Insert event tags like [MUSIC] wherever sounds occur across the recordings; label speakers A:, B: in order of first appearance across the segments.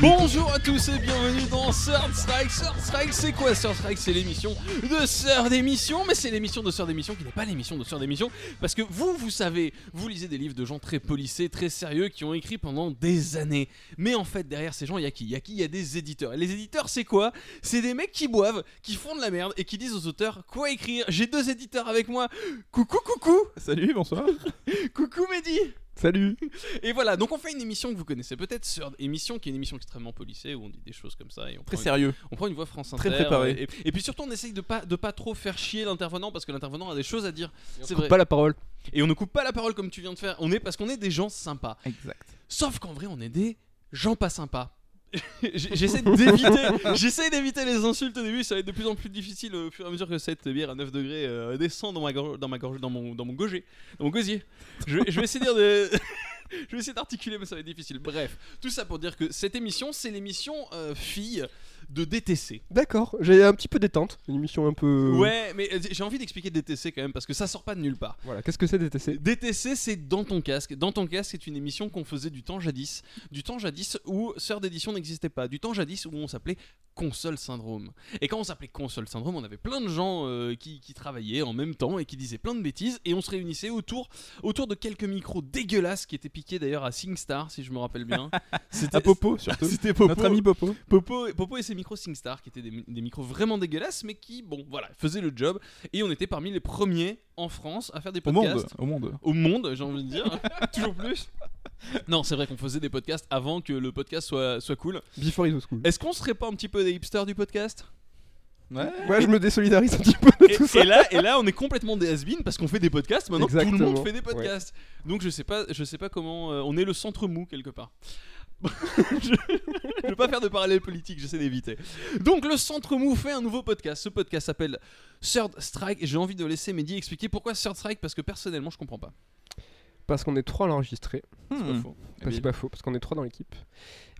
A: Bonjour à tous et bienvenue dans Third Strike. Third Strike, c'est quoi Third Strike C'est l'émission de Sœur d'émission, mais c'est l'émission de Sœur d'émission qui n'est pas l'émission de Sœur d'émission parce que vous, vous savez, vous lisez des livres de gens très polissés, très sérieux qui ont écrit pendant des années. Mais en fait, derrière ces gens, il y a qui Il y a qui Il y a des éditeurs. Et les éditeurs, c'est quoi C'est des mecs qui boivent, qui font de la merde et qui disent aux auteurs quoi écrire. J'ai deux éditeurs avec moi. Coucou, coucou,
B: Salut, bonsoir.
A: coucou Mehdi.
B: Salut.
A: Et voilà, donc on fait une émission que vous connaissez peut-être, Sœur émission qui est une émission extrêmement polissée où on dit des choses comme ça et on,
B: Très
A: prend,
B: sérieux.
A: une, on prend une voix France
B: Très
A: Inter,
B: préparé.
A: Et, et puis surtout, on essaye de pas de pas trop faire chier l'intervenant parce que l'intervenant a des choses à dire. C'est vrai.
B: Pas la parole.
A: Et on ne coupe pas la parole comme tu viens de faire. On est parce qu'on est des gens sympas.
B: Exact.
A: Sauf qu'en vrai, on est des gens pas sympas. [LAUGHS] J'ai- J'essaie d'éviter, j'essaie d'éviter les insultes au début. Ça va être de plus en plus difficile au fur et à mesure que cette bière à 9 degrés euh, descend dans ma gorge, dans ma gorge, dans mon, dans mon gauger, dans mon gosier. Je, vais- je vais essayer de dire de- [LAUGHS] je vais essayer d'articuler, mais ça va être difficile. Bref, tout ça pour dire que cette émission, c'est l'émission euh, fille de DTC.
C: D'accord, j'ai un petit peu détente, une émission un peu.
A: Ouais, mais euh, j'ai envie d'expliquer DTC quand même parce que ça sort pas de nulle part.
C: Voilà, qu'est-ce que c'est DTC
A: DTC, c'est dans ton casque. Dans ton casque, c'est une émission qu'on faisait du temps jadis. Du temps jadis où Sœur d'édition n'existait pas. Du temps jadis où on s'appelait Console Syndrome. Et quand on s'appelait Console Syndrome, on avait plein de gens euh, qui, qui travaillaient en même temps et qui disaient plein de bêtises. Et on se réunissait autour, autour de quelques micros dégueulasses qui étaient piqués d'ailleurs à SingStar, si je me rappelle bien. C'était
C: Ah,
B: À Popo, surtout.
A: C'était Popo.
B: Notre ami Popo.
A: Popo, Popo et ses micros SingStar, qui étaient des, des micros vraiment dégueulasses, mais qui, bon, voilà, faisaient le job. Et on était parmi les premiers en France à faire des
B: Au
A: podcasts
B: monde. Au monde.
A: au monde, j'ai envie de dire. [LAUGHS] Toujours plus. Non, c'est vrai qu'on faisait des podcasts avant que le podcast soit, soit cool.
C: Before It Was
A: [LAUGHS]
C: Cool.
A: Est-ce qu'on serait pas un petit peu des hipsters du podcast
C: Ouais, je me désolidarise un petit peu de
A: et,
C: tout ça.
A: et là, et là, on est complètement des has parce qu'on fait des podcasts. Maintenant, tout le
C: Exactement,
A: monde fait des podcasts. Donc, je sais pas, je sais pas comment. euh, on est le centre mou quelque [LAUGHS] part. je ne veux pas faire de parallèle politique, j'essaie d'éviter. Donc, le centre mou fait un nouveau podcast. Ce podcast s'appelle Third Strike. Et j'ai envie de laisser Mehdi expliquer pourquoi Third Strike parce que personnellement, je comprends pas.
C: Parce qu'on est trois à l'enregistrer.
A: C'est pas faux.
C: Parce que C'est pas faux, parce qu'on est trois dans l'équipe.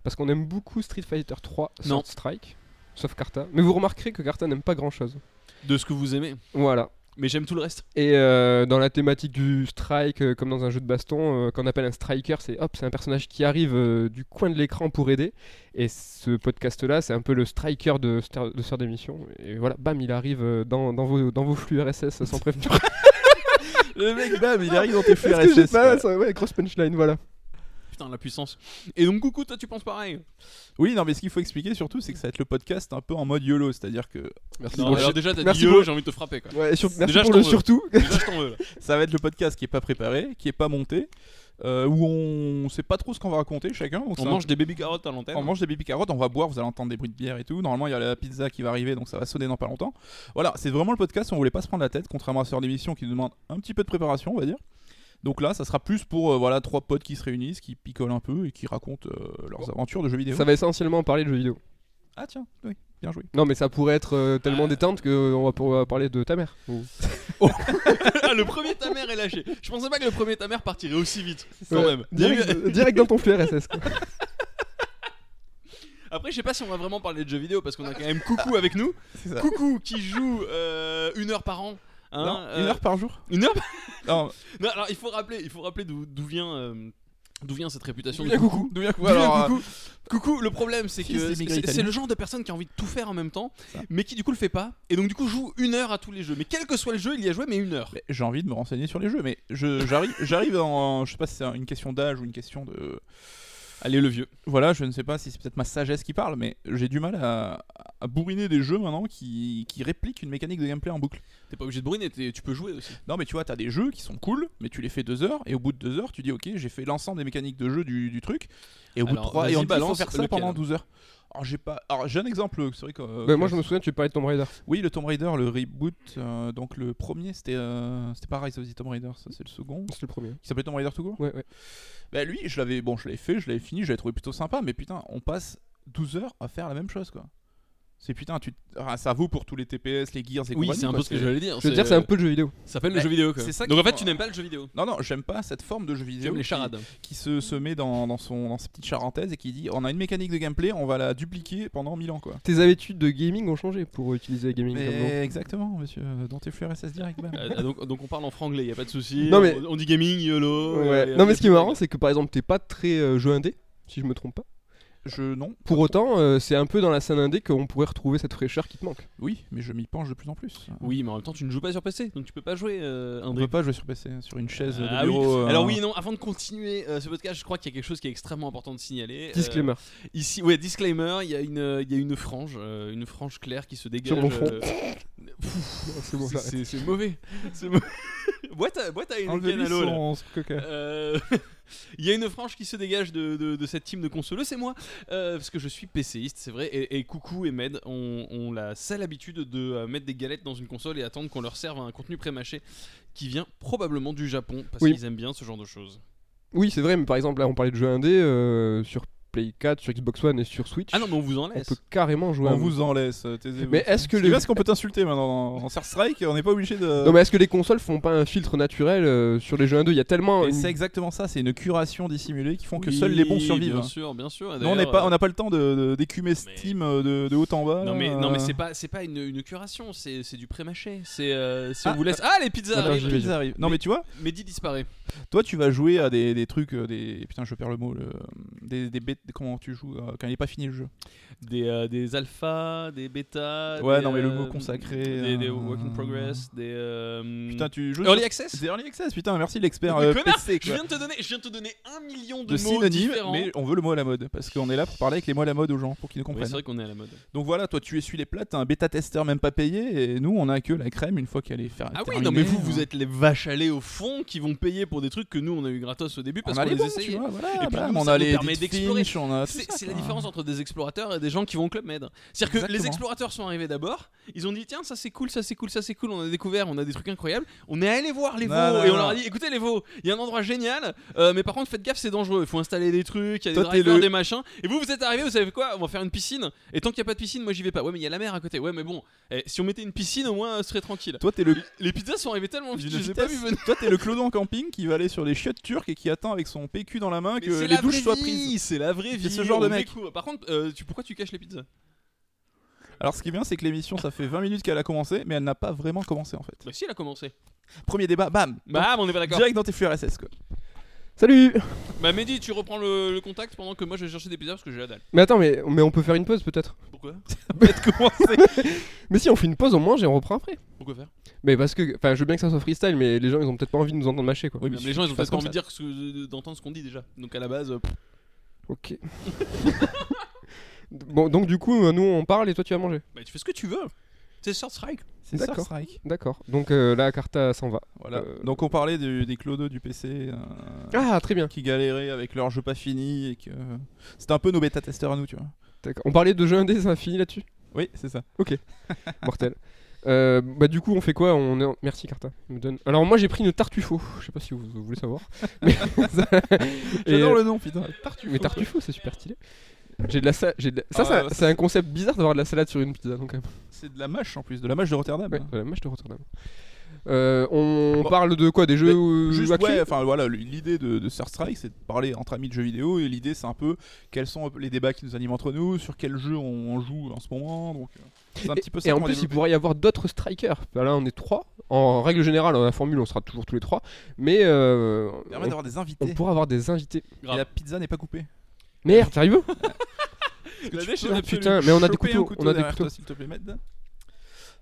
C: Parce qu'on aime beaucoup Street Fighter 3,
A: Non.
C: Sword Strike, sauf Karta. Mais vous remarquerez que Karta n'aime pas grand chose.
A: De ce que vous aimez.
C: Voilà.
A: Mais j'aime tout le reste.
C: Et euh, dans la thématique du strike, euh, comme dans un jeu de baston, euh, qu'on appelle un striker, c'est hop, c'est un personnage qui arrive euh, du coin de l'écran pour aider. Et ce podcast-là, c'est un peu le striker de, Star- de Sœur d'émission. Et voilà, bam, il arrive euh, dans, dans vos, dans vos flux RSS
B: [LAUGHS]
C: sans prévenir.
B: Le mec, bam, il arrive dans tes flux
C: Est-ce que j'ai
B: RSS.
C: pas
B: quoi.
C: ça- ouais, grosse punchline, voilà.
A: Putain, la puissance. Et donc, coucou, toi, tu penses pareil
B: Oui, non, mais ce qu'il faut expliquer surtout, c'est que ça va être le podcast un peu en mode YOLO. C'est-à-dire que
C: Merci.
A: Non,
C: beaucoup.
A: alors déjà, t'as dit
C: Merci
A: yo,
C: beaucoup.
A: j'ai envie de te frapper, quoi.
C: Ouais, et sur- merci
A: Déjà, je
C: pour
A: t'en
C: le
A: veux.
C: surtout.
A: [LAUGHS] Déjà, je t'en veux, là.
B: ça va être le podcast qui est pas préparé, qui est pas monté, euh, où on sait pas trop ce qu'on va raconter chacun. donc
A: On
B: c'est un-
A: mange des baby carottes à l'antenne.
B: On mange des baby carottes, on va boire, vous allez entendre des bruits de bière et tout. Normalement, il y a la pizza qui va arriver, donc ça va sonner dans pas longtemps. Voilà, c'est vraiment le podcast où on voulait pas se prendre la tête, contrairement à ce genre d'émission qui nous demande un petit peu de préparation, on va dire. Donc là, ça sera plus pour euh, voilà trois potes qui se réunissent, qui picolent un peu et qui racontent euh, leurs aventures de jeux vidéo.
C: Ça va essentiellement parler de jeux vidéo.
B: Ah tiens, oui, bien joué.
C: Non, mais ça pourrait être euh, tellement
A: Euh.
C: détente qu'on va pouvoir parler de ta mère.
A: ah, [LAUGHS] le premier ta mère est lâché. Je pensais pas que le premier ta mère partirait aussi vite, quand
C: Ouais,
A: même. Il y a eu-
C: Euh, Direct, direct dans ton flux RSS. quoi.
A: Après, je sais pas si on va vraiment parler de jeux vidéo parce qu'on a quand même Coucou avec nous.
B: C'est ça.
A: Coucou qui joue euh, une heure par an. hein,
B: Non,
A: euh,
B: Une heure par jour
A: une heure
B: Non,
A: [LAUGHS] Non, alors il faut rappeler, il faut rappeler d'où d'où vient. euh, D'où vient cette réputation
B: d'où
A: de
B: vient coucou D'où vient coucou
A: D'où vient
B: Alors,
A: coucou, coucou, le problème c'est
B: fils
A: que
B: d'émigrés
A: c'est- c'est
B: italiens.
A: le genre de personne qui a envie de tout faire en même temps,
B: Ça.
A: mais qui du coup le fait pas, et donc du coup joue une heure à tous les jeux. Mais quel que soit le jeu, il y a joué mais une heure.
B: Mais J'ai envie de me renseigner sur les jeux, mais je- j'arrive, j'arrive en, je sais pas si c'est une question d'âge ou une question de,
A: Allez le vieux.
B: voilà, je ne sais pas si c'est peut-être ma sagesse qui parle, mais j'ai du mal à, à bourriner des jeux maintenant qui, qui répliquent une mécanique de gameplay en boucle.
A: T'es pas obligé de brûler, tu peux jouer aussi.
B: Non, mais tu vois, t'as des jeux qui sont cool, mais tu les fais deux heures, et au bout de deux heures, tu dis ok, j'ai fait l'ensemble des mécaniques de jeu du, du truc, et au bout
A: Alors,
B: de trois, et on
A: vas-y,
B: te dit, il faut
A: balance
B: faire ça
A: lequel.
B: pendant 12 heures. Alors j'ai pas, alors j'ai un exemple, c'est vrai que. euh,
C: Bah, moi, je me souviens, tu parlais de Tomb Raider.
B: Oui, le Tomb Raider, le reboot, euh, donc le premier, c'était, euh, c'était pas Rise of the Tomb Raider, ça c'est le second,
C: C'est le premier.
B: qui s'appelait Tomb Raider tout court.
C: Ouais, ouais.
B: Bah lui, je l'avais bon, je l'avais fait, je l'avais fini, je l'avais trouvé plutôt sympa, mais putain, on passe 12 heures à faire la même chose quoi. C'est putain, tu ah, ça vaut pour tous les TPS, les Gears et
A: Oui,
B: compagnie,
A: c'est un
B: quoi,
A: peu ce que j'allais dire.
C: Je veux dire, c'est euh, un peu le jeu vidéo.
A: Ça s'appelle le
B: Ouais,
A: jeu vidéo quoi.
B: c'est ça
A: donc en
B: qui-
A: fait, tu n'aimes pas le jeu vidéo.
B: Non non, j'aime pas cette forme de jeu vidéo
A: J'aime les [LAUGHS]
B: qui-
A: charades.
B: qui, se, se met dans, dans son dans ses petites charentaises et qui dit on a une mécanique de gameplay, on va la dupliquer pendant 1000 ans quoi.
C: Tes habitudes de gaming ont changé pour utiliser gaming comme nom.
B: Mais exactement, monsieur, euh, dans tes flux RSS direct. bah.
A: [LAUGHS]
B: bam.
A: Euh, donc, donc on parle en franglais, y a pas de souci. Euh,
C: Non, mais-
A: on, on dit gaming, YOLO.
C: Ouais.
A: euh, y a-
C: Non,
A: y a
C: mais ce qui est
A: tout ça.
C: marrant, c'est que par exemple, t'es pas très euh, jeu indé, si je me trompe pas.
B: Je non.
C: Pour autant, euh, c'est un peu dans la scène indé qu'on pourrait retrouver cette fraîcheur qui te manque.
B: Oui, mais je m'y penche de plus en plus.
A: Oui, mais en même temps, tu ne joues pas sur PC, donc tu peux pas jouer euh,
B: On ne
A: indé.
B: peut pas jouer sur PC, sur une chaise de
A: Ah oui.
B: bureau. euh,
A: Alors oui, non, avant de continuer euh, ce podcast, je crois qu'il y a quelque chose qui est extrêmement important de signaler. Euh,
C: Disclaimer.
A: ici, ouais, disclaimer, il y a une, euh, il y a une frange, euh, une frange claire qui se dégage.
C: mon front.
A: euh, Pfff,
C: Non, c'est bon,
A: c'est-
C: j'arrête.
A: c'est c'est mauvais. C'est mauvais. [LAUGHS] boîte à, boîte à Heineken
B: Enlevez-lui
A: à l'eau, là.
B: son- son coca.
A: Euh, [LAUGHS] Il y a une frange qui se dégage de, de- de cette team de consoleux, c'est moi, Euh, parce que je suis PCiste, c'est vrai. Et, et coucou et Med, on, on la sale habitude de euh, mettre des galettes dans une console et attendre qu'on leur serve un contenu prémâché qui vient probablement du Japon, parce
C: Oui.
A: qu'ils aiment bien ce genre de choses.
C: Oui, c'est vrai, mais par exemple, là, on parlait de jeux indés euh, sur Play 4, sur Xbox One et sur Switch.
A: Ah non, mais on vous en
C: on
A: laisse.
C: peut carrément jouer. à
B: On
C: un-
B: vous en laisse, euh, taisez-vous.
C: Mais est-ce que
B: C'est
C: les
B: parce qu'on peut t'insulter maintenant en Star Strike, on n'est pas obligé de.
C: non, mais est-ce que les consoles font pas un filtre naturel euh, sur les jeux indés Il y a tellement
B: Et
C: une-
B: c'est exactement ça, c'est une curation dissimulée qui font que
A: Oui,
B: seuls les bons survivent.
A: Bien sûr, bien sûr. Et
B: Nous, on n'a
A: d'ailleurs,
B: pas,
A: euh,
B: on n'a pas le temps de- de- d'écumer
A: mais-
B: Steam euh, de, de haut en bas.
A: Non mais,
B: là,
A: non mais
B: euh,
A: c'est pas, c'est pas une, une curation, c'est c'est du pré-mâché. C'est euh, si
B: Ah,
A: on vous laisse... Ah, les pizzas
C: Attends,
A: arrivent
C: j'y vais.
B: ils arrivent. Non
A: Mais-
B: mais tu vois,
A: Mehdi disparaît.
B: toi tu vas jouer à des, des trucs, euh, des putain je perds le mot, le- des, des bêtes, comment tu joues euh, quand il n'est pas fini le jeu.
A: Des, euh, des alphas, des bêtas...
B: Ouais,
A: des,
B: non, mais le
A: euh,
B: mot consacré,
A: Des, des
B: euh,
A: work in progress, des... euh,
B: Putain tu joues.
A: Early
B: sur-
A: access
B: C'est Early Access, putain merci l'expert
A: Mais
B: euh,
A: connard,
B: PC,
A: je
B: quoi.
A: viens, de te donner, je viens de te donner un million de,
B: de
A: mots
B: synonymes,
A: différents.
B: mais on veut le mot à la mode parce qu'on est là pour parler avec les mots à la mode aux gens pour qu'ils nous
A: Oui, c'est
B: comprennent.
A: vrai qu'on est à la mode.
B: Donc voilà, toi tu essuies les plates, t'es un bêta testeur même pas payé, et nous on a que la crème une fois qu'elle est faire.
A: Ah oui, non mais vous, vous êtes les vaches à lait au fond qui vont payer pour des trucs que nous on a eu gratos au début parce
B: on a
A: qu'on
B: les
A: les
B: bons,
A: essayait.
B: tu vois, voilà,
A: Et puis
B: bam,
A: nous,
B: on
A: ça
B: a
A: nous
B: les
A: permet
B: Dead
A: d'explorer.
B: Finch, on a Ah, tout
A: C'est
B: ça,
A: c'est la
B: quoi.
A: différence entre des explorateurs et des gens qui vont au Club Med. C'est-à-dire que les
B: Exactement.
A: explorateurs sont arrivés d'abord, ils ont dit tiens, ça c'est cool, ça c'est cool, ça c'est cool, on a découvert, on a des trucs incroyables. On est allé voir les veaux
B: Non, non,
A: et on
B: non.
A: leur a dit écoutez les veaux, il y a un endroit génial, euh, mais par contre faites gaffe, c'est dangereux, il faut installer des trucs, il y a des
B: Toi, t'es
A: drivers,
B: le-
A: des machins. Et vous, vous êtes arrivés, vous savez quoi On va faire une piscine, et tant qu'il n'y a pas de piscine, moi j'y vais pas. Ouais, mais il y a la mer à côté, ouais, mais bon, eh, si on mettait une piscine, au moins euh, ce serait tranquille.
B: Toi t'es le
A: Les pizzas sont arrivées tellement vite,
B: d'une
A: [LAUGHS] je les ai pas
B: vitesse.
A: vu venir.
B: Toi t'es le Clodo en camping qui va aller sur les chiottes turques et qui attend avec son PQ dans la main
A: Mais
B: que
A: c'est
B: les
A: la
B: douches
A: vraie
B: soient
A: vie,
B: prises.
A: C'est la vraie vie.
B: C'est ce genre de
A: on
B: mec.
A: découvre. Par contre, euh, tu, pourquoi tu caches les pizzas
B: Alors ce qui est bien c'est que l'émission ça fait 20 minutes qu'elle a commencé mais elle n'a pas vraiment commencé en fait.
A: Bah si, elle a commencé.
B: Premier débat, bam
A: Bah, on est pas d'accord.
B: Direct dans tes flux RSS quoi. [LAUGHS]
C: Salut
A: Bah Mehdi, tu reprends le, le contact pendant que moi je vais chercher des pizzas parce que j'ai la dalle.
C: Mais attends, mais, mais on peut faire une pause peut-être
A: Pourquoi
C: Mais si, on fait une pause, on mange et on reprend après.
A: Pourquoi faire
C: Mais parce que, enfin, je veux bien que ça soit freestyle, mais les gens ils ont peut-être pas envie de nous entendre mâcher quoi.
B: Oui, mais
A: Non, mais Les gens ils ont
B: fasse
A: peut-être pas envie
B: comme ça.
A: de dire ce que- d'entendre ce qu'on dit déjà. Donc à la base, euh,
C: Ok. [LAUGHS] bon, donc du coup, euh, nous on parle et toi tu vas manger.
A: bah, tu fais ce que tu veux. C'est Short Strike.
B: C'est
C: D'accord.
B: Star Strike.
C: D'accord. Donc euh, là, Carta s'en va.
B: Voilà.
C: Euh,
B: Donc on parlait du- des clodos du PC euh,
C: Ah, très bien.
B: qui galéraient avec leurs jeux pas finis et que c'était un peu nos bêta testeurs à nous, tu vois.
C: D'accord. On parlait de jeux indés, ça a fini [LAUGHS] là-dessus
B: Oui, c'est ça.
C: Mortel. Euh, bah du coup on fait quoi on est en- Merci Carta. Il me donne... Alors moi j'ai pris une tartuffo, je sais pas si vous, vous voulez [LAUGHS] savoir. Mais, Et,
B: J'adore
C: euh,
B: le nom, putain. Tartuffe.
C: mais tartuffo c'est super stylé. J'ai de la sa- j'ai de la- Ça,
B: Ah,
C: ça-
B: ouais,
C: c'est un concept bizarre d'avoir de la salade sur une pizza donc euh, quand même.
B: C'est de la mâche en plus, de la mâche de Rotterdam. hein.
C: Ouais, Ah ben, voilà, moi je te retourne la main. Euh, on
A: bah,
B: Bon.
C: parle de quoi Des jeux euh,
B: Juste,
C: actuels
B: ouais, enfin voilà, l'idée de, de Star Strike, c'est de parler entre amis de jeux vidéo et l'idée, c'est un peu quels sont les débats qui nous animent entre nous, sur quel jeu on, on joue en ce moment. Donc, euh, c'est un
C: Et-
B: petit peu ça.
C: Et en
B: qu'on va
C: plus, il
B: développer.
C: pourrait y avoir d'autres strikers. Bah Là, on est trois. En règle générale, dans la formule, on sera toujours tous les trois. Mais euh,
B: Ça permet
C: on,
B: d'avoir des
C: on
B: invités.
C: pourra avoir des invités.
B: Et
A: Grave.
B: la pizza n'est pas coupée.
C: Merde, t'arrives
A: [LAUGHS]
B: Parce que
A: La
B: tu
A: déchet
B: peux
A: absolu.
C: Ah, putain, mais on a des
B: choper un
C: couteaux,
B: couteau
C: on a des
B: derrière
C: couteaux.
B: toi, s'il te plaît, Med.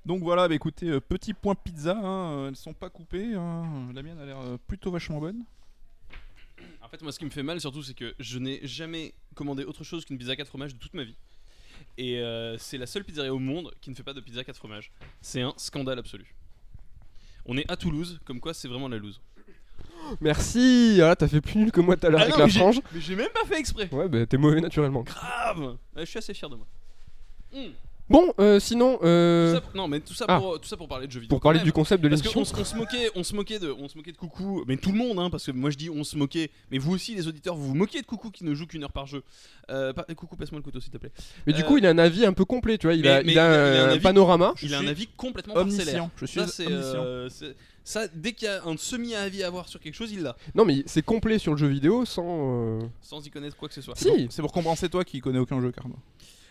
B: Donc voilà, bah écoutez, euh, petit point pizza, hein, euh, elles sont pas coupées. hein. La mienne a l'air euh, plutôt vachement bonne.
A: En fait, moi ce qui me fait mal surtout, c'est que je n'ai jamais commandé autre chose qu'une pizza 4 fromages de toute ma vie. Et euh, c'est la seule pizzeria au monde qui ne fait pas de pizza 4 fromages. C'est un scandale absolu. On est à Toulouse, comme quoi c'est vraiment la loose.
C: Merci Ah là, t'as fait plus nul que moi tout à l'heure
A: Ah
C: avec
A: non,
C: la
A: mais j'ai-
C: frange.
A: Mais j'ai même pas fait exprès.
C: Ouais, bah t'es mauvais naturellement.
A: Grave Ouais, Je suis assez fier de moi. Hmm.
C: Bon, euh, sinon, euh,
A: Tout ça- non mais tout ça,
C: ah.
A: pour, tout ça pour parler de jeux vidéo.
C: pour
A: quand
C: parler
A: même.
C: du concept de
A: Parce qu'on
C: l'émission,
A: s- on se moquait, on se moquait de, on se moquait de Coucou, mais tout le monde, hein, parce que moi je dis on se moquait, mais vous aussi les auditeurs, vous vous moquez de Coucou qui ne joue qu'une heure par jeu. Euh, pas- coucou, passe-moi le couteau s'il te plaît.
C: mais du
A: euh,
C: coup, il a un avis un peu complet, tu vois. Il,
A: mais-
C: a,
A: mais
C: il a
A: il a- il a un
C: un,
A: avis-
C: panorama.
A: Il a un
B: suis
A: avis complètement parcellaire.
B: Omniscient. Je suis
A: Ah, Ça, c'est,
B: omniscient.
A: euh, c'est- ça, dès qu'il y a un semi-avis à avoir sur quelque chose, il l'a,
C: Non, mais c'est complet sur le jeu vidéo sans. euh,
A: sans y connaître quoi que ce soit.
C: Si
B: C'est pour compenser toi qui connais aucun jeu, Cardo.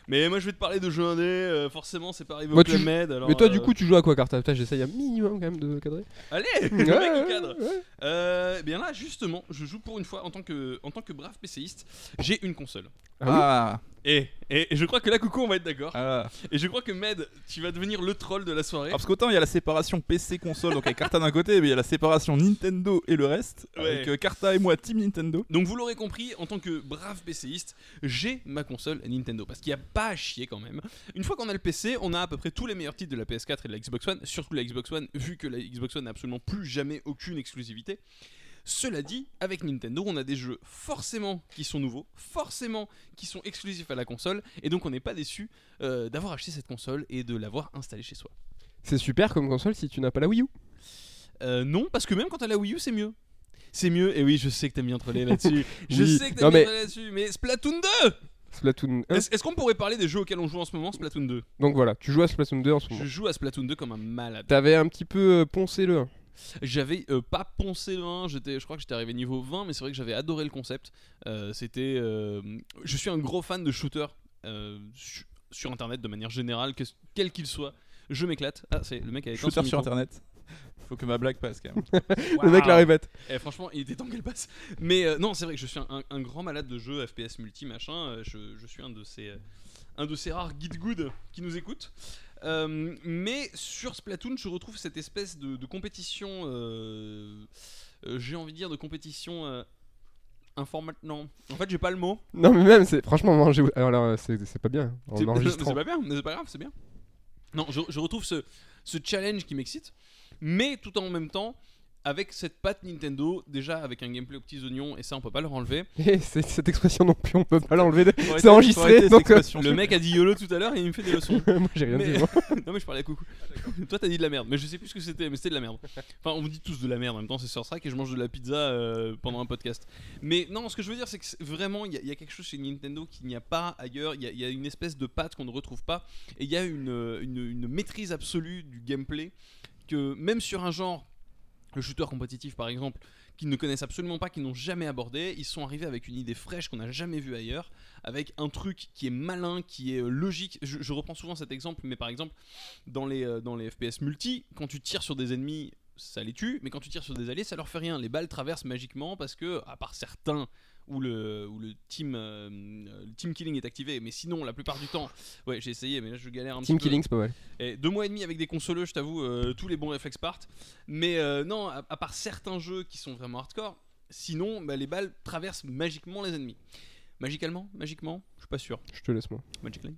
A: Mais moi je vais te parler de jeux indés, euh, forcément c'est pas arrivé au
C: Moi, tu
A: Club
C: joues-
A: Med. alors,
C: Mais toi,
A: euh, [LAUGHS]
C: [LAUGHS] du coup, tu joues à quoi, Carta Putain, j'essaye un minimum quand même de cadrer.
A: Allez, le mec, il cadre.
C: ouais.
A: Euh, Eh bien là, justement, je joue pour une fois en tant que, en tant que brave PCiste. J'ai une console.
B: Ah,
A: Et, et, et je crois que là, coucou, on va être d'accord.
B: ah.
A: Et je crois que Med, tu vas devenir le troll de la soirée.
B: Ah, parce qu'autant il y a la séparation PC-console, donc avec Carta d'un côté, mais il y a la séparation Nintendo et le reste.
A: Ouais.
B: Avec euh, Carta et moi, Team Nintendo.
A: Donc vous l'aurez compris, en tant que brave PCiste, j'ai ma console Nintendo parce qu'il n'y a pas à chier quand même. Une fois qu'on a le PC, on a à peu près tous les meilleurs titres de la PS4 et de la Xbox One, surtout la Xbox One, vu que la Xbox One n'a absolument plus jamais aucune exclusivité. Cela dit, avec Nintendo, on a des jeux forcément qui sont nouveaux, forcément qui sont exclusifs à la console, et donc on n'est pas déçu euh, d'avoir acheté cette console et de l'avoir installée chez soi.
C: C'est super comme console si tu n'as pas la Wii U.
A: Euh, non, parce que même quand t'as la Wii U, c'est mieux. C'est mieux, et oui, je sais que t'as mis entre les là-dessus. [LAUGHS] je
C: Oui.
A: sais que t'as
C: Non,
A: mis
C: mais-
A: entre les là-dessus, mais Hein Splatoon 2
C: Splatoon 1.
A: Est-ce est-ce qu'on pourrait parler des jeux auxquels on joue en ce moment, Splatoon 2
C: Donc voilà, tu joues à Splatoon 2 en ce moment.
A: Je joue à Splatoon 2 comme un malade.
C: T'avais un petit peu euh, poncé le 1.
A: J'avais euh, pas poncé le 1, j'étais- je crois que j'étais arrivé niveau 20, mais c'est vrai que j'avais adoré le concept. Euh, C'était. euh, je suis un gros fan de shooters euh, su- sur internet de manière générale, que- quel qu'il soit. Je m'éclate. Ah, c'est le mec avec
B: Shooter sur internet. Faut que ma blague passe quand même.
C: Le mec la répète.
A: Eh, franchement, il était temps qu'elle passe. Mais euh, non, c'est vrai que je suis un, un- un grand malade de jeux FPS multi machin. Euh, Je, je suis un de ces euh, un de ces rares guide good qui nous écoutent. Euh, mais sur Splatoon, je retrouve cette espèce de, de compétition. euh, euh, j'ai envie de dire de compétition. Euh, informa- Non, en fait, j'ai pas le mot.
C: Non mais même, c'est franchement manger. Alors là, c'est c'est pas bien. hein,
A: C'est- [LAUGHS]
C: En
A: mais
C: enregistrant.
A: C'est pas bien, mais c'est pas grave, c'est bien. Non, je, je retrouve ce, ce challenge qui m'excite, mais tout en même temps, avec cette patte Nintendo, déjà avec un gameplay aux petits oignons, et ça on peut pas le renlever.
C: Eh, [LAUGHS] c'est- cette expression non plus, on peut pas l'enlever. de-
B: Faut arrêter-
C: C'est enregistré,
B: faut arrêter cette
C: donc, euh,
B: expression.
A: Le mec a dit YOLO tout à l'heure et il me fait des
C: [LAUGHS]
A: leçons.
C: Moi j'ai rien
A: Mais- [LAUGHS]
C: dit. moi.
A: non mais je parlais à Coucou. Toi t'as dit de la merde, mais je sais plus ce que c'était, mais c'était de la merde. Enfin on vous dit tous de la merde en même temps, c'est sur ça que je mange de la pizza euh, pendant un podcast. Mais non, ce que je veux dire c'est que c'est- vraiment il y, a- il y a quelque chose chez Nintendo qu'il n'y a pas ailleurs, il y, a- il y a une espèce de patte qu'on ne retrouve pas, et il y a une, euh, une- une maîtrise absolue du gameplay que même sur un genre, le shooter compétitif par exemple, qu'ils ne connaissent absolument pas, qu'ils n'ont jamais abordé, ils sont arrivés avec une idée fraîche qu'on n'a jamais vue ailleurs, avec un truc qui est malin, qui est euh, logique. Je, je reprends souvent cet exemple, mais par exemple, dans les, euh, dans les FPS multi, quand tu tires sur des ennemis, ça les tue, mais quand tu tires sur des alliés, ça leur fait rien. Les balles traversent magiquement parce que, à part certains où le, où le team, euh, le team killing est activé, mais sinon, la plupart du temps, ouais, j'ai essayé, mais là je galère un
C: Team
A: petit peu.
C: Killing, c'est pas mal.
A: Et deux mois et demi avec des consoleux, je t'avoue, euh, tous les bons réflexes partent. Mais euh, non, à, à part certains jeux qui sont vraiment hardcore, sinon, bah, les balles traversent magiquement les ennemis. Magicalement Magiquement Je suis pas sûr.
C: Je te laisse moi.
A: Magically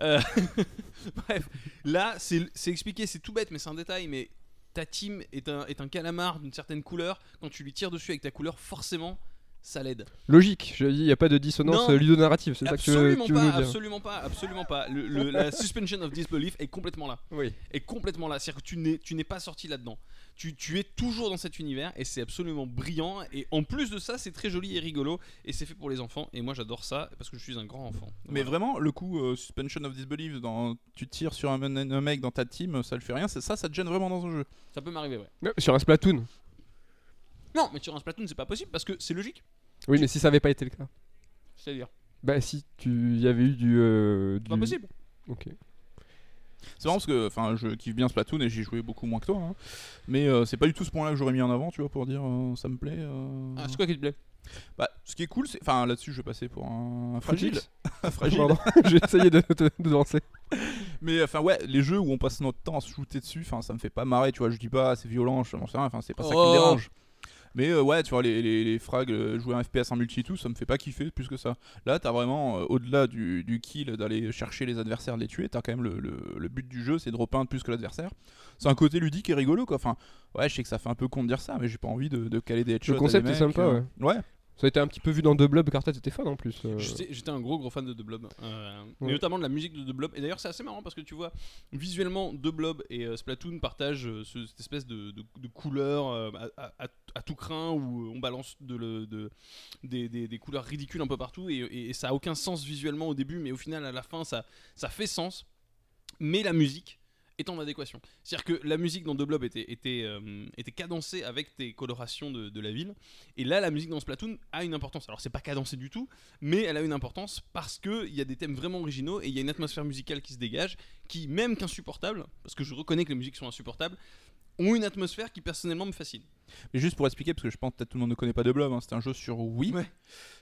A: Euh, [LAUGHS] Bref, là, c'est c'est expliqué, c'est tout bête, mais c'est un détail, mais ta team est un, est un calamar d'une certaine couleur. Quand tu lui tires dessus avec ta couleur, forcément, ça l'aide.
C: Logique, je dis, il n'y a pas de dissonance
A: Non.
C: euh, ludonarrative, c'est ça que tu veux,
A: Absolument
C: tu hein. veux
A: pas,
C: nous dire.
A: absolument pas, absolument pas. Le- le- la suspension of disbelief est complètement là.
C: Oui.
A: est complètement là. C'est-à-dire que tu n'es, tu n'es pas sorti là-dedans. Tu, tu es toujours dans cet univers et c'est absolument brillant. Et en plus de ça, c'est très joli et rigolo. Et c'est fait pour les enfants. Et moi, j'adore ça parce que je suis un grand enfant.
B: Mais
A: Voilà.
B: vraiment, le coup euh, suspension of disbelief, dans, tu tires sur un, men- un mec dans ta team, ça le fait rien, c'est ça, ça te gêne vraiment dans un jeu.
A: Ça peut m'arriver, ouais.
C: Non, Sur un Splatoon.
A: Non, mais sur un Splatoon, c'est pas possible parce que c'est logique.
C: Oui, mais si ça avait pas été le cas.
A: C'est-à-dire, Mm.
C: Bah si, tu y avait eu du... euh,
A: c'est pas
C: du-
A: possible.
C: Ok.
B: C'est marrant parce que, enfin, je kiffe bien Splatoon et j'y jouais beaucoup moins que toi, hein. mais euh, c'est pas du tout ce point-là que j'aurais mis en avant, tu vois, pour dire euh, ça me plaît. euh.
A: Ah, c'est quoi qui te plaît
B: Bah, ce qui est cool, c'est. Enfin, là-dessus, je vais passer pour un fragile.
C: Fragile.
B: Un
C: [LAUGHS]
B: fragile.
C: Pardon, j'ai essayé de, de, de danser.
B: Mais enfin, ouais, les jeux où on passe notre temps à se shooter dessus, enfin, ça me fait pas marrer, tu vois. Je dis pas, c'est violent, je m'en sais rien, enfin, c'est pas ça qui
A: Oh.
B: me dérange. Mais euh, ouais, tu vois, les, les, les frags, euh, jouer un FPS en multi et tout, ça me fait pas kiffer plus que ça. Là, t'as vraiment, euh, au-delà du, du kill, d'aller chercher les adversaires, de les tuer, t'as quand même le, le- le but du jeu, c'est de repeindre plus que l'adversaire. C'est un côté ludique et rigolo, quoi. Enfin, ouais, je sais que ça fait un peu con de dire ça, mais j'ai pas envie de, de caler des headshots. à des
C: concept est
B: mecs,
C: sympa,
B: euh. Ouais,
C: Ça a été un petit peu vu dans deux blobs, car toi, t'étais fan en plus. euh.
A: J'étais j'étais un gros gros fan de The Blob, euh, mais
C: Ouais.
A: notamment de la musique de The Blob. Et d'ailleurs, c'est assez marrant parce que tu vois, visuellement, The Blob et euh, Splatoon partagent euh, ce- cette espèce de, de- de couleur euh, à, à- à tout crin où euh, on balance de, le- de- des, des- des couleurs ridicules un peu partout et, et- et ça a aucun sens visuellement au début, mais au final, à la fin, ça, ça fait sens. Mais la musique est en adéquation. C'est-à-dire que la musique dans The Blob était, était, euh, était cadencée avec tes colorations de, de la ville. Et là, la musique dans Splatoon a une importance. Alors, c'est pas cadencé du tout, mais elle a une importance parce que il y a des thèmes vraiment originaux et il y a une atmosphère musicale qui se dégage, qui même qu'insupportable, parce que je reconnais que les musiques sont insupportables, ont une atmosphère qui personnellement me fascine.
B: Mais juste pour expliquer, parce que je pense peut-être tout le monde ne connaît pas de Blob, hein, c'est un jeu sur Wii.
A: Ouais.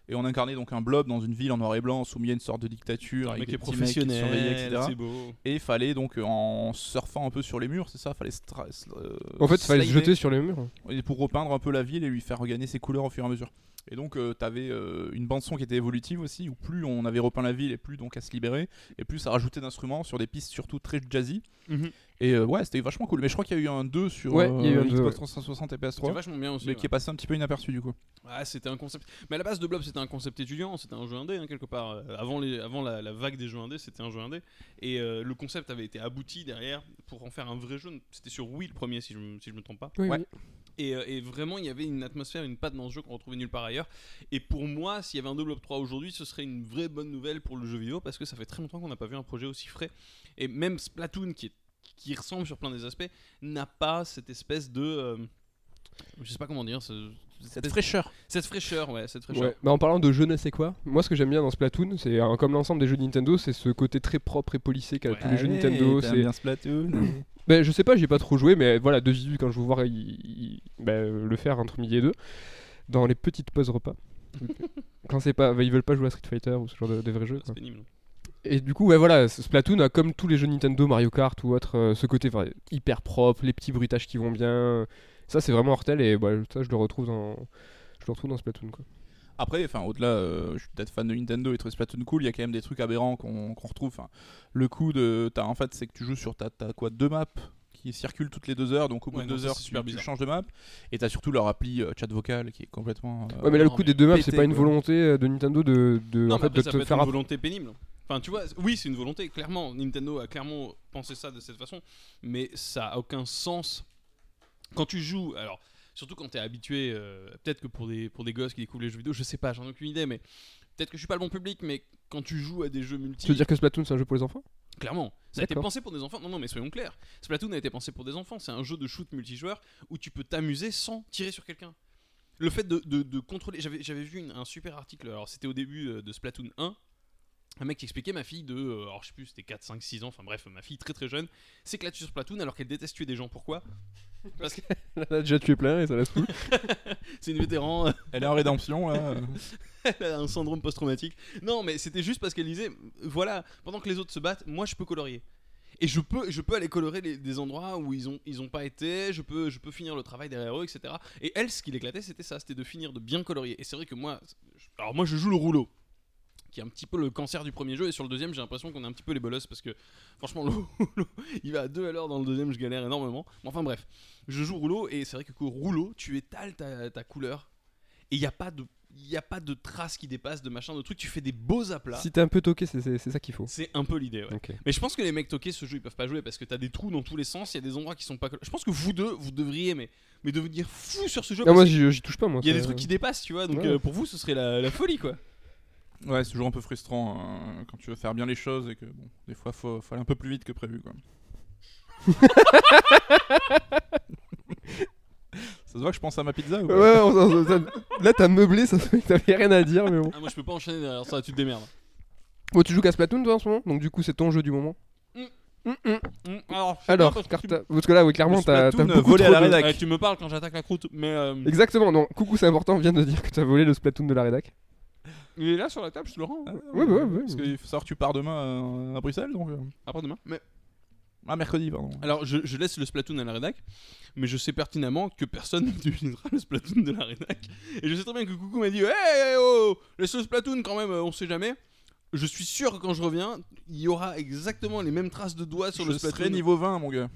B: Et on incarnait donc un Blob dans une ville en noir et blanc, soumis à une sorte de dictature,
A: Un
B: avec
A: mec
B: des
A: est
B: petits mecs qui te surveillaient,
A: professionnel,
B: etc.
A: c'est beau.
B: Et il fallait donc, euh, en surfant un peu sur les murs, c'est ça, fallait stra- sl- euh,
C: En fait, il fallait se
B: slider.
C: jeter sur les murs.
B: Et pour repeindre un peu la ville et lui faire regagner ses couleurs au fur et à mesure. Et donc, tu t'avais euh, une bande son qui était évolutive aussi, où plus on avait repeint la ville et plus donc à se libérer, et plus ça rajoutait d'instruments sur des pistes surtout très jazzy.
A: Mhm.
B: Et euh, ouais, c'était vachement cool. Mais je crois qu'il y a eu un 2 sur
C: Ouais, il y a eu
B: euh,
C: un 2,
B: Xbox
C: ouais.
B: 360 et
A: C'était
B: PS3,
A: vachement bien aussi.
B: mais
A: ouais.
B: qui est passé un petit peu inaperçu du coup.
A: Ah, c'était un concept. Mais à la base de Blob, c'était un concept étudiant, c'était un jeu indé hein, quelque part. Euh, Avant, les, avant la, la vague des jeux indés, c'était un jeu indé. Et euh, le concept avait été abouti derrière pour en faire un vrai jeu. C'était sur Wii le premier, si je, me- si je me trompe pas.
C: Oui,
B: Ouais.
C: oui.
A: Et, euh, et vraiment, il y avait une atmosphère, une patte dans ce jeu qu'on retrouvait nulle part ailleurs. Et pour moi, s'il y avait un Blob 3 aujourd'hui, ce serait une vraie bonne nouvelle pour le jeu vidéo parce que ça fait très longtemps qu'on n'a pas vu un projet aussi frais. Et même Splatoon, qui, est- qui ressemble sur plein des aspects, n'a pas cette espèce de. euh, je sais pas comment dire. ce-
B: Cette fraîcheur.
A: cette fraîcheur, ouais, cette fraîcheur.
C: Ouais. Bah, en parlant de jeunesse et quoi, moi ce que j'aime bien dans Splatoon, c'est euh, comme l'ensemble des jeux de Nintendo, c'est ce côté très propre et polissé qu'a
A: Ouais.
C: tous les jeux Nintendo. c'est-
B: bien Splatoon.
C: Ben, je sais pas, j'ai pas trop joué, mais voilà, de visu, quand je vous vois il- il- ben, euh, le faire entre midi et deux, dans les petites pauses [LAUGHS] repas. quand c'est pas, ben, ils veulent pas jouer à Street Fighter ou ce genre de, de vrais jeux.
A: C'est
C: quoi.
A: pénible.
C: Et du coup, ouais, voilà, ce- Splatoon a comme tous les jeux Nintendo, Mario Kart ou autre, euh, ce côté enfin, hyper propre, les petits bruitages qui vont bien. Ça, c'est vraiment mortel et bah, ça, je le retrouve dans, je le retrouve dans Splatoon. Quoi.
B: [CLEARS THROAT] Après, enfin, au-delà, euh, je suis peut-être fan de Nintendo et de Splatoon cool, il y a quand même des trucs aberrants qu'on qu'on retrouve. Enfin, le coup de, t'as- en fait, c'est que tu joues sur ta, t'as quoi, deux maps qui circulent toutes les deux heures, donc au bout
A: Ouais,
B: de
A: non,
B: deux
A: ça,
B: heures,
A: c'est
B: tu,
A: super
B: tu
A: bizarre.
B: changes de map. Et t'as surtout leur appli euh, chat vocal qui est complètement. euh,
C: Ouais, mais là, le
A: non,
C: coup
A: mais
C: des deux maps, c'est
B: pété,
C: pas une
B: quoi.
C: volonté euh, de Nintendo de, de,
A: Non,
C: en
A: mais
C: fait,
A: après,
C: de
A: ça
C: te
A: peut être
C: faire
A: une
C: app-
A: volonté pénible. Enfin, tu vois, oui, c'est une volonté, clairement. Nintendo a clairement pensé ça de cette façon, mais ça a aucun sens. Quand tu joues, alors, surtout quand t'es habitué, euh, peut-être que pour des, pour des gosses qui découvrent les jeux vidéo, je sais pas, j'en ai aucune idée, mais peut-être que je suis pas le bon public, mais quand tu joues à des jeux multi.
C: Tu veux dire que Splatoon, c'est un jeu pour
A: [LAUGHS]
C: les enfants
A: Clairement, ça a été
C: D'accord.
A: pensé pour des enfants. Non, non, mais soyons clairs. Splatoon a été pensé pour des enfants. C'est un jeu de shoot multijoueur où tu peux t'amuser sans tirer sur quelqu'un. Le fait de, de- de contrôler. J'avais j'avais vu une- un super article. Alors, c'était au début euh, de Splatoon 1. Un mec qui expliquait ma fille de. euh, Alors, je sais plus, c'était 4, 5, 6 ans. Enfin, bref, ma fille très très jeune s'éclate sur Splatoon alors qu'elle déteste tuer des gens. Pourquoi Parce que
C: Elle a déjà tué plein et ça la saoule.
A: c'est une vétéran. [LAUGHS]
B: Elle est en rédemption
C: [LAUGHS]
B: là. euh.
A: elle a un syndrome post-traumatique. Non, mais c'était juste parce qu'elle disait voilà, pendant que les autres se battent, moi je peux colorier. Et je peux, je peux aller colorer les- des endroits où ils ont, ils ont pas été, je peux, je peux finir le travail derrière eux, etc. Et elle, ce qui l'éclatait, c'était ça, c'était de finir de bien colorier. Et c'est vrai que moi, je- alors moi je joue le rouleau, qui est un petit peu le cancer du premier jeu, et sur le deuxième, j'ai l'impression qu'on est un petit peu les bolosses, parce que franchement, le rouleau, [LAUGHS] il va à deux à l'heure dans le deuxième, je galère énormément. Mais enfin bref, je joue rouleau, et c'est vrai que qu'au rouleau, tu étales ta, ta couleur, et il n'y a pas de... Il n'y a pas de traces qui dépassent, de machin, de trucs. Tu fais des beaux aplats.
C: Si t'es un peu toqué, c'est c'est- c'est ça qu'il faut.
A: C'est un peu l'idée, ouais.
C: Ok.
A: Mais je pense que les mecs toqués, ce jeu, ils peuvent pas jouer parce que t'as des trous dans tous les sens, il y a des endroits qui sont pas. col- Je pense que vous deux, vous devriez, mais, mais devenir fou sur ce jeu. parce
C: Ah, moi,
A: que
C: j'y j'y touche pas, moi.
A: il y a
C: ça-
A: des trucs qui dépassent, tu vois. Donc
C: Ouais.
A: euh, pour vous, ce serait la, la folie, quoi.
B: Ouais, c'est toujours un peu frustrant euh, quand tu veux faire bien les choses et que bon, des fois faut, faut aller un peu plus vite que prévu
C: [LAUGHS]
B: quoi. Ça se voit que je pense à ma pizza ou pas
C: Ouais, on- on- on- là t'as meublé, ça [LAUGHS] se fait que t'avais rien à dire, mais bon.
A: Ah, moi, je peux pas enchaîner derrière ça, tu te démerdes.
C: Bon, tu joues qu'à Splatoon toi en ce moment, donc du coup c'est ton jeu du moment.
A: Mm.
C: Mm, mm.
A: Mm, alors, je sais
C: Alors,
A: pas, parce que
C: car
A: tu-
C: t'as- parce que là, oui, clairement,
B: Le
C: t'as t'as
B: Splatoon, euh,
C: beaucoup
B: volé à
C: trop
B: la
C: de-
B: rédac.
A: Ouais, tu me parles quand j'attaque la croûte, mais euh,
C: Exactement, non, coucou, c'est important, on vient de dire que t'as volé le Splatoon de la rédac.
A: il est là sur la table, je te le rends.
B: Ah,
C: Ouais, bah ouais, ouais.
B: Parce qu'il faut savoir que tu pars demain euh, à Bruxelles donc. euh.
A: Après demain. Mais
B: Ah, mercredi, pardon.
A: alors, je, je laisse le Splatoon à la rédac, mais je sais pertinemment que personne [LAUGHS] n'utilisera le Splatoon de la rédac. Et je sais très bien que Coucou m'a dit, hey, oh, laisse le Splatoon quand même, euh, on sait jamais. Je suis sûr que quand je reviens, il y aura exactement les mêmes traces de doigts sur
B: je
A: le
B: serai
A: Splatoon.
B: niveau 20, mon gars.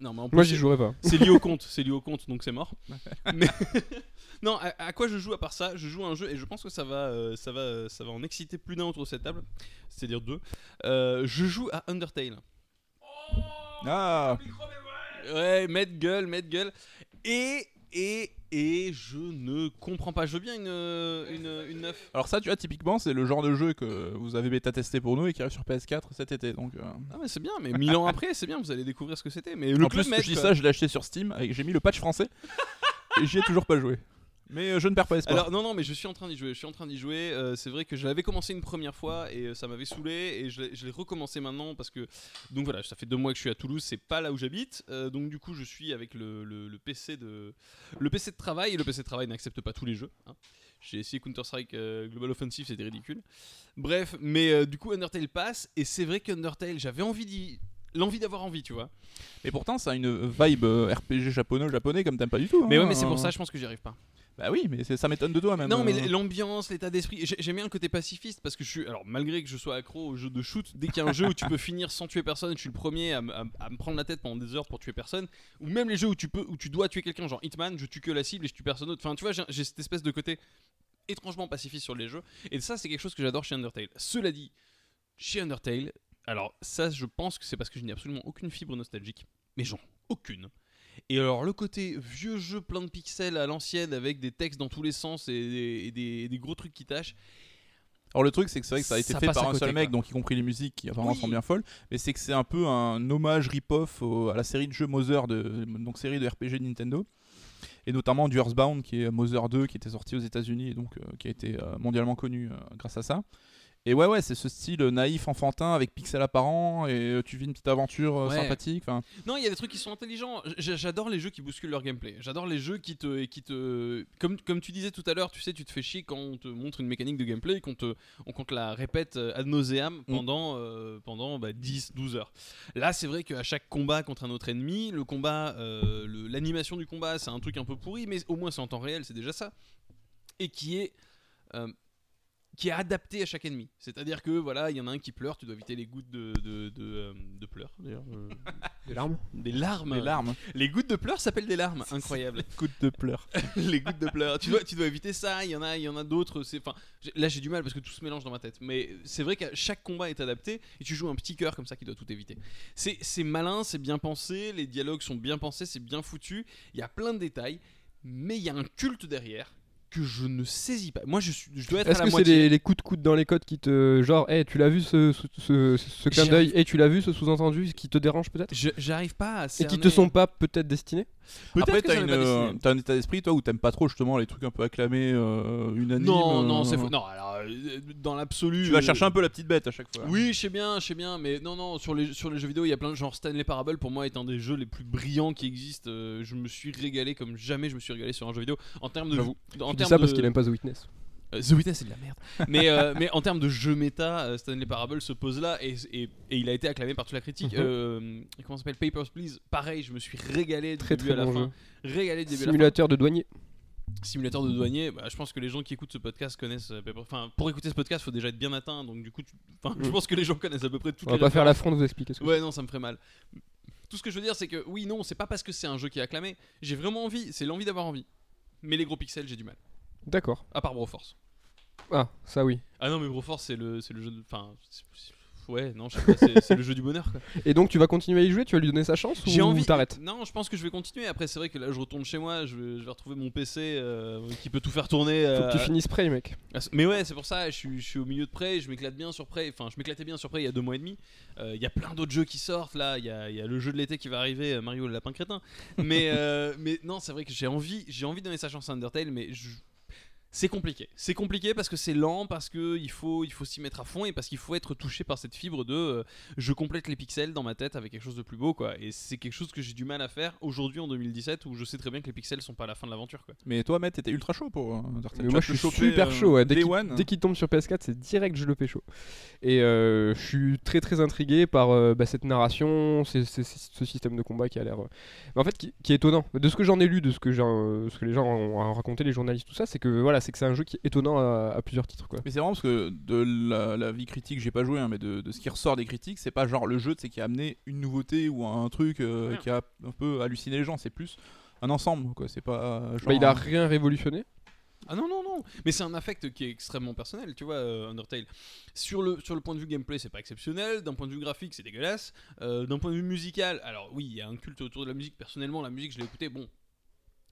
A: Non, mais en plus,
C: Moi j'y
A: c'est-
C: jouerai pas.
A: C'est lié au compte, c'est lié au compte, donc c'est mort.
B: [LAUGHS]
A: mais [LAUGHS] non, à, à quoi je joue à part ça Je joue à un jeu et je pense que ça va, euh, ça va, euh, ça va en exciter plus d'un autour de cette table, c'est-à-dire deux. Euh, je joue à Undertale.
B: Ah
A: Ouais, mettre gueule, mettre gueule. Et et et je ne comprends pas. Je veux bien une euh, une, une neuf.
B: Alors, ça, tu vois, typiquement, c'est le genre de jeu que vous avez bêta-testé pour nous et qui arrive sur PS4 cet été. Donc, euh,
A: Ah mais c'est bien, mais mille ans après, c'est bien. Vous allez découvrir ce que c'était. Mais le
B: En
A: club
B: plus,
A: Med,
B: je dis
A: quoi.
B: ça, je l'ai acheté sur Steam, avec- j'ai mis le patch français et j'y ai toujours pas joué. Mais euh, je ne perds pas espoir.
A: Alors non non mais je suis en train d'y jouer, je suis en train d'y jouer. euh, c'est vrai que je l'avais commencé une première fois et euh, ça m'avait saoulé et je, l'ai- je l'ai recommencé maintenant parce que donc voilà ça fait deux mois que je suis à Toulouse, c'est pas là où j'habite Euh, donc du coup je suis avec le, le- le PC de le PC de travail et le PC de travail n'accepte pas tous les jeux. hein. J'ai essayé Counter Strike Global Offensive c'était ridicule. Bref mais euh, du coup Undertale passe et c'est vrai qu'Undertale j'avais envie d'y l'envie d'avoir envie tu vois.
B: Et pourtant, ça a une vibe euh, RPG japonais, japonais comme t'aimes pas du tout.
A: Mais
B: hein.
A: ouais mais c'est pour ça je pense que j'y arrive pas.
B: Bah oui, mais c'est- ça m'étonne de toi même.
A: Non, mais
B: euh.
A: l'ambiance, l'état d'esprit. j'ai- J'aime bien le côté pacifiste parce que je suis. Alors, malgré que je sois accro aux jeux de shoot, dès qu'il y a un jeu où tu peux finir sans tuer personne, je suis le premier à, m- à m- à me prendre la tête pendant des heures pour tuer personne. Ou même les jeux où tu, peux, où tu dois tuer quelqu'un, genre Hitman, je tue que la cible et je tue personne d'autre. Enfin, tu vois, j'ai j'ai cette espèce de côté étrangement pacifiste sur les jeux. Et ça, c'est quelque chose que j'adore chez Undertale. Cela dit, chez Undertale, alors ça, je pense que c'est parce que je n'ai absolument aucune fibre nostalgique. Mais genre, aucune. Et alors, le côté vieux jeu plein de pixels à l'ancienne avec des textes dans tous les sens et des, et des- et des gros trucs qui tâchent.
B: Alors le truc, c'est que c'est vrai que ça a été
A: Ça
B: fait
A: passe
B: par
A: à
B: un
A: côté,
B: seul mec,
A: quoi.
B: donc y compris les musiques qui apparemment
A: Oui.
B: sont bien folles, mais c'est que c'est un peu un hommage rip-off au- à la série de jeux Mother, de, donc série de RPG de Nintendo, et notamment du Earthbound qui est euh, Mother 2 qui était sorti aux États-Unis et donc euh, qui a été euh, mondialement connu euh, grâce à ça. Et ouais, ouais, c'est ce style naïf, enfantin, avec pixel apparent, et euh, tu vis une petite aventure euh,
A: Ouais.
B: sympathique. enfin,
A: Non, il y a des trucs qui sont intelligents. J- J'adore les jeux qui bousculent leur gameplay. J'adore les jeux qui te, et qui te, comme, comme tu disais tout à l'heure, tu sais, tu te fais chier quand on te montre une mécanique de gameplay, et qu'on te, on qu'on te la répète euh, ad nauseam pendant, euh, pendant bah, 10, 12 heures. Là, c'est vrai qu'à chaque combat contre un autre ennemi, le combat, euh, le- l'animation du combat, c'est un truc un peu pourri, mais au moins c'est en temps réel, c'est déjà ça. Et qui est euh, qui est adapté à chaque ennemi. C'est-à-dire que voilà, il y en a un qui pleure, tu dois éviter les gouttes de de, de, euh, de pleurs d'ailleurs. euh,
C: Des larmes
A: des larmes.
B: les larmes,
A: Les gouttes de pleurs s'appellent des larmes. Incroyable.
B: gouttes de pleurs.
A: [LAUGHS] les gouttes de pleurs. Tu dois, tu dois éviter ça. Il y en a, il y en a d'autres. C'est, enfin, j'ai- là j'ai du mal parce que tout se mélange dans ma tête. Mais c'est vrai que chaque combat est adapté et tu joues un petit cœur comme ça qui doit tout éviter. C'est, c'est malin, c'est bien pensé. Les dialogues sont bien pensés, c'est bien foutu. Il y a plein de détails, mais il y a un culte derrière que je ne saisis pas. Moi, je, suis, je dois être
C: Est-ce
A: à la
C: que c'est
A: moitié.
C: les, les coups de coude dans les codes qui te. Genre, hey, tu l'as vu ce, ce, ce- ce clin
A: J'ai-
C: d'œil Et tu l'as vu ce sous-entendu qui te dérange peut-être
A: Je- j'arrive pas à.
C: Et qui
A: cerner-
C: te sont pas peut-être destinés
A: Peut-être
B: Après,
A: que
B: t'as
A: j'en ai
B: une,
A: pas dessiné.
B: euh, t'as un état d'esprit, toi, où t'aimes pas trop justement les trucs un peu acclamés, euh, unanimes.
A: Non,
B: euh,
A: non, c'est faux. Non, alors euh, dans l'absolu.
B: Tu vas
A: euh,
B: chercher un peu la petite bête à chaque fois.
A: Oui, je sais bien, je sais bien, mais non, non, sur les, sur les jeux vidéo, il y a plein de genre Stanley Parable pour moi est un des jeux les plus brillants qui existent. Euh, je me suis régalé comme jamais je me suis régalé sur un jeu vidéo en termes de.
C: J'avoue.
A: En
C: Tu dis
A: termes
C: ça parce
A: de-
C: qu'il aime pas The Witness.
A: euh, The Witness, c'est de la merde. mais, euh, [LAUGHS] mais en termes de jeu méta, euh, Stanley Parable se pose là et, et- et il a été acclamé par toute la critique.
C: Mhm.
A: Euh, comment ça s'appelle Papers, Please. Pareil, je me suis régalé du
C: Très
A: début
C: très
A: à la
C: bon jeu.
A: fin. Régalé du début à la fin.
C: Simulateur de douanier.
A: Simulateur de douanier, bah, je pense que les gens qui écoutent ce podcast connaissent. à peu près- Enfin, pour écouter ce podcast, faut déjà être bien atteint. Donc, du coup, tu- enfin, je
C: Mm.
A: pense que les gens connaissent à peu près toutes
C: On va
A: les
C: pas faire l'affront de vous expliquer ce que
A: Ouais, non, ça me ferait mal. Tout ce que je veux dire, c'est que oui, non, c'est pas parce que c'est un jeu qui est acclamé. J'ai vraiment envie, c'est l'envie d'avoir envie. Mais les gros pixels, j'ai du mal.
C: c'est. D'accord.
A: À part Broforce.
C: Ah, ça oui.
A: Ah non, mais Broforce, c'est le, c'est le jeu de. Enfin. c'est- c'est- Ouais, non, je sais pas, c'est c'est le jeu du bonheur. quoi.
C: Et donc tu vas continuer à y jouer Tu vas lui donner sa chance
A: J'ai
C: ou
A: envie.
C: t'arrêtes
A: [LAUGHS] Non, je pense que je vais continuer. Après, c'est vrai que là, je retourne chez moi, je vais, je vais retrouver mon PC euh, qui peut tout faire tourner.
C: Faut que tu
A: euh,
C: finisses Prey, mec.
A: Ah, c- Mais ouais, c'est pour ça, je suis, je suis au milieu de près, je m'éclate bien sur près, enfin je m'éclatais bien sur près il y a deux mois et demi. Euh, Il y a plein d'autres jeux qui sortent là, il y a, il y a le jeu de l'été qui va arriver, euh, Mario le lapin crétin. Mais, euh, mais non, c'est vrai que j'ai envie, j'ai envie de donner sa chance à Undertale, mais je- c'est compliqué. C'est compliqué parce que c'est lent, parce qu'il faut, il faut s'y mettre à fond et parce qu'il faut être touché par cette fibre de euh, je complète les pixels dans ma tête avec quelque chose de plus beau quoi. Et c'est quelque chose que j'ai du mal à faire aujourd'hui en 2017 où je sais très bien que les pixels sont pas la fin de l'aventure quoi.
B: Mais toi, Matt, t'étais ultra chaud pour. euh, Undertale.
C: Mais
B: Tu
C: moi
B: as
C: je
B: te
C: suis
B: choper,
C: super
B: euh,
C: chaud. ouais. Dès
B: Day
C: qu'il
B: One.
C: dès qu'il tombe sur PS4, c'est direct je le pécho. Et euh, je suis très très intrigué par euh, bah, cette narration, ces- ces- ces- ce système de combat qui a l'air. euh, mais en fait, qui, qui est étonnant. De ce que j'en ai lu, de ce que, j'ai, euh, ce que les gens ont raconté, les journalistes, tout ça, c'est que voilà, c'est que c'est un jeu qui est étonnant à, à plusieurs titres. Quoi.
B: Mais c'est vraiment parce que de la, la vie critique, j'ai pas joué, hein, mais de, de ce qui ressort des critiques, c'est pas genre le jeu c'est qui a amené une nouveauté ou un truc euh,
A: Ouais.
B: qui a un peu halluciné les gens, c'est plus un ensemble quoi. C'est pas. euh, genre
C: Bah, il a
B: un-
C: rien révolutionné.
A: Ah non, non, non. Mais c'est un affect qui est extrêmement personnel, tu vois, euh, Undertale. Sur le, sur le point de vue gameplay, c'est pas exceptionnel. D'un point de vue graphique, c'est dégueulasse. Euh, D'un point de vue musical, alors oui, il y a un culte autour de la musique. Personnellement, la musique, je l'ai écoutée, bon,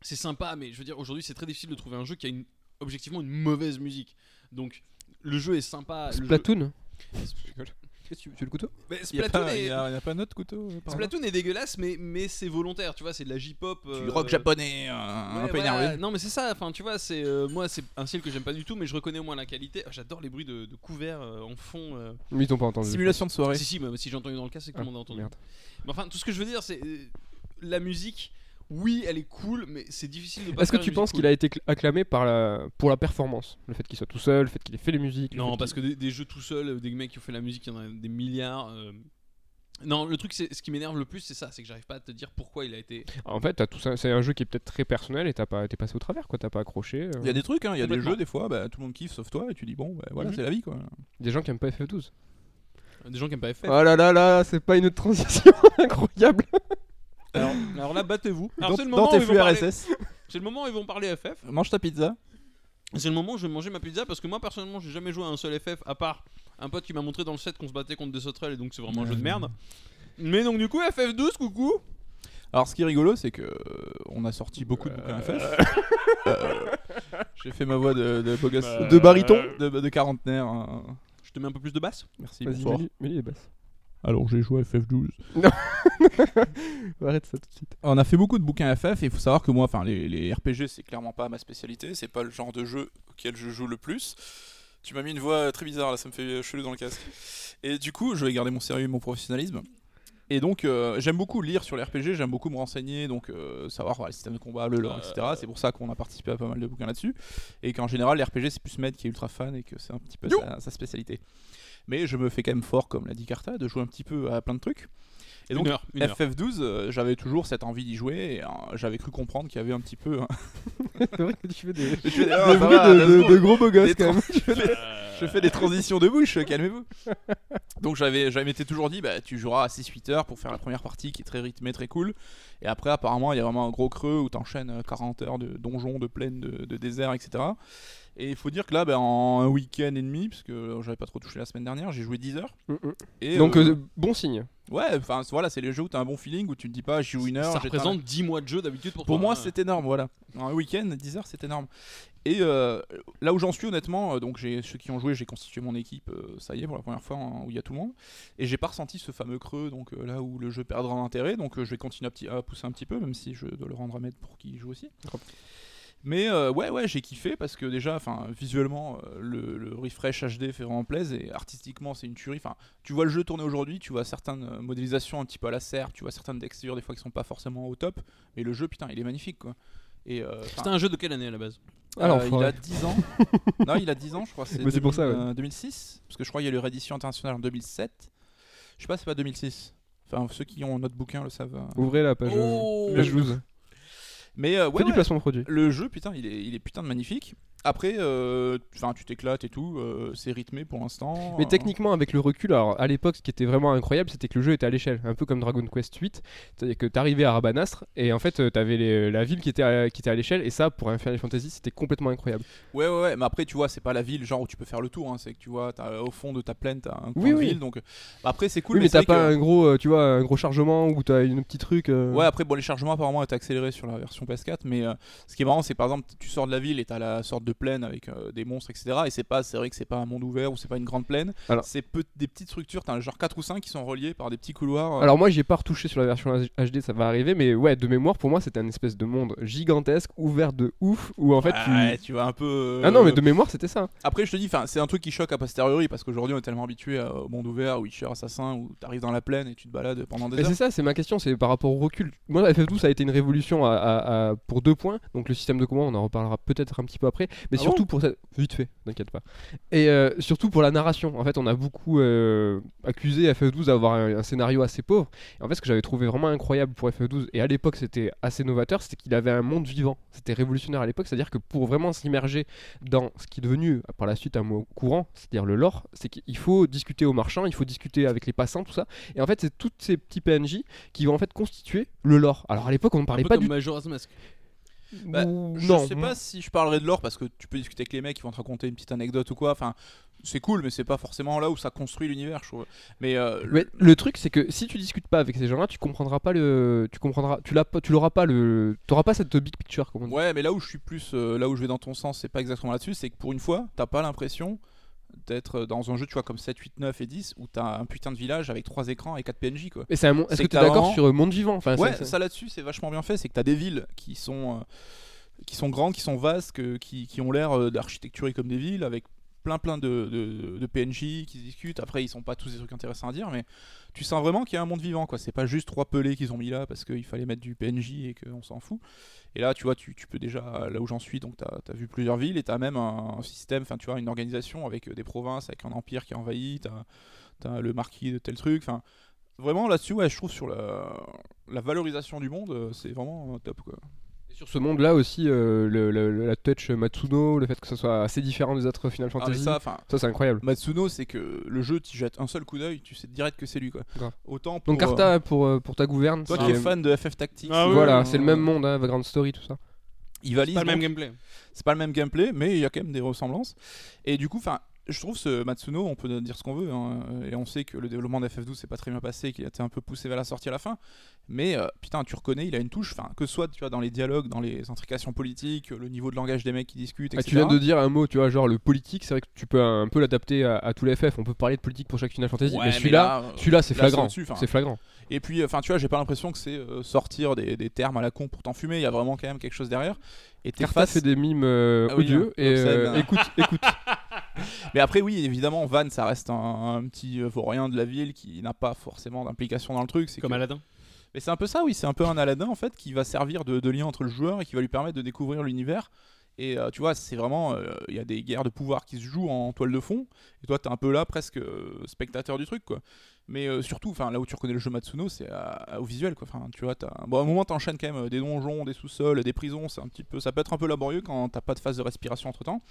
A: c'est sympa, mais je veux dire, aujourd'hui, c'est très difficile de trouver un jeu qui a une, [LAUGHS] objectivement une mauvaise musique. Donc, le ah, jeu est sympa. le jeu-
C: Splatoon. Qu'est-ce que tu, tu veux le couteau
A: Mais
B: [LAUGHS] Il n'y a,
A: Splatoon,
B: pas-
A: est...
B: y a- y a pas un autre couteau euh, par là
A: Splatoon est dégueulasse, mais, mais c'est volontaire, tu vois, c'est de la J-pop.
B: Du
A: euh,
B: rock japonais, euh, un
C: Hein,
A: Ouais,
B: peu
A: voilà.
B: énervé.
A: Non, mais c'est ça. Enfin, tu vois, c'est euh, moi, c'est un style que j'aime pas du tout, mais je reconnais au moins la qualité. Ah, J'adore les bruits de, de couverts euh, en fond. euh.
C: Ils t'ont pas entendu.
B: Simulation de soirée.
A: Si, si, mais si j'ai entendu dans le cas, c'est que tout le
C: Ah,
A: monde a entendu.
C: merde.
A: Mais enfin, tout ce que je veux dire, c'est euh, la musique. Oui, elle est cool, mais c'est difficile de. pas
C: Est-ce que
A: faire
C: tu
A: une
C: penses
A: musique
C: qu'il a été cl- acclamé par la... pour la performance Le fait qu'il soit tout seul, le fait qu'il ait fait les musiques
A: cool. Non, parce que des, des jeux tout seuls, euh, des mecs qui ont fait la musique, il y en a des milliards. euh. Non, le truc, c'est ce qui m'énerve le plus, c'est ça, c'est que j'arrive pas à te dire pourquoi il a été.
C: En fait, t'as tout ça- c'est un jeu qui est peut-être très personnel et t'as pas... t'es passé au travers, quoi. T'as pas accroché. euh.
B: Il y a des trucs, hein, il y a des
A: Complètement.
B: jeux, des fois, bah, tout le monde kiffe sauf toi, et tu dis bon, bah, voilà,
A: Mhm.
B: c'est la vie quoi.
C: Des gens qui aiment pas FF12.
A: euh, Des gens qui aiment pas FF.
C: Oh là là là, c'est pas une transition [LAUGHS] incroyable.
A: Alors, alors là, battez-vous. Alors,
B: Dans-
A: c'est le
B: dans
A: moment
B: tes
A: où ils vont
B: flux
A: parler-
B: RSS,
A: c'est le moment où ils vont parler FF.
B: mange ta pizza.
A: C'est le moment où je vais manger ma pizza parce que moi personnellement j'ai jamais joué à un seul FF à part un pote qui m'a montré dans le set qu'on se battait contre des sauterelles et donc c'est vraiment un jeu de merde. Mais donc du coup FF12 coucou
B: Alors ce qui est rigolo, c'est que euh, on a sorti beaucoup de bouquins FF. Euh, J'ai fait ma voix de, de beau gosse-
C: Euh.
B: de baryton, de, de quarantenaire. hein.
A: Je te mets un peu plus de basse
B: Merci.
C: Vas-y,
B: bonsoir.
C: mets-lui- mets-lui les basses.
B: Alors j'ai joué à FF12.
C: Arrête ça tout de suite.
B: On a fait beaucoup de bouquins FF et il faut savoir que moi, enfin les, les RPG, c'est clairement pas ma spécialité. C'est pas le genre de jeu auquel je joue le plus. Tu m'as mis une voix euh, très bizarre là, ça me fait chelou dans le casque. Et du coup, je vais garder mon sérieux et mon professionnalisme. Et donc, euh, j'aime beaucoup lire sur les RPG, j'aime beaucoup me renseigner, donc euh, savoir voilà, les systèmes de combat, le lore, etc. C'est pour ça qu'on a participé à pas mal de bouquins là-dessus. Et qu'en général, les RPG, c'est plus Med qui est ultra fan et que c'est un petit peu sa, sa spécialité. Mais je me fais quand même fort, comme l'a dit Carta, de jouer un petit peu à plein de trucs. Et donc,
A: Une heure, une heure.
B: FF12, euh, j'avais toujours cette envie d'y jouer et euh, j'avais cru comprendre qu'il y avait un petit
C: [LAUGHS]
B: peu. hein.
C: c'est vrai que tu fais des,
B: Je fais des-
C: des
B: ah, ça
C: bruits
B: va,
C: de,
B: deux
C: de-
B: secondes.
C: de gros beaux gosses
B: Des
C: quand même.
B: trans- je, fais des, je fais des transitions de bouche, euh, calmez-vous. Donc j'avais, j'avais m'étais toujours dit, bah, tu joueras à 6-8 heures pour faire la première partie qui est très rythmée, très cool. Et après, apparemment, il y a vraiment un gros creux où t'enchaînes euh, 40 heures de donjons, de plaines, de, de déserts, etc. Et il faut dire que là, bah, en un week-end et demi, parce que j'avais pas trop touché la semaine dernière, j'ai joué 10 heures. Et,
C: Mm, Donc,
B: euh,
C: euh, bon signe.
B: ouais, enfin voilà, c'est les jeux où t'as un bon feeling, où tu te dis pas, j'y joue une heure.
A: Ça
B: j'éteins la-
A: représente 10 mois de jeu d'habitude pour
B: pour
A: toi,
B: moi,
A: hein.
B: c'est énorme, voilà. Un week-end, 10 heures, c'est énorme. Et euh, là où j'en suis, honnêtement, euh, donc j'ai ceux qui ont joué, j'ai constitué mon équipe, euh, ça y est, pour la première fois hein, où il y a tout le monde. Et j'ai pas ressenti ce fameux creux, donc euh, là où le jeu perdra en intérêt. Donc euh, je vais continuer à, petit- à pousser un petit peu, même si je dois le rendre à maître pour qu'il joue aussi.
C: Hop.
B: Mais euh, ouais, ouais, j'ai kiffé parce que déjà, enfin, visuellement, euh, le, le refresh HD fait vraiment plaisir et artistiquement, c'est une tuerie. Enfin, tu vois le jeu tourner aujourd'hui, tu vois certaines euh, modélisations un petit peu à la serre, tu vois certaines textures des fois qui sont pas forcément au top, mais le jeu, putain, il est magnifique quoi. Et euh,
A: C'était
B: enfin,
A: un jeu de quelle année à la base
B: euh,
C: Alors,
B: il
C: faudrait-
B: a
C: [LAUGHS]
B: 10 ans. non, il a 10 ans, je crois.
C: Mais c'est pour ça,
B: 2000,
C: ouais.
B: euh, 2006, parce que je crois qu'il y a eu la réédition internationale en 2007. Je sais pas, c'est pas 2006. Enfin, ceux qui ont notre bouquin le savent. euh.
C: Ouvrez la page, euh,
A: Oh
C: page 12.
B: Mais euh,
C: Fais
B: ouais,
C: du
B: ouais,
C: placement produit.
B: le jeu, putain, il est, il est putain de magnifique. Après, euh, enfin, tu t'éclates et tout. euh, c'est rythmé pour l'instant.
C: Mais
B: Euh,
C: techniquement, avec le recul, alors à l'époque, ce qui était vraiment incroyable, c'était que le jeu était à l'échelle, un peu comme Dragon Quest 8, c'est-à-dire que t'arrivais à Rabanastre et en fait, euh, t'avais les- la ville qui était à, qui était à l'échelle, et ça, pour un Final Fantasy, c'était complètement incroyable.
B: Ouais, ouais, ouais, mais après, tu vois, c'est pas la ville genre où tu peux faire le tour. hein, C'est que tu vois, t'as, au fond de ta plaine, t'as un coin
C: Oui,
B: de
C: oui.
B: ville. Donc, euh, après, c'est cool.
C: oui, mais
B: c'est
C: t'as
B: vrai
C: pas
B: que-
C: un gros, euh, tu vois, un gros chargement ou t'as une petite truc. euh,
B: Ouais, après, bon, les chargements apparemment étaient accélérés sur la version PS4, mais euh, ce qui est marrant, c'est par exemple, tu sors de la ville et t'as la sorte de plaine avec euh, des monstres, etc. Et c'est pas, c'est vrai que c'est pas un monde ouvert ou c'est pas une grande plaine.
C: Alors-
B: C'est peu- des petites structures, t'as genre 4 ou 5 qui sont reliées par des petits couloirs. euh.
C: Alors moi j'ai pas retouché sur la version HD, ça va arriver, mais ouais de mémoire pour moi c'était un espèce de monde gigantesque, ouvert de ouf, où en fait tu...
B: bah, Ouais, tu vois un peu. euh,
C: Ah non mais de mémoire c'était ça.
B: Après, je te dis, 'fin, c'est un truc qui choque a posteriori parce qu'aujourd'hui on est tellement habitué à- au monde ouvert, Witcher, Assassin, où t'arrives dans la plaine et tu te balades pendant des
C: Mais
B: heures.
C: Bah, c'est ça, c'est ma question, c'est par rapport au recul. Moi FF12 ça a été une révolution à, à- à- pour deux points, donc le système de combat on en reparlera peut-être un petit peu après, mais
B: Ah
C: surtout pour cette... Vite fait, t'inquiète pas. Et euh, surtout pour la narration, en fait on a beaucoup euh, accusé FF12 d'avoir un, un scénario assez pauvre, et en fait ce que j'avais trouvé vraiment incroyable pour FF12, et à l'époque c'était assez novateur, c'était qu'il avait un monde vivant, c'était révolutionnaire à l'époque, c'est-à-dire que pour vraiment s'immerger dans ce qui est devenu euh, par la suite un mot courant, c'est-à-dire le lore, c'est qu'il faut discuter aux marchands, il faut discuter avec les passants, tout ça. Et en fait, c'est tous ces petits PNJ qui vont en fait constituer le lore. Alors à l'époque, on ne
A: Un
C: parlait
A: peu
C: pas
A: comme
C: du
A: Majora's Mask.
B: Bah,
C: Ouh,
B: Je
C: non.
B: sais pas si je parlerai de l'or parce que tu peux discuter avec les mecs, ils vont te raconter une petite anecdote ou quoi. Enfin, c'est cool, mais c'est pas forcément là où ça construit l'univers, je trouve. Mais euh,
C: Mais le truc, c'est que si tu discutes pas avec ces gens-là, tu comprendras pas le, tu comprendras, tu l'as pas, tu l'auras pas le, t'auras pas cette big picture comme on dit.
B: ouais, mais là où je suis plus, euh, là où je vais dans ton sens, c'est pas exactement là-dessus, c'est que pour une fois, t'as pas l'impression d'être dans un jeu, tu vois, comme 7, 8, 9 et 10, où t'as un putain de village avec 3 écrans et 4 PNJ, quoi.
C: Mais c'est un mon- Est-ce
B: C'est
C: que
B: que
C: tu es
B: t'as
C: d'accord
B: vraiment-
C: sur euh, monde vivant enfin,
B: ouais,
C: c'est- c'est-
B: ça là-dessus, c'est vachement bien fait. C'est que t'as des villes qui sont, euh, qui sont grandes, qui sont vastes, que- qui, qui ont l'air euh, d'architecturer comme des villes, avec plein plein de, de, de PNJ qui se discutent. Après, ils sont pas tous des trucs intéressants à dire, mais tu sens vraiment qu'il y a un monde vivant, quoi. C'est pas juste trois pelés qu'ils ont mis là parce qu'il fallait mettre du PNJ et qu'on s'en fout. Et là, tu vois, tu, tu peux déjà, là où j'en suis, donc t'as as vu plusieurs villes et t'as même un, un système, enfin, tu vois, une organisation avec euh, des provinces, avec un empire qui envahit, t'as t'as le marquis de tel truc, enfin. Vraiment là-dessus, ouais, je trouve sur la, la valorisation du monde, euh, c'est vraiment euh, top quoi.
C: Et Sur ce monde-là aussi, euh, le- le- la touch Matsuno, le fait que ça soit assez différent des autres Final
B: Ah, mais
C: Fantasy,
B: ça,
C: ça,
B: enfin,
C: c'est incroyable.
B: Matsuno, c'est que le jeu, tu jettes un seul coup d'œil, tu sais direct que c'est lui quoi.
C: Grave.
B: Autant pour.
C: Donc Carta pour, euh, pour ta gouverne,
B: euh, toi
C: c'est-
B: qui es fan de euh, FF Tactics,
A: Ah oui,
C: voilà,
A: oui,
C: c'est le même monde, hein, Vagrant Story, tout ça.
B: il valide.
A: Pas le même gameplay.
B: c'est pas le même gameplay, mais il y a quand même des ressemblances. Et du coup, enfin, je trouve ce Matsuno, on peut dire ce qu'on veut, hein, et on sait que le développement d'FF12 s'est pas très bien passé, qu'il a été un peu poussé vers la sortie à la fin. Mais euh, putain, tu reconnais, il a une touche, enfin, que ce soit tu vois, dans les dialogues, dans les intrications politiques, le niveau de langage des mecs qui discutent,
C: Ah,
B: etc.
C: tu viens de dire un mot, tu vois, genre le politique, c'est vrai que tu peux un peu l'adapter à, à tous les FF. On peut parler de politique pour chaque Final Fantasy,
B: Ouais,
C: mais
B: mais
C: celui-là,
B: là, euh,
C: celui-là, c'est
B: là, c'est
C: flagrant.
B: au-dessus, enfin.
C: C'est flagrant.
B: Et puis, enfin, tu vois, j'ai pas l'impression que c'est euh, sortir des, des termes à la con pour t'en fumer. Il y a vraiment quand même quelque chose derrière. Et t'es
C: Carta
B: face.
C: fait des mimes euh,
B: Ah oui,
C: odieux
B: hein.
C: et
B: Obscène,
C: euh,
B: hein. [LAUGHS]
C: écoute, écoute.
B: Mais après, oui, évidemment, Van, ça reste un, un petit euh, vaurien de la ville qui n'a pas forcément d'implication dans le truc. C'est
A: Comme
B: que-
A: Aladdin.
B: Mais c'est un peu ça, oui. C'est un peu un Aladdin en fait qui va servir de, de lien entre le joueur et qui va lui permettre de découvrir l'univers. Et euh, tu vois, c'est vraiment. euh, Il y a des guerres de pouvoir qui se jouent en toile de fond. Et toi, t'es un peu là, presque euh, spectateur du truc, quoi. Mais euh, surtout, enfin, là où tu reconnais le jeu Matsuno, c'est à- à- au visuel, quoi. Enfin, tu vois, t'as. Bon, à un moment, t'enchaînes quand même euh, des donjons, des sous-sols, des prisons. C'est un petit peu. Ça peut être un peu laborieux quand t'as pas de phase de respiration entre temps.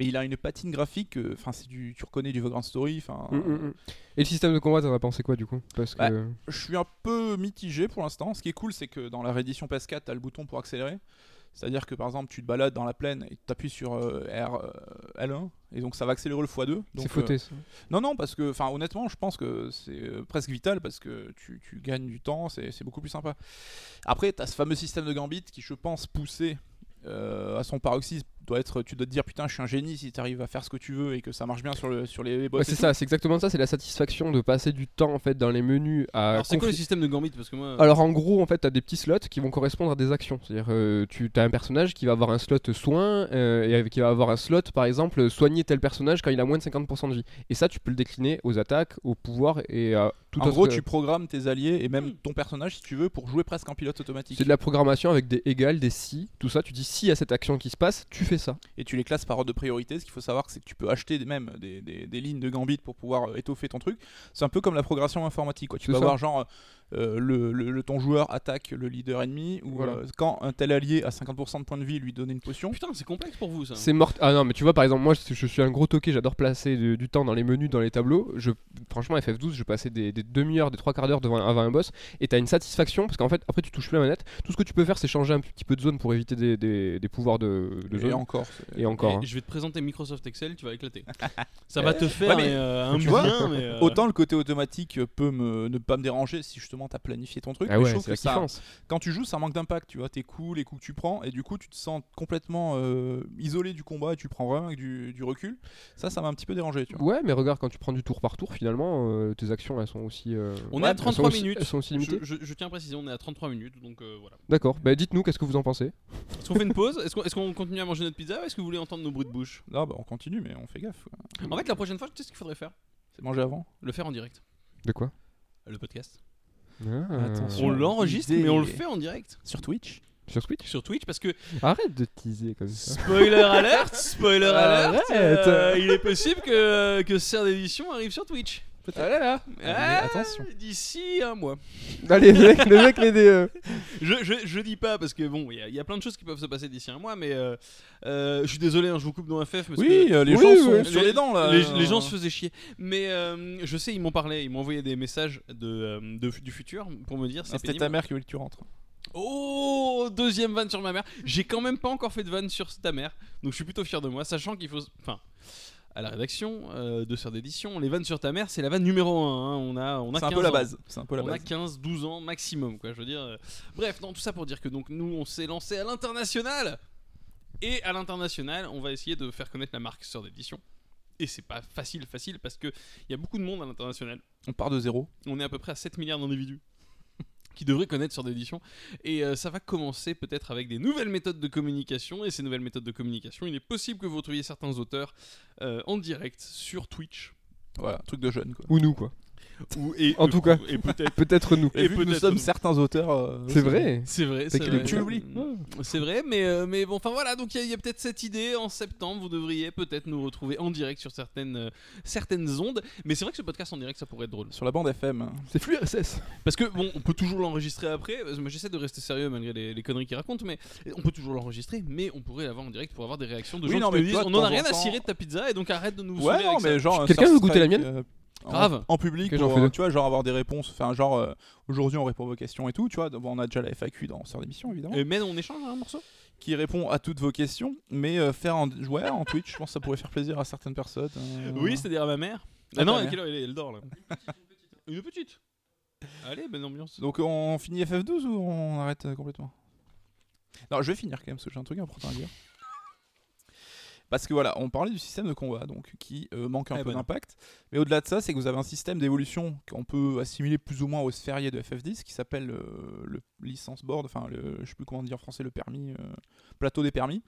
B: Mais il a une patine graphique. euh, Enfin, c'est du. Tu reconnais du Vagrant Story. Enfin.
C: Mm, mm, mm. Et le système de combat, t'en as pensé quoi du coup Parce que
B: Bah, je suis un peu mitigé pour l'instant. Ce qui est cool, c'est que dans la réédition PS4, tu as le bouton pour accélérer. C'est-à-dire que par exemple, tu te balades dans la plaine et tu appuies sur euh, R, euh, L1 et donc ça va accélérer le x2.
C: c'est
B: Donc, euh,
C: fauté. ça.
B: non, non, parce que, enfin, honnêtement, je pense que c'est euh, presque vital parce que tu, tu gagnes du temps, c'est c'est beaucoup plus sympa. Après, t'as ce fameux système de gambit qui, je pense, poussé euh, à son paroxysme, doit être, tu dois te dire putain, je suis un génie si t'arrives à faire ce que tu veux et que ça marche bien sur, le, sur les boss.
C: Ouais,
B: et
C: c'est
B: tout.
C: ça, c'est exactement ça. C'est la satisfaction de passer du temps en fait dans les menus à.
A: Alors c'est quoi
C: confli-
A: le système de Gambit Parce que moi.
C: Alors en gros, en fait, t'as des petits slots qui vont correspondre à des actions. C'est-à-dire, euh, tu as un personnage qui va avoir un slot soin euh, et qui va avoir un slot, par exemple, soigner tel personnage quand il a moins de 50% de vie. Et ça, tu peux le décliner aux attaques, aux pouvoirs et à tout
B: en
C: autre-
B: gros, tu programmes tes alliés et même ton personnage si tu veux pour jouer presque en pilote automatique.
C: C'est de la programmation avec des égales, des si, tout ça. Tu dis si à cette action qui se passe, tu fais ça.
B: Et tu les classes par ordre de priorité. Ce qu'il faut savoir, c'est que tu peux acheter des- même des, des- des lignes de gambit pour pouvoir euh, étoffer ton truc. C'est un peu comme la programmation informatique. Quoi. Tu
C: C'est
B: peux
C: ça.
B: avoir genre euh, le, le- le- ton joueur attaque le leader ennemi ou
C: Voilà.
B: euh, quand un tel allié à 50% de points de vie lui donner une potion.
A: Putain, c'est complexe pour vous ça.
C: C'est mort. Ah non, mais tu vois, par exemple, moi, je je suis un gros toqué, j'adore placer du, du temps dans les menus, dans les tableaux. Je, franchement, FF12, je passais des, des demi-heures, des trois quarts d'heure devant avant un boss, et t'as une satisfaction parce qu'en fait, après, tu touches plus la manette. Tout ce que tu peux faire, c'est changer un petit peu de zone pour éviter des, des- des pouvoirs de, de
B: Et
C: zone.
B: encore. c'est-
C: Et encore. hein.
A: Et Je vais te présenter Microsoft Excel, tu vas éclater. ça va te faire
B: Ouais, mais-
A: euh, un
B: tu
A: bien, mais. euh,
B: Autant le côté automatique peut me, ne pas me déranger si justement t'as planifié ton truc.
C: Ah
B: mais
C: ouais,
B: je trouve
C: c'est la
B: que ça,
C: kiffance.
B: quand tu joues, ça manque d'impact, tu vois, t'es cool, les coups que tu prends, et du coup, tu te sens complètement euh, isolé du combat et tu prends vraiment avec du, du recul. Ça, ça m'a un petit peu dérangé, tu vois.
C: Ouais, mais regarde, quand tu prends du tour par tour, finalement, euh, tes actions, elles sont aussi. euh,
A: On
C: ouais,
A: est à
C: elles sont
A: 33
C: aussi-
A: minutes.
C: Elles sont aussi
A: je,
C: limitées.
A: je- je tiens à préciser, on est à 33 minutes, donc euh, voilà.
C: D'accord. Bah, dites-nous, qu'est-ce que vous en pensez
A: Est-ce qu'on fait une pause Est-ce qu'on est-ce qu'on continue à manger notre pizza ou est-ce que vous voulez entendre nos bruits de bouche
B: Là, bah, on continue, mais on fait gaffe. quoi.
A: En fait, la prochaine fois, tu sais ce qu'il faudrait faire
B: C'est manger avant.
A: Le faire en direct.
C: De quoi
A: Le podcast.
C: Ah,
B: Attention.
A: On
B: Sur
A: l'enregistre,
B: idée.
A: mais on le fait en direct
B: Sur Twitch
C: Sur
B: [LAUGHS]
C: Switch
A: sur Twitch parce que
C: Arrête de teaser comme ça.
A: spoiler alert, spoiler alert,
C: Arrête.
A: euh, il est possible que que Serre d'édition arrive sur Twitch.
C: Ah là là
A: Ah,
B: attention.
A: D'ici un mois.
C: Allez, le mec, le mec met des. euh,
A: Je, je, je dis pas parce que bon, il y, a- il y a plein de choses qui peuvent se passer d'ici un mois, mais euh, euh, je suis désolé, hein, je vous coupe dans FF. Parce
B: Oui,
A: que
B: euh, les
C: Oui,
B: gens sont
C: oui.
B: sur les dents, là.
A: les, les gens se faisaient chier. Mais euh, je sais, ils m'ont parlé, ils m'ont envoyé des messages de, euh, de- du futur pour me dire
B: Ah,
A: c'est
B: C'était
A: pénible.
B: ta mère qui voulait que tu rentres.
A: Oh, deuxième vanne sur ma mère. J'ai quand même pas encore fait de vanne sur ta mère, donc je suis plutôt fier de moi, sachant qu'il faut. Enfin. À la rédaction euh, de Sœurs d'édition, les vannes sur ta mère, c'est la vanne numéro 1. On a, on a
B: C'est un
A: 15
B: peu la
A: ans.
B: base. C'est un peu la
A: On a
B: base.
A: 15-12 ans maximum, quoi. Je veux dire. euh, Bref, non, tout ça pour dire que donc nous, on s'est lancé à l'international. Et à l'international, on va essayer de faire connaître la marque Sœur d'édition. Et c'est pas facile, facile, parce qu'il y a beaucoup de monde à l'international.
B: On part de zéro.
A: On est à peu près à 7 milliards d'individus [LAUGHS] qui devraient connaître sur d'édition. Et euh, ça va commencer peut-être avec des nouvelles méthodes de communication. Et ces nouvelles méthodes de communication, il est possible que vous retrouviez certains auteurs euh, en direct sur Twitch.
B: Voilà, truc de jeune quoi.
C: Ou nous, quoi.
A: Ou- et,
C: En tout cas.
A: Et peut-être.
C: Peut-être nous.
A: Et
B: Et, vu que nous
A: peut-être-
B: sommes certains auteurs. euh,
C: C'est vrai.
A: C'est vrai, c'est
C: C'est qu'il
A: vrai.
C: est- tu
B: l'oublies.
A: C'est vrai, mais, euh, mais bon, enfin voilà, donc il y a- il y a, peut-être cette idée, en septembre, vous devriez peut-être nous retrouver en direct sur certaines, euh, certaines ondes, mais c'est vrai que ce podcast en direct, ça pourrait être drôle.
B: Sur la bande FM. hein.
C: C'est flux RSS.
A: Parce que bon, on peut toujours l'enregistrer après, parce que moi, j'essaie de rester sérieux malgré les, les conneries qu'il raconte, mais euh, on peut toujours l'enregistrer, mais on pourrait l'avoir en direct pour avoir des réactions de
B: Oui,
A: gens
B: non,
A: qui nous
B: mais
A: disent
B: toi, de
A: on en a
B: temps
A: rien
B: en
A: à
B: temps-
A: cirer de ta pizza, et donc arrête de nous saouler
B: Ouais, non,
A: avec
B: mais
A: ça.
B: genre. un
C: Quelqu'un
B: Star
C: veut goûter la
B: Strike,
C: mienne
B: euh, en-
A: Grave.
B: En public,
C: Que j'en
B: pour,
C: fais
B: euh,
C: deux.
B: tu vois, genre avoir des réponses. Enfin, genre, euh, aujourd'hui on répond à vos questions et tout, tu vois. Bon, on a déjà la FAQ dans Sœur d'émission, évidemment.
A: Euh, mais on échange un morceau
B: Qui répond à toutes vos questions, mais euh, faire en, ouais, en Twitch, je pense que ça pourrait faire plaisir à certaines personnes. euh.
A: Oui, c'est-à-dire à ma mère.
B: À
A: Ah non,
B: ta
A: elle,
B: mère.
A: elle- elle dort là. Une petite. Allez, bonne ambiance.
B: Donc on finit FF12 ou on arrête euh, complètement Non, je vais finir quand même, parce que j'ai un truc important
A: [LAUGHS]
B: à dire. Parce que voilà, on parlait du système de combat, donc qui euh, manque un
A: Eh
B: peu
A: ben.
B: d'impact. Mais au-delà de ça, c'est que vous avez un système d'évolution qu'on peut assimiler plus ou moins au sphérié de FF10, qui s'appelle euh, le licence board, enfin, le, je sais plus comment dire en français, le permis, euh, plateau des permis.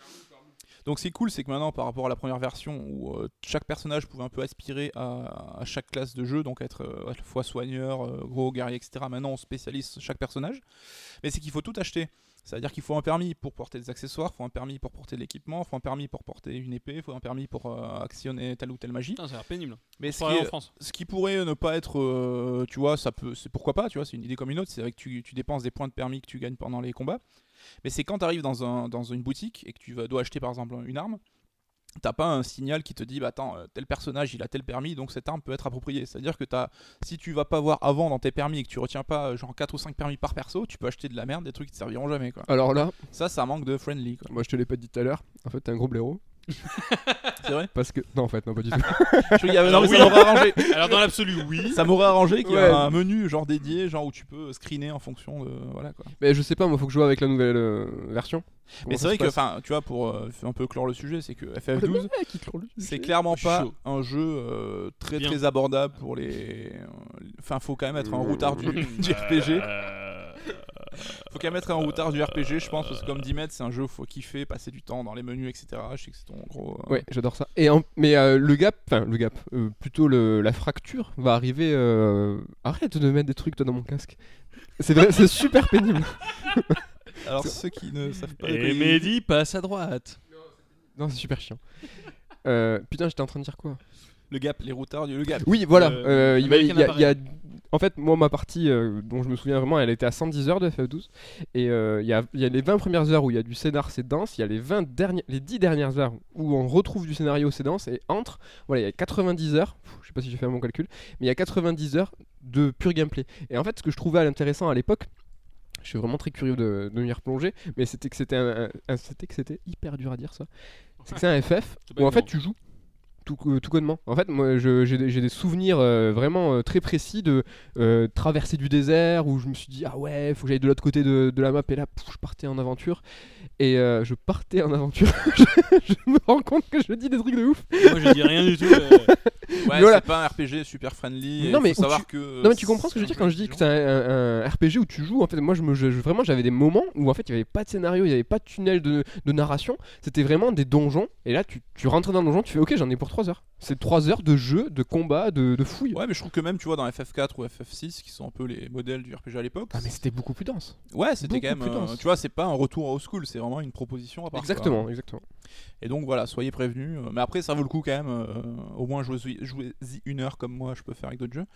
B: Donc c'est cool, c'est que maintenant par rapport à la première version où euh, chaque personnage pouvait un peu aspirer à, à chaque classe de jeu, donc être euh, à la fois soigneur, euh, gros guerrier, etc. Maintenant on spécialise chaque personnage, mais c'est qu'il faut tout acheter. C'est-à-dire qu'il faut un permis pour porter des accessoires, faut un permis pour porter de l'équipement, faut un permis pour porter une épée, faut un permis pour euh, actionner telle ou telle magie.
A: Putain, ça a l'air pénible.
B: Mais ce
A: Faut
B: qui,
A: aller en
B: est-
A: France.
B: ce qui pourrait ne pas être, euh, tu vois, ça peut, c'est pourquoi pas, tu vois, c'est une idée comme une autre, c'est vrai que tu, tu dépenses des points de permis que tu gagnes pendant les combats, mais c'est quand tu arrives dans, un, dans une boutique et que tu vas- dois acheter par exemple une arme, t'as pas un signal qui te dit, bah attends, euh, tel personnage il a tel permis, donc cette arme peut être appropriée. C'est-à-dire que t'as, si tu vas pas voir avant dans tes permis et que tu retiens pas euh, genre 4 ou 5 permis par perso, tu peux acheter de la merde, des trucs qui te serviront jamais, quoi.
C: Alors là,
B: Ça, ça manque de friendly, quoi.
C: moi je te l'ai pas dit tout à l'heure. En fait, t'es un gros blaireau.
B: C'est vrai
C: Parce que. Non, en fait, non, pas du tout.
B: Je- il y avait- non, mais
A: Ah Oui.
B: ça m'aurait arrangé.
A: [LAUGHS] Alors dans l'absolu, oui.
B: Ça m'aurait arrangé qu'il y ait
C: Ouais.
B: un menu genre dédié, genre où tu peux screener en fonction de, voilà, quoi.
C: Mais je sais pas, moi faut que je joue avec la nouvelle euh, version.
B: Mais
C: Comment
B: c'est
C: ça
B: vrai
C: se
B: que,
C: passe
B: enfin, tu vois, pour euh, un peu clore le sujet, c'est que FF12,
C: Le mec, il te l'enlève.
B: c'est clairement
A: Ah, Je suis
B: pas
A: chaud.
B: un jeu euh, très
A: Bien.
B: très abordable pour les. euh, Enfin, faut quand même être un routard du, du [LAUGHS] RPG.
A: Euh,
B: Faut quand même être un routard du RPG, je pense, parce que comme 10 mètres, c'est un jeu où faut kiffer, passer du temps dans les menus, etc. Je sais que c'est ton gros. euh,
C: Ouais, j'adore ça. Et en- Mais euh, le gap, enfin le gap, euh, plutôt le... la fracture va arriver. euh, Arrête de mettre des trucs toi, dans mon casque. C'est vrai, c'est super pénible.
B: Alors, ceux qui ne savent pas. de quoi
A: Et
B: il-
A: Mehdi passe à droite.
C: Non, c'est super chiant. Euh, putain, j'étais en train de dire quoi
B: Le gap, les routards du. Le gap.
C: Oui, voilà.
A: Euh,
C: euh, il va- il y a-
A: American
C: il y a- En fait, moi, ma partie euh, dont je me souviens vraiment, elle était à 110 heures de FF12. Et euh, il y, a, il y a les 20 premières heures où il y a du scénar, c'est dense. Il y a les, 20 dernières... les 10 dernières heures où on retrouve du scénario, c'est dense. Et entre, voilà, il y a 90 heures. pff, je sais pas si j'ai fait mon calcul, mais il y a 90 heures de pur gameplay. Et en fait, ce que je trouvais intéressant à l'époque. Je suis vraiment très curieux de, de m'y replonger, mais c'était que c'était un- un- un- c'était que c'était hyper dur à dire ça. C'est que c'est un FF
A: C'est pas
C: où en fait
A: évident.
C: tu joues tout, co- tout connement. En fait, moi je- j'ai des j'ai des souvenirs euh, vraiment euh, très précis de euh, traverser du désert où je me suis dit ah ouais, faut que j'aille de l'autre côté de, de la map et là pouf, je partais en aventure et euh, je partais en aventure. [LAUGHS] je, je me rends compte que je dis des trucs de ouf.
A: Moi je dis rien du tout.
B: [LAUGHS]
A: euh,
B: Ouais,
C: voilà.
B: c'est pas un RPG super friendly.
C: Non,
B: Non,
C: mais
B: mais.
C: où
B: Faut savoir
C: tu-
B: que. euh,
C: Non mais tu comprends ce que
B: c'est
C: je veux
B: un
C: dire
B: jeu
C: quand je dis que
B: intelligent.
C: c'est un, un- un RPG où tu joues. En fait, moi je me, je- je- vraiment j'avais des moments où en fait il y avait pas de scénario, il y avait pas de tunnel de, de narration. C'était vraiment des donjons et là tu, tu rentres dans un donjon, tu fais ok j'en ai pour 3 heures. C'est 3 heures de jeu, de combat, de, de fouille.
B: Ouais, mais je trouve que même, tu vois, dans FF4 ou FF6, qui sont un peu les modèles du RPG à l'époque,
C: Ah mais c'était beaucoup plus dense.
B: Ouais, c'était
C: Beaucoup
B: quand même.
C: plus
B: euh,
C: dense.
B: tu vois, c'est pas un retour au school, c'est vraiment une proposition à part. quoi.
C: Exactement, exactement.
B: Et donc voilà, soyez prévenus. euh, Mais après, ça vaut le coup quand même. euh, au moins, jouez-y jouez-y une heure comme moi, je peux faire avec d'autres jeux.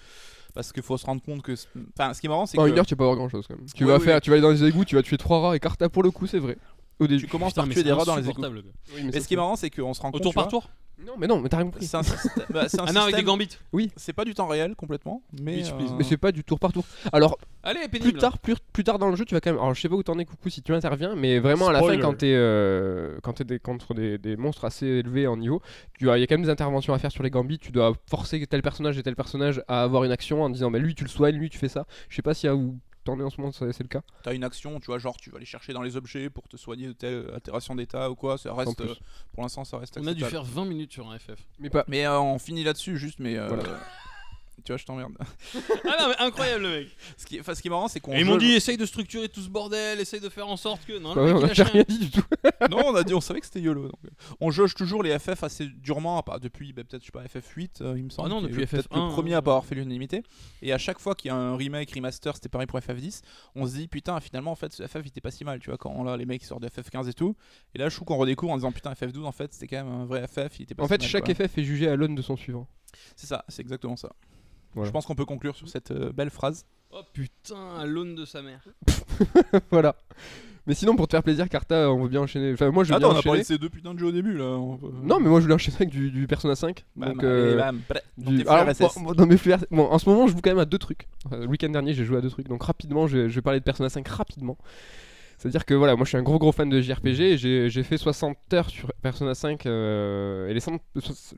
B: Parce qu'il faut se rendre compte que. c'est- Enfin, ce qui est marrant, c'est
C: En
B: que
C: une heure, tu vas pas avoir grand chose quand même. Tu
B: Oui,
C: vas
B: oui.
C: faire, tu vas aller dans les égouts, tu vas tuer trois rats et Carta pour le coup, c'est vrai. Au
B: tu
C: début.
B: commences
A: Putain,
B: par
A: mais
B: tuer
A: c'est
B: des rats dans les écoutes.
A: insupportable, le gars.
B: Mais ce qui est marrant, c'est qu'on se rend
A: Au
B: compte.
A: tour
B: tu
A: par
B: vois,
A: tour
C: Non, mais non, mais t'as rien compris.
B: C'est un, système- bah, c'est un
A: Ah non, avec des
B: système-
A: gambits.
B: C'est pas du temps réel complètement, mais.
A: Bitch, please.
B: euh,
C: Mais c'est pas du tour par tour. Alors
A: Allez, pénible.
C: plus tard, plus, plus tard dans le jeu, tu vas quand même. Alors je sais pas où t'en es, coucou, si tu interviens, mais vraiment à la fin,
A: Spoiler.
C: quand t'es euh, quand t'es des- contre des, des monstres assez élevés en niveau, tu as, il y a quand même des interventions à faire sur les gambits. Tu dois forcer tel personnage et tel personnage à avoir une action en disant, mais lui tu le soignes, lui tu fais ça. Je sais pas si y a ou t'en es en ce moment, ça- c'est le cas.
B: T'as une action, tu vois, genre tu vas aller chercher dans les objets pour te soigner de telle altération d'état ou quoi. Ça reste,
C: plus.
B: euh, pour l'instant, ça reste
A: On a dû
B: acceptable.
A: faire 20 minutes sur un FF.
C: Mais pas.
B: Mais euh, on finit là-dessus, juste, mais. euh,
C: Voilà.
B: Tu vois, je t'emmerde.
A: [LAUGHS]
B: [LAUGHS]
A: Ah non, mais incroyable le mec.
B: Ce qui, enfin, ce qui est marrant, c'est qu'on.
A: Et ils m'ont
B: jeu-
A: dit essaye de structurer tout ce bordel, essaye de faire en sorte que. Non,
C: Bah
A: le
C: ouais,
A: mec, il
C: on a
A: lâche rien.
B: [LAUGHS]
C: rien dit du tout.
B: non, on a dit, on savait que c'était YOLO. donc, euh, On jauge toujours les FF assez durement, à part- depuis bah, peut-être, je sais pas, FF8, euh, il me semble.
A: Ah non,
B: qui est
A: depuis
B: le- peut-être
A: FF1,
B: le premier
A: hein.
B: à pas avoir fait l'unanimité. Et à chaque fois qu'il y a un remake, remaster, c'était pareil pour FF10, on se dit, putain, finalement, en fait, ce FF, il était pas si mal, tu vois, quand là, les mecs ils sortent de FF15 et tout. Et là, je trouve qu'on redécouvre en disant, putain, FF12, en fait, c'était quand même un vrai FF, il était pas
C: En
B: si
C: fait,
B: mal,
C: chaque
B: quoi.
C: FF est jugé à l'aune de son suivant.
B: C'est ça, c'est exactement ça.
C: Voilà.
B: Je pense qu'on peut conclure sur cette euh, belle phrase.
A: Oh putain, à l'aune de sa mère.
C: [LAUGHS] voilà. Mais sinon, pour te faire plaisir, Carta, on veut bien enchaîner. Enfin, moi, je veux
B: Attends,
C: bien
B: Ah on a parlé
C: enchaîner.
B: de ces deux putains de jeux au début, là. on peut-
C: Non, mais moi, je voulais enchaîner avec du, du Persona 5.
B: Bam,
C: donc,
B: Bah, allez,
C: euh,
B: bam, bref, dans
C: du-
B: tes
C: Alors,
B: fleurs SS.
C: bon, bon, dans mes fleurs- bon, en ce moment, je joue quand même à deux trucs. Enfin, le week-end dernier, j'ai joué à deux trucs. Donc, rapidement, je, vais- je vais parler de Persona 5 rapidement. C'est-à-dire que voilà, moi je suis un gros gros fan de JRPG et j'ai j'ai fait 60 heures sur Persona 5 euh, et les 60,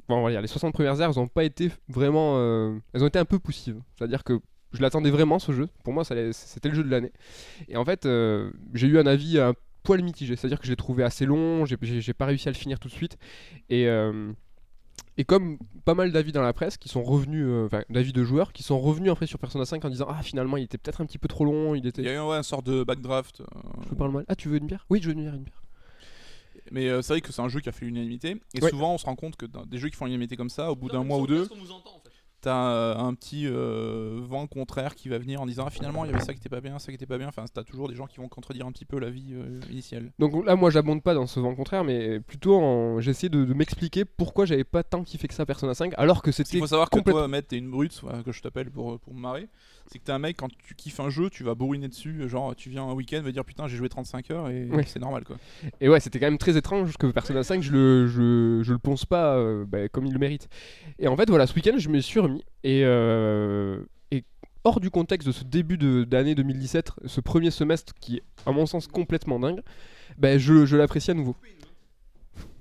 C: bon, on va dire, les 60 premières heures elles ont pas été vraiment. euh, elles ont été un peu poussives. C'est-à-dire que je l'attendais vraiment ce jeu. Pour moi, ça allait- c'était le jeu de l'année. Et en fait, euh, j'ai eu un avis un poil mitigé. C'est-à-dire que je l'ai trouvé assez long, j'ai- j'ai j'ai pas réussi à le finir tout de suite. Et. euh, et comme pas mal d'avis dans la presse qui sont revenus, euh, enfin d'avis de joueurs qui sont revenus après sur Persona 5 en disant Ah finalement il était peut-être un petit peu trop long, il était.
B: Il y a eu ouais, un sort de backdraft. euh,
C: Je vous parle mal. Ah tu veux une bière Oui je veux une bière, une bière.
B: mais euh, c'est vrai que c'est un jeu qui a fait l'unanimité. Et
C: Ouais.
B: souvent, on se rend compte que dans des jeux qui font l'unanimité comme ça, au bout d'un
A: Non,
B: mois ou
A: parce
B: deux,
A: qu'on vous entend, en fait.
B: t'as euh, un petit euh, vent contraire qui va venir en disant ah, finalement, il y avait ça qui était pas bien, ça qui était pas bien. Enfin, t'as toujours des gens qui vont contredire un petit peu l'avis euh, initial.
C: Donc là moi j'abonde pas dans ce vent contraire mais plutôt en... j'essaie de, de m'expliquer pourquoi j'avais pas tant kiffé que ça Persona 5 alors que
B: Parce qu'il
C: c'était...
B: faut savoir que
C: complète-
B: toi, Matt, t'es une brute, voilà, que je t'appelle pour, euh, pour me marrer. C'est que t'es un mec, quand tu kiffes un jeu, tu vas bourriner dessus. euh, Genre, tu viens un week-end, me dire putain, j'ai joué 35 heures et
C: Ouais.
B: c'est normal quoi.
C: Et ouais c'était quand même très étrange que Persona 5 je le, je, je le ponce pas euh, bah, comme il le mérite. Et en fait voilà ce week-end je me suis remis et... euh, et Hors du contexte de ce début de- d'année 2017, ce premier semestre qui est à mon sens complètement dingue, bah, je, je l'apprécie à nouveau.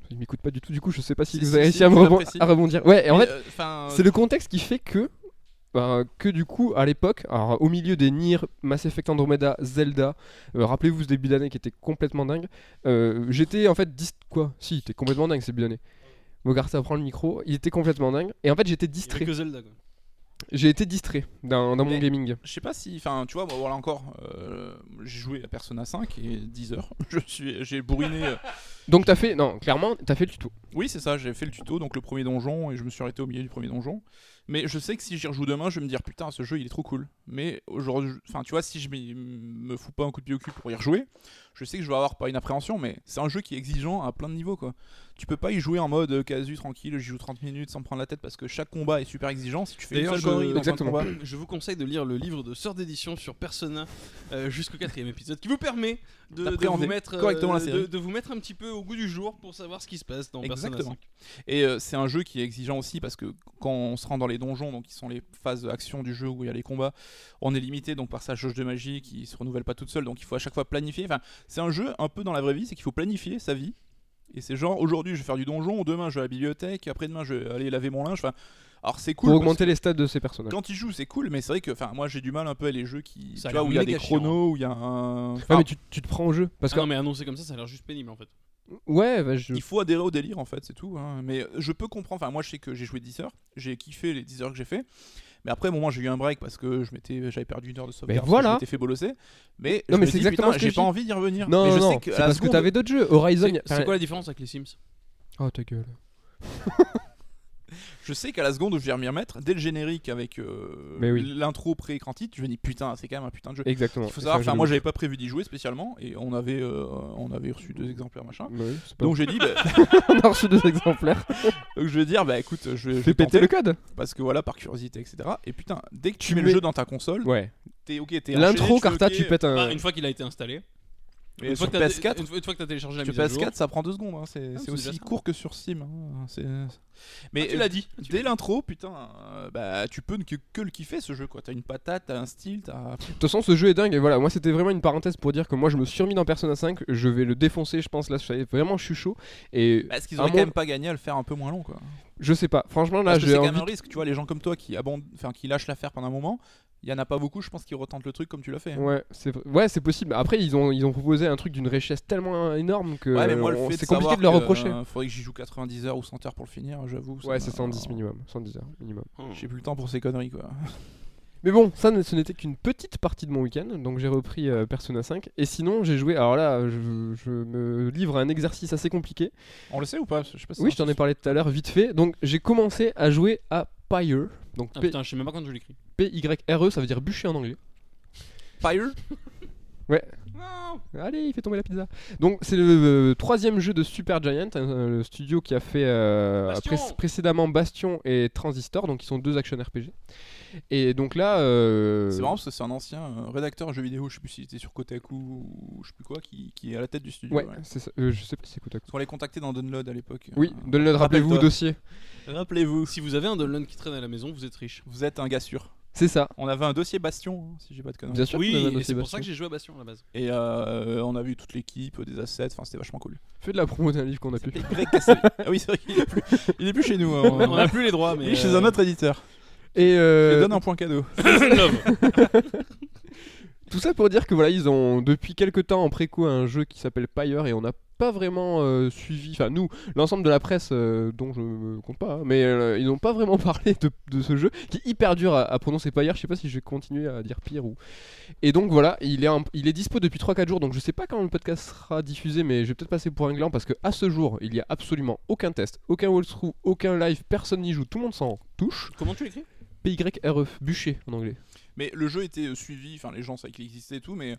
C: Il m'écoute pas du tout, du coup je sais pas si,
B: Si,
C: vous
B: si,
C: avez réussi
B: si,
C: à, me
B: je
C: rebon-
B: l'apprécie.
C: à rebondir. Ouais, et en
B: Mais,
C: fait,
B: euh, enfin,
C: C'est le contexte qui fait que, ben, que du coup, à l'époque, alors, au milieu des Nier, Mass Effect Andromeda, Zelda, euh, rappelez-vous ce début d'année qui était complètement dingue. euh, J'étais en fait dis quoi Si, t'es complètement dingue ce début d'année. Bogart, ça prend le micro. Il était complètement dingue. Et en fait, j'étais
A: Il y avait
C: distrait.
A: que Zelda, quoi.
C: J'ai été distrait dans, dans mon
B: Mais-
C: gaming.
B: Je sais pas si, enfin, tu vois, moi, voilà encore, euh, j'ai joué à Persona 5 et 10 heures. [LAUGHS] Je suis, j'ai bourriné. euh,
C: Donc t'as fait, non, clairement, t'as fait le tuto.
B: Oui, c'est ça. J'ai fait le tuto, donc le premier donjon, et je me suis arrêté au milieu du premier donjon. Mais je sais que si j'y rejoue demain, je vais me dire putain, ce jeu il est trop cool. Mais aujourd'hui, enfin, tu vois, si je m'y- me fous pas un coup de pied au cul pour y rejouer, je sais que je vais avoir pas une appréhension, mais c'est un jeu qui est exigeant à plein de niveaux, quoi. Tu peux pas y jouer en mode euh, casu tranquille, j'y joue 30 minutes sans me prendre la tête parce que chaque combat est super exigeant. Si tu fais une
A: D'ailleurs,
B: seule
A: je-
B: connerie dans un
C: Exactement.
B: combat,
A: [CLEARS THROAT] Je vous conseille de lire le livre de sœur d'édition sur Persona euh, jusqu'au quatrième épisode qui vous permet de, de vous
B: D'appréhender
A: mettre, euh,
B: correctement la
A: de-
B: série.
A: de vous mettre un petit peu au goût du jour pour savoir ce qui se passe dans Persona
B: Exactement.
A: 5.
B: Et euh, c'est un jeu qui est exigeant aussi parce que quand on se rend dans les donjons, donc qui sont les phases d'action du jeu où il y a les combats, on est limité donc par sa jauge de magie qui se renouvelle pas toute seule, donc il faut à chaque fois planifier. Enfin, c'est un jeu un peu dans la vraie vie, c'est qu'il faut planifier sa vie. Et c'est genre aujourd'hui je vais faire du donjon, demain je vais à la bibliothèque, après-demain je vais aller laver mon linge. Enfin, alors c'est cool.
C: pour
B: parce
C: augmenter
B: que
C: les stats de ces personnages.
B: Quand il joue c'est cool, mais c'est vrai que enfin moi j'ai du mal un peu à les jeux qui
A: Ça a
B: tu vois
A: l'air hein.
B: où il y a des
A: méga
B: chronos, où il y a un.
C: Ouais,
B: Enfin,
C: Ah, mais tu, tu te prends au jeu. Parce
A: Ah
C: que,
A: non, mais annoncé comme ça, ça a l'air juste pénible en fait.
C: ouais, bah, je-
B: Il faut adhérer au délire en fait, c'est tout. hein. Mais je peux comprendre. Enfin, moi je sais que j'ai joué 10 heures, j'ai kiffé les 10 heures que j'ai fait. Mais après, à un moment, j'ai eu un break parce que je m'étais, j'avais perdu une heure de sauvegarde. parce que
C: voilà.
B: Je m'étais fait bolosser. Mais
C: Non,
B: je
C: mais
B: me
C: c'est
B: dis,
C: exactement
B: putain,
C: ce que
B: j'ai
C: je
B: pas
C: dis.
B: envie d'y revenir.
C: non,
B: mais je
C: non,
B: sais
C: c'est
B: que à la
C: parce que
B: seconde-
C: t'avais d'autres jeux. Horizon.
A: C'est
C: enfin-
A: c'est quoi la différence avec les Sims
C: Oh ta gueule.
B: je sais qu'à la seconde où je vais m'y remettre, dès le générique avec euh,
C: Mais oui.
B: l'intro pré-écrantite, je me dis putain, c'est quand même un putain de jeu.
C: Exactement.
B: Il faut
C: C'est
B: savoir,
C: un jeu
B: enfin,
C: de
B: moi j'avais pas prévu d'y jouer spécialement et on avait, euh, on avait reçu deux exemplaires machin.
C: ouf. Ouais, c'est pas
B: Donc j'ai dit, bah, [LAUGHS]
C: [LAUGHS] On a reçu deux exemplaires.
B: donc, je vais dire, bah écoute, je vais, je vais
C: Fais péter
B: tenter,
C: le code.
B: parce que voilà, par curiosité, etc. Et putain, dès que tu,
C: Tu
B: mets,
C: mets-
B: le jeu dans ta console,
C: Ouais.
B: t'es ok, t'es enchaîné,
C: L'intro,
B: tu fais
C: Carta,
B: ok,
C: tu pètes
A: Bah,
C: un.
A: Une fois qu'il a été installé,
B: mais
A: une fois,
B: Euh, sur
A: que t'as-
B: PS4,
A: une fois- une fois que t'as téléchargé la
B: sur
A: mise à jour, Ah,
B: PS4 ça prend deux secondes, hein, c'est c'est
A: c'est déjà
B: aussi
A: ça.
B: court que sur Steam. hein, c'est-
A: Ah,
B: Mais
A: tu
B: euh,
A: l'as dit.
B: dès l'intro, putain, euh, bah tu peux ne que, que le kiffer ce jeu quoi. T'as une patate, t'as un style,
A: Bah,
B: t'as.
C: De toute façon, ce jeu est dingue. Et voilà, moi, c'était vraiment une parenthèse pour dire que moi, je me suis remis dans Persona 5. Je vais le défoncer, je pense. Là, je savais vraiment, je suis chaud. Et
B: Parce bah,
C: Un
B: qu'ils auraient quand
C: monde-
B: même pas gagné à le faire un peu moins long quoi.
C: je sais pas. Franchement, là,
B: Parce que
C: j'ai
B: c'est quand
C: envie.
B: même un risque, tu vois, les gens comme toi qui abondent, enfin qui lâchent l'affaire pendant un moment. Il y en a pas beaucoup, je pense, qui retentent le truc comme tu l'as fait. hein.
C: Ouais, c'est ouais, c'est possible. Après, ils ont ils ont proposé un truc d'une richesse tellement énorme que
A: euh,
B: Ouais, mais moi, le
C: on-
B: fait de
C: c'est compliqué
B: savoir
C: de leur
B: que,
C: reprocher.
B: euh, faudrait que j'y joue 90 heures ou 100 heures pour le finir, j'avoue. ça
C: ouais,
B: m'a-
C: c'est 110 minimum, 110 heures minimum.
B: J'ai plus le temps pour ces conneries, quoi. [LAUGHS]
C: Mais bon, ça, ne- ce n'était qu'une petite partie de mon week-end, donc j'ai repris euh, Persona 5. Et sinon, j'ai joué. Alors là, je, je me livre à un exercice assez compliqué.
B: On le sait ou pas Je sais pas si
C: Oui, je
B: c'est
C: t'en
B: un-
C: ai parlé tout à l'heure, vite fait. Donc, j'ai commencé à jouer à Pyre. Donc,
A: Ah putain, je sais même pas quand je l'écris.
C: P-Y-R-E, E, ça veut dire bûcher en anglais. [LAUGHS]
B: Pyre
C: Allez, il fait tomber la pizza. Donc, c'est le euh, troisième jeu de Super Giant, hein, euh, le studio qui a fait euh,
A: Bastion.
C: pré- précédemment Bastion et Transistor, donc ils sont deux action RPG. Et donc là. euh,
B: C'est marrant parce que c'est un ancien euh, rédacteur jeux vidéo, je sais plus s'il était sur Kotaku ou je sais plus quoi, qui, qui est à la tête du studio.
C: Ouais,
B: ouais.
C: c'est ça. Euh, je sais pas si c'est Kotaku.
B: Parce qu'on les contactait dans Download à l'époque.
C: Oui,
B: Euh,
C: donne-le, rappelez-vous,
B: rappelle-toi.
C: dossier.
B: Rappelez-vous,
A: Si vous avez un Dunlun qui traîne à la maison, vous êtes riche.
B: vous êtes un gars sûr.
C: C'est ça.
B: On avait un dossier Bastion, hein, si j'ai pas de conneries.
C: Bien sûr.
A: Oui,
C: qu'on avait un
A: et
C: dossier
A: c'est pour
C: Bastion.
A: ça que j'ai joué à Bastion à la base.
B: Et euh, on a vu toute l'équipe, des assets, enfin c'était vachement cool.
C: Fais de la promo d'un livre qu'on a pu.
B: C'était Greg
C: [LAUGHS]
B: Cassavé. ah oui, c'est vrai qu'il est plus, il est plus chez nous. hein, on-
A: On a plus les droits, mais. euh,
B: Il est
A: [LAUGHS]
B: chez un autre éditeur.
C: Et
B: Je lui
C: euh,
B: donne un point cadeau.
A: Love.
C: tout ça pour dire que voilà, ils ont depuis quelques temps en préco un jeu qui s'appelle Pyre et on n'a pas vraiment euh, suivi, enfin nous, l'ensemble de la presse euh, dont je me compte pas, hein, mais euh, ils n'ont pas vraiment [LAUGHS] parlé de, de ce jeu qui est hyper dur à, à prononcer Pyre, je sais pas si je vais continuer à dire pire ou... Et donc voilà, il est, en- il est dispo depuis 3-4 jours, donc je sais pas quand le podcast sera diffusé, mais je vais peut-être passer pour un gland parce que à ce jour, il y a absolument aucun test, aucun walkthrough, aucun live, personne n'y joue, tout le monde s'en touche.
A: Comment tu l'écris
C: PYRE, E bûcher en anglais.
B: Mais le jeu était euh, suivi, enfin les gens savaient qu'il existait et tout, mais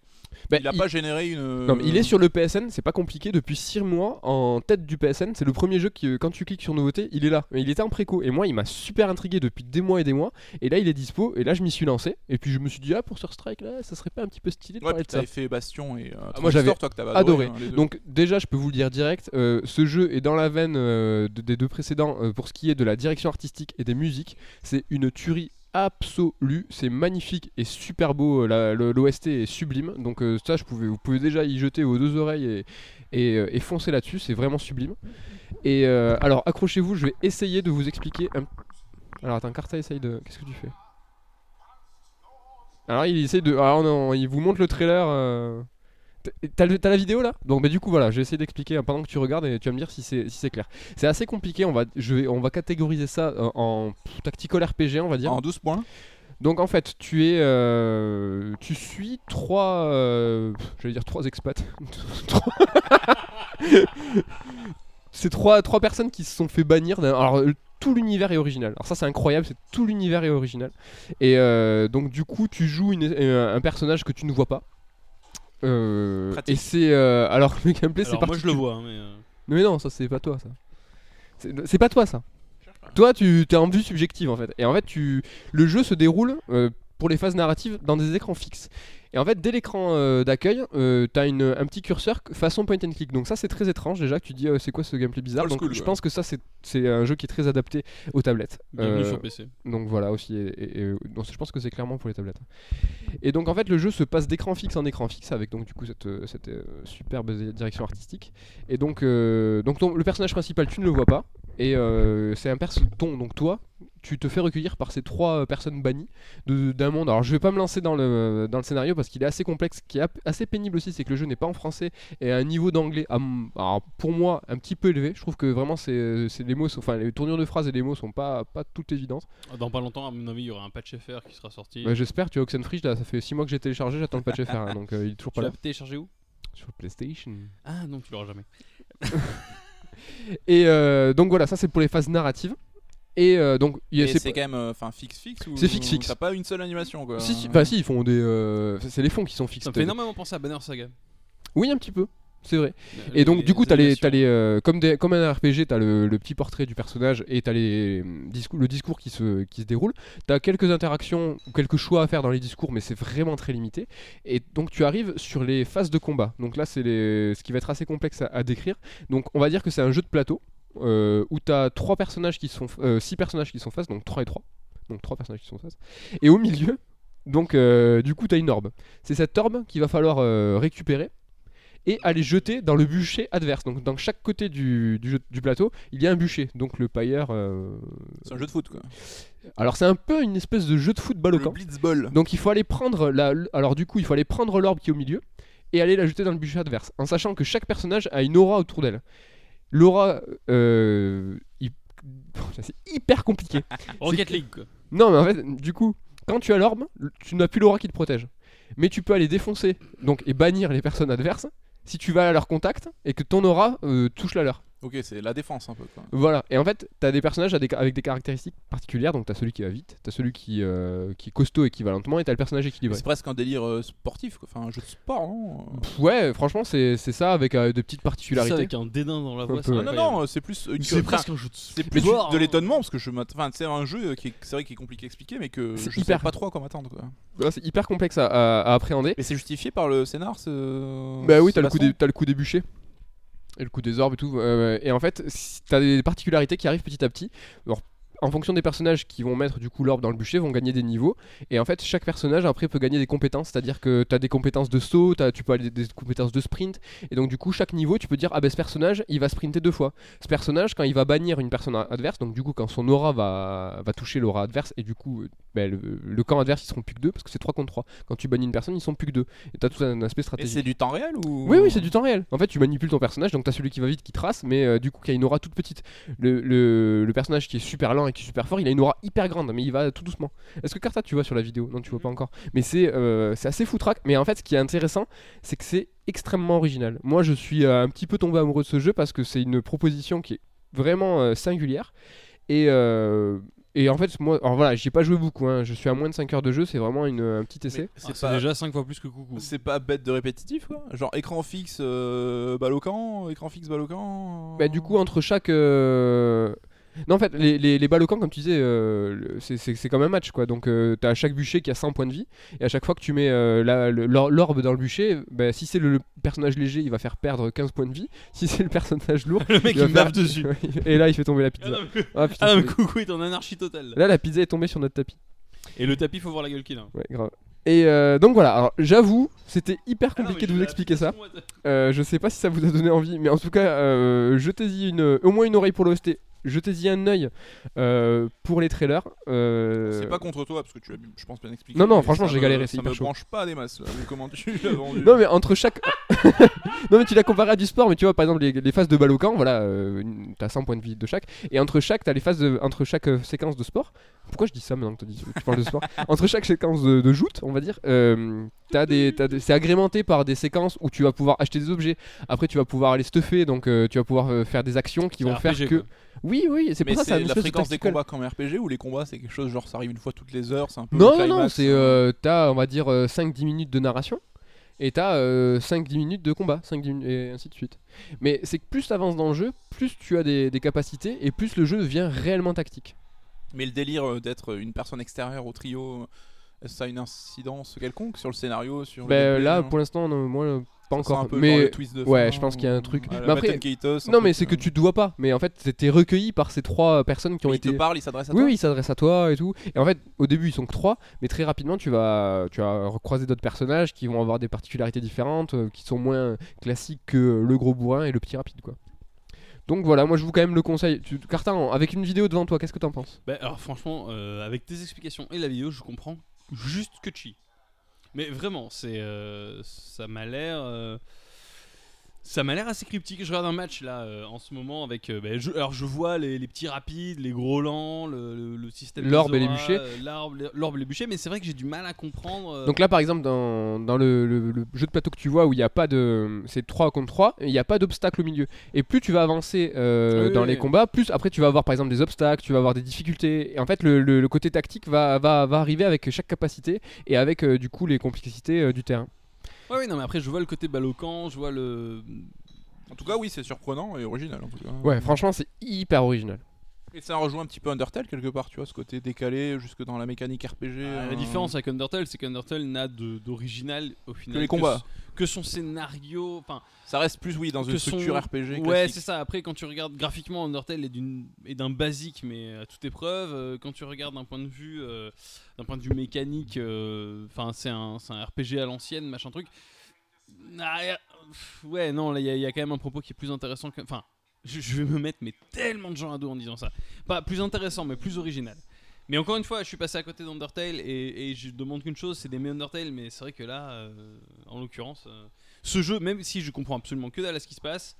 C: Bah,
B: il a
C: il-
B: pas généré une.
C: Non, mais il est sur le PSN, c'est pas compliqué, depuis 6 mois en tête du PSN, c'est le premier jeu qui, euh, quand tu cliques sur nouveauté, il est là. Mais il était en préco, et moi il m'a super intrigué depuis des mois et des mois, et là il est dispo, et là je m'y suis lancé, et puis je me suis dit, ah pour Sur Strike là, ça serait pas un petit peu [LAUGHS] stylé de
B: Ouais,
C: parler
B: puis
C: de ça.
B: t'avais fait Bastion et. euh,
C: moi, j'avais
B: Transistor, toi que t'avais
C: adoré.
B: adoré. hein, les deux.
C: Donc déjà, je peux vous le dire direct, euh, ce jeu est dans la veine euh, de- des deux précédents euh, pour ce qui est de la direction artistique et des musiques. C'est une tuerie absolue, c'est magnifique et super beau, euh, l'OST est sublime. Donc euh, ça, je pouvais, vous pouvez déjà y jeter vos deux oreilles et, et, euh, et foncer là-dessus, c'est vraiment sublime. Et euh, alors accrochez-vous, je vais essayer de vous expliquer un alors attends, Carta essaye de. Qu'est-ce que tu fais Alors il essaye de. Alors non, il vous montre le trailer. euh, t'as- T'as le- t'as la vidéo là Donc bah du coup voilà, je vais essayer d'expliquer hein, pendant que tu regardes et tu vas me dire si c'est si c'est clair. C'est assez compliqué, on va, je vais, on va catégoriser ça euh, en pff, tactical RPG on va dire.
B: En 12 points.
C: Donc en fait, tu es, euh, tu suis trois, euh, pff, j'allais dire trois expats, [LAUGHS] Trois- c'est trois, trois personnes qui se sont fait bannir. d'un- Alors euh, tout l'univers est original. Alors ça c'est incroyable, c'est tout l'univers est original. Et euh, donc du coup, tu joues une- euh, un personnage que tu ne vois pas. Euh,
B: Pratique.
C: et c'est euh, alors le gameplay c'est
A: Alors, moi je le
C: particulier.
A: vois, hein, mais. euh,
C: Mais non, ça c'est pas toi ça. C'est- C'est pas toi ça. Toi, tu t'es en vue subjective en fait. Et en fait, tu le jeu se déroule euh, pour les phases narratives dans des écrans fixes. Et en fait, dès l'écran euh, d'accueil, euh, t'as une- un petit curseur que- façon point and click. Donc ça, c'est très étrange déjà. Que tu dis, euh, c'est quoi ce gameplay bizarre
B: Old
C: Donc
B: school,
C: je
B: ouais.
C: pense que ça, c'est c'est un jeu qui est très adapté aux tablettes.
A: Bienvenue
C: Euh,
A: sur PC.
C: donc voilà aussi, et, et- et- donc je pense que c'est clairement pour les tablettes. Et donc en fait le jeu se passe d'écran fixe en écran fixe avec donc du coup cette, euh, cette, euh, superbe zé- direction artistique. Et donc, euh, donc ton- le personnage principal tu ne le vois pas et euh, c'est un perso ton donc toi tu te fais recueillir par ces trois euh, personnes bannies de- d'un monde. Alors je vais pas me lancer dans le, dans le scénario parce qu'il est assez complexe, qui est ap- assez pénible aussi, c'est que le jeu n'est pas en français et à un niveau d'anglais à m- alors, pour moi un petit peu élevé. Je trouve que vraiment c'est c'est- les mots, sont- enfin les tournures de phrases et les mots sont pas pas toutes évidentes.
A: Dans pas longtemps, à mon avis, il y aura un patch FR qui sera sorti.
C: Bah, J'espère, tu as Oxenfree, là, ça fait 6 mois que j'ai téléchargé, j'attends le patch FR, hein, donc euh, il est toujours
A: tu
C: pas
A: l'as
C: là.
A: téléchargé où
C: Sur PlayStation.
A: Ah non, tu l'auras jamais.
C: Et euh, donc voilà, ça c'est pour les phases narratives. Et euh, donc, il y a-
B: Et c'est
C: c'est
B: quand même euh, enfin fixe fixe ou
C: C'est fixe, fixe.
B: T'as pas une seule animation quoi.
C: si, bah, si, enfin, si, ils font des. euh, c'est les fonds qui sont fixes.
A: Ça me fait énormément penser à Banner Saga.
C: Oui, un petit peu, c'est vrai.
A: Les-
C: Et donc, du coup, t'as les,
A: animations.
C: t'as les, euh, comme, des, comme un RPG, t'as le, le petit portrait du personnage et t'as les euh, discours, le discours qui se, qui se déroule. T'as quelques interactions ou quelques choix à faire dans les discours, mais c'est vraiment très limité. Et donc, tu arrives sur les phases de combat. Donc là, c'est les- ce qui va être assez complexe à, à décrire. Donc, on va dire que c'est un jeu de plateau euh, où t'as trois personnages qui sont, euh, six personnages qui sont face, donc 3 et 3 donc trois personnages qui sont face. Et au milieu, donc euh, du coup, t'as une orbe. C'est cette orbe qu'il va falloir euh, récupérer. et à les jeter dans le bûcher adverse. Donc, dans chaque côté du, du jeu- du plateau, il y a un bûcher. Donc, le pailleur. euh,
B: C'est un jeu de foot quoi.
C: Alors, c'est un peu une espèce de jeu de football au
B: Le
C: camp.
B: blitzball.
C: Donc il faut aller prendre la... alors du coup il faut aller prendre l'orbe qui est au milieu et aller la jeter dans le bûcher adverse, en sachant que chaque personnage a une aura autour d'elle. L'aura, euh, il- [LAUGHS] c'est hyper compliqué.
A: Rocket League quoi.
C: Non, mais en fait, du coup, quand tu as l'orbe, tu n'as plus l'aura qui te protège. Mais tu peux aller défoncer donc et bannir les personnes adverses si tu vas à leur contact et que ton aura euh, touche la leur.
B: Ok, c'est la défense un peu quoi.
C: Voilà, et en fait, t'as des personnages avec avec des caractéristiques particulières, donc t'as celui qui va vite, t'as celui qui, euh, qui est costaud et qui va lentement, et t'as le personnage équilibré.
B: C'est presque un délire euh, sportif quoi. Enfin, un jeu de sport non euh.
C: Pff, Ouais, franchement, c'est c'est ça avec euh, de petites
A: Tu ça
C: particularités.
A: avec un dédain dans la
C: Un
A: voix.
C: peu.
A: c'est
B: Non, non,
A: incroyable.
B: non, euh, c'est plus une
A: C'est
B: enfin,
A: presque un jeu de
B: C'est plus
A: sport,
B: de
A: hein.
B: l'étonnement parce que je m'att- enfin c'est un jeu qui est- c'est vrai qui est compliqué à expliquer mais que
C: C'est
B: je
C: hyper.
B: sais pas trop à quoi m'attendre quoi.
C: Ouais, C'est hyper complexe à, à- à appréhender.
B: Mais c'est justifié par le scénar ce
C: Bah oui,
B: ce
C: t'as le, coup
B: baston
C: des, t'as le coup des bûchers. Et le coup des orbes et tout. euh, et en fait, si- t'as des particularités qui arrivent petit à petit. Alors, en fonction des personnages qui vont mettre du coup l'orbe dans le bûcher, vont gagner des niveaux. Et en fait, chaque personnage après peut gagner des compétences. C'est-à-dire que t'as des compétences de saut, t'as- tu peux aller des, des compétences de sprint. Et donc, du coup, chaque niveau, tu peux dire Ah ben, ce personnage, il va sprinter deux fois. Ce personnage, quand il va bannir une personne a- adverse, donc du coup, quand son aura va, va toucher l'aura adverse, et du coup, euh, ben, le, le camp adverse, ils seront plus que deux parce que c'est 3 contre 3. Quand tu bannis une personne, ils sont plus que deux. Et t'as tout un aspect
B: Et
C: stratégique.
B: c'est du temps réel ou
C: Oui, oui, c'est du temps réel. En fait, tu manipules ton personnage, donc t'as celui qui va vite qui trace, mais euh, du coup, qui a une aura toute petite. Le, le- le personnage qui est super lent et qui est super fort, il a une aura hyper grande, mais il va tout doucement. Est-ce que Carta, tu vois sur la vidéo Non, tu vois pas encore. Mais c'est euh, c'est assez foutraque. Mais en fait, ce qui est intéressant, c'est que c'est extrêmement original. Moi, je suis euh, un petit peu tombé amoureux de ce jeu parce que c'est une proposition qui est vraiment euh, singulière. Et. euh, et en fait, moi, alors voilà, j'y ai pas joué beaucoup, hein. je suis à moins de 5 heures de jeu, c'est vraiment une, euh, un petit essai.
B: Mais
A: Ah, C'est
B: pas-
A: déjà 5 fois plus que
C: Mm.
A: coucou.
B: C'est pas bête de répétitif quoi Genre écran fixe, euh, balle au camp, écran fixe, balle au camp.
C: Bah, du coup, entre chaque. euh, Non, en fait, les, les, les balles au camp, comme tu disais, euh, le- c'est- c'est c'est comme un match, quoi. Donc, euh, t'as chaque bûcher qui a 100 points de vie, et à chaque fois que tu mets euh, la- le- l'or- l'orbe dans le bûcher, bah, si c'est le, le personnage léger, il va faire perdre 15 points de vie. Si c'est le
A: [LAUGHS]
C: personnage lourd,
A: Le mec
C: il va
A: il me
C: faire-
A: bave dessus.
C: [LAUGHS] et là, il fait tomber la
A: Ah
C: pizza.
A: non, mais-
C: Ah, putain,
A: ah non, mais
C: c'est-
A: coucou est en anarchie totale.
C: Là, la pizza est tombée sur notre tapis.
A: Et le tapis, faut voir la gueule qu'il a.
C: Ouais, grave. Et euh, donc voilà, alors j'avoue, c'était hyper
A: Ah non, mais
C: compliqué de
A: j'ai
C: vous
A: la
C: expliquer ça.
A: Moi, t'as-
C: Euh, je sais pas si ça vous a donné envie, mais en tout cas, euh, jetez-y une, au moins une oreille pour l'OST. Jetez-y un œil euh, pour les trailers. euh,
B: C'est pas contre toi parce que tu l'as, je pense, bien expliqué.
C: Non, non,
B: mais
C: franchement,
B: ça
C: j'ai
B: me-
C: galéré, c'est
B: Ça
C: hyper
B: me
C: chaud.
B: branche pas des masses, là, vu comment tu l'as vendu.
C: Non mais entre chaque... [LAUGHS] non mais tu l'as comparé à du sport, mais tu vois par exemple les, les phases de balle au camp, voilà, euh, une- t'as 100 points de vie de chaque, et entre chaque, t'as les phases de- entre chaque euh, séquence de sport. Pourquoi je dis ça maintenant que t'as dit- tu parles de sport Entre chaque séquence de, de joute, on va dire, euh, t'as des, t'as des- c'est agrémenté par des séquences où tu vas pouvoir acheter des objets. Après tu vas pouvoir aller stuffer, donc euh, tu vas pouvoir euh, faire des actions qui
A: C'est
C: vont
A: un
C: faire
A: RPG,
C: que...
A: quoi.
C: Oui, oui, c'est
B: Mais
C: pour ça ça a
B: c'est
C: une
B: la
C: espèce de
B: fréquence des
C: tactical.
B: combats comme RPG ou les combats, c'est quelque chose genre ça arrive une fois toutes les heures, c'est un peu.
C: Non,
B: le
C: non, non,
B: climax,
C: c'est
B: euh,
C: euh, t'as on va dire euh, 5-10 minutes de narration et t'as euh, 5-10 minutes de combat, 5 -10 minutes et ainsi de suite. Mais c'est que plus t'avances dans le jeu, plus tu as des, des capacités et plus le jeu devient réellement tactique.
B: Mais le délire euh, d'être une personne extérieure au trio, euh, ça a une incidence quelconque sur le scénario, sur. le
C: Ben,
B: gameplay,
C: là,
B: hein.
C: pour l'instant, non, moi, euh, pas
B: Ça sent
C: encore.
B: un peu genre
C: mais
B: le twist de
C: ouais,
B: fin,
C: je pense qu'il y a un truc.
B: ou- à la
C: Mais après-
B: Matt and Keatos, un
C: non, mais
B: truc,
C: c'est que
B: euh,
C: tu te dois pas. Mais en fait, t'es recueilli par ces trois personnes qui ont
B: Il
C: été.
B: te parle, il s'adresse à
C: Oui,
B: toi.
C: oui, ils s'adressent à toi et tout. Et en fait, au début, ils sont que trois, mais très rapidement, tu vas, tu vas recroiser d'autres personnages qui vont avoir des particularités différentes, euh, qui sont moins classiques que euh, le gros bourrin et le petit rapide, quoi. Donc voilà, moi je vous quand même le conseille. Tu, Cartin, avec une vidéo devant toi, qu'est-ce que t'en penses
A: Bah, alors franchement, euh, avec tes explications et la vidéo, je comprends juste que chi. Mais vraiment, c'est euh, ça m'a l'air euh, ça m'a l'air assez cryptique. Je regarde un match là euh, en ce moment avec euh, bah, je- alors je vois les, les petits rapides, les gros lents, le, le- le système des
C: L'orbe et les
A: auras,
C: bûchers.
A: euh, l'arbre- l'orbe et les bûchers, mais c'est vrai que j'ai du mal à comprendre. euh,
C: Donc là, par exemple, dans, dans le, le- le jeu de plateau que tu vois où il n'y a pas de. C'est 3 contre 3, il n'y a pas d'obstacle au milieu. Et plus tu vas avancer euh,
A: Oui,
C: dans
A: oui,
C: les
A: oui.
C: combats, plus après tu vas avoir par exemple des obstacles, tu vas avoir des difficultés. Et en fait, le, le- le côté tactique va, va, va arriver avec chaque capacité et avec euh, du coup les complexités euh, du terrain.
A: ouais, ouais, non mais après je vois le côté balloquant, je vois le
B: En tout cas, oui, c'est surprenant et original. En tout cas.
A: Mhm.
C: Ouais, franchement, c'est hyper original.
B: Et ça rejoint un petit peu Undertale quelque part, tu vois, ce côté décalé jusque dans la mécanique RPG.
A: Ah,
B: euh,
A: La différence avec Undertale, c'est qu'Undertale n'a de- d'original au final
B: Que les combats.
A: que, son scénario, enfin
B: Ça reste plus, oui, dans
A: Que
B: une structure
A: son-
B: RPG
A: Ouais, c'est
B: classique.
A: ça. Après, quand tu regardes graphiquement, Undertale est d'une est d'un basique, mais à toute épreuve. Euh, Quand tu regardes d'un point de vue, euh, d'un point de vue euh, mécanique, enfin, c'est un, c'est un RPG à l'ancienne, machin truc. Ah, pff, ouais, non, là, il y, a- il y a quand même un propos qui est plus intéressant que. Enfin, je, je vais me mettre mais tellement de gens à dos en disant ça. Pas plus intéressant, mais plus original. Mais encore une fois, je suis passé à côté d'Undertale et, et je demande qu'une chose, c'est d'aimer Undertale, mais c'est vrai que là, euh, en l'occurrence, euh, ce jeu, même si je comprends absolument que dalle à ce qui se passe,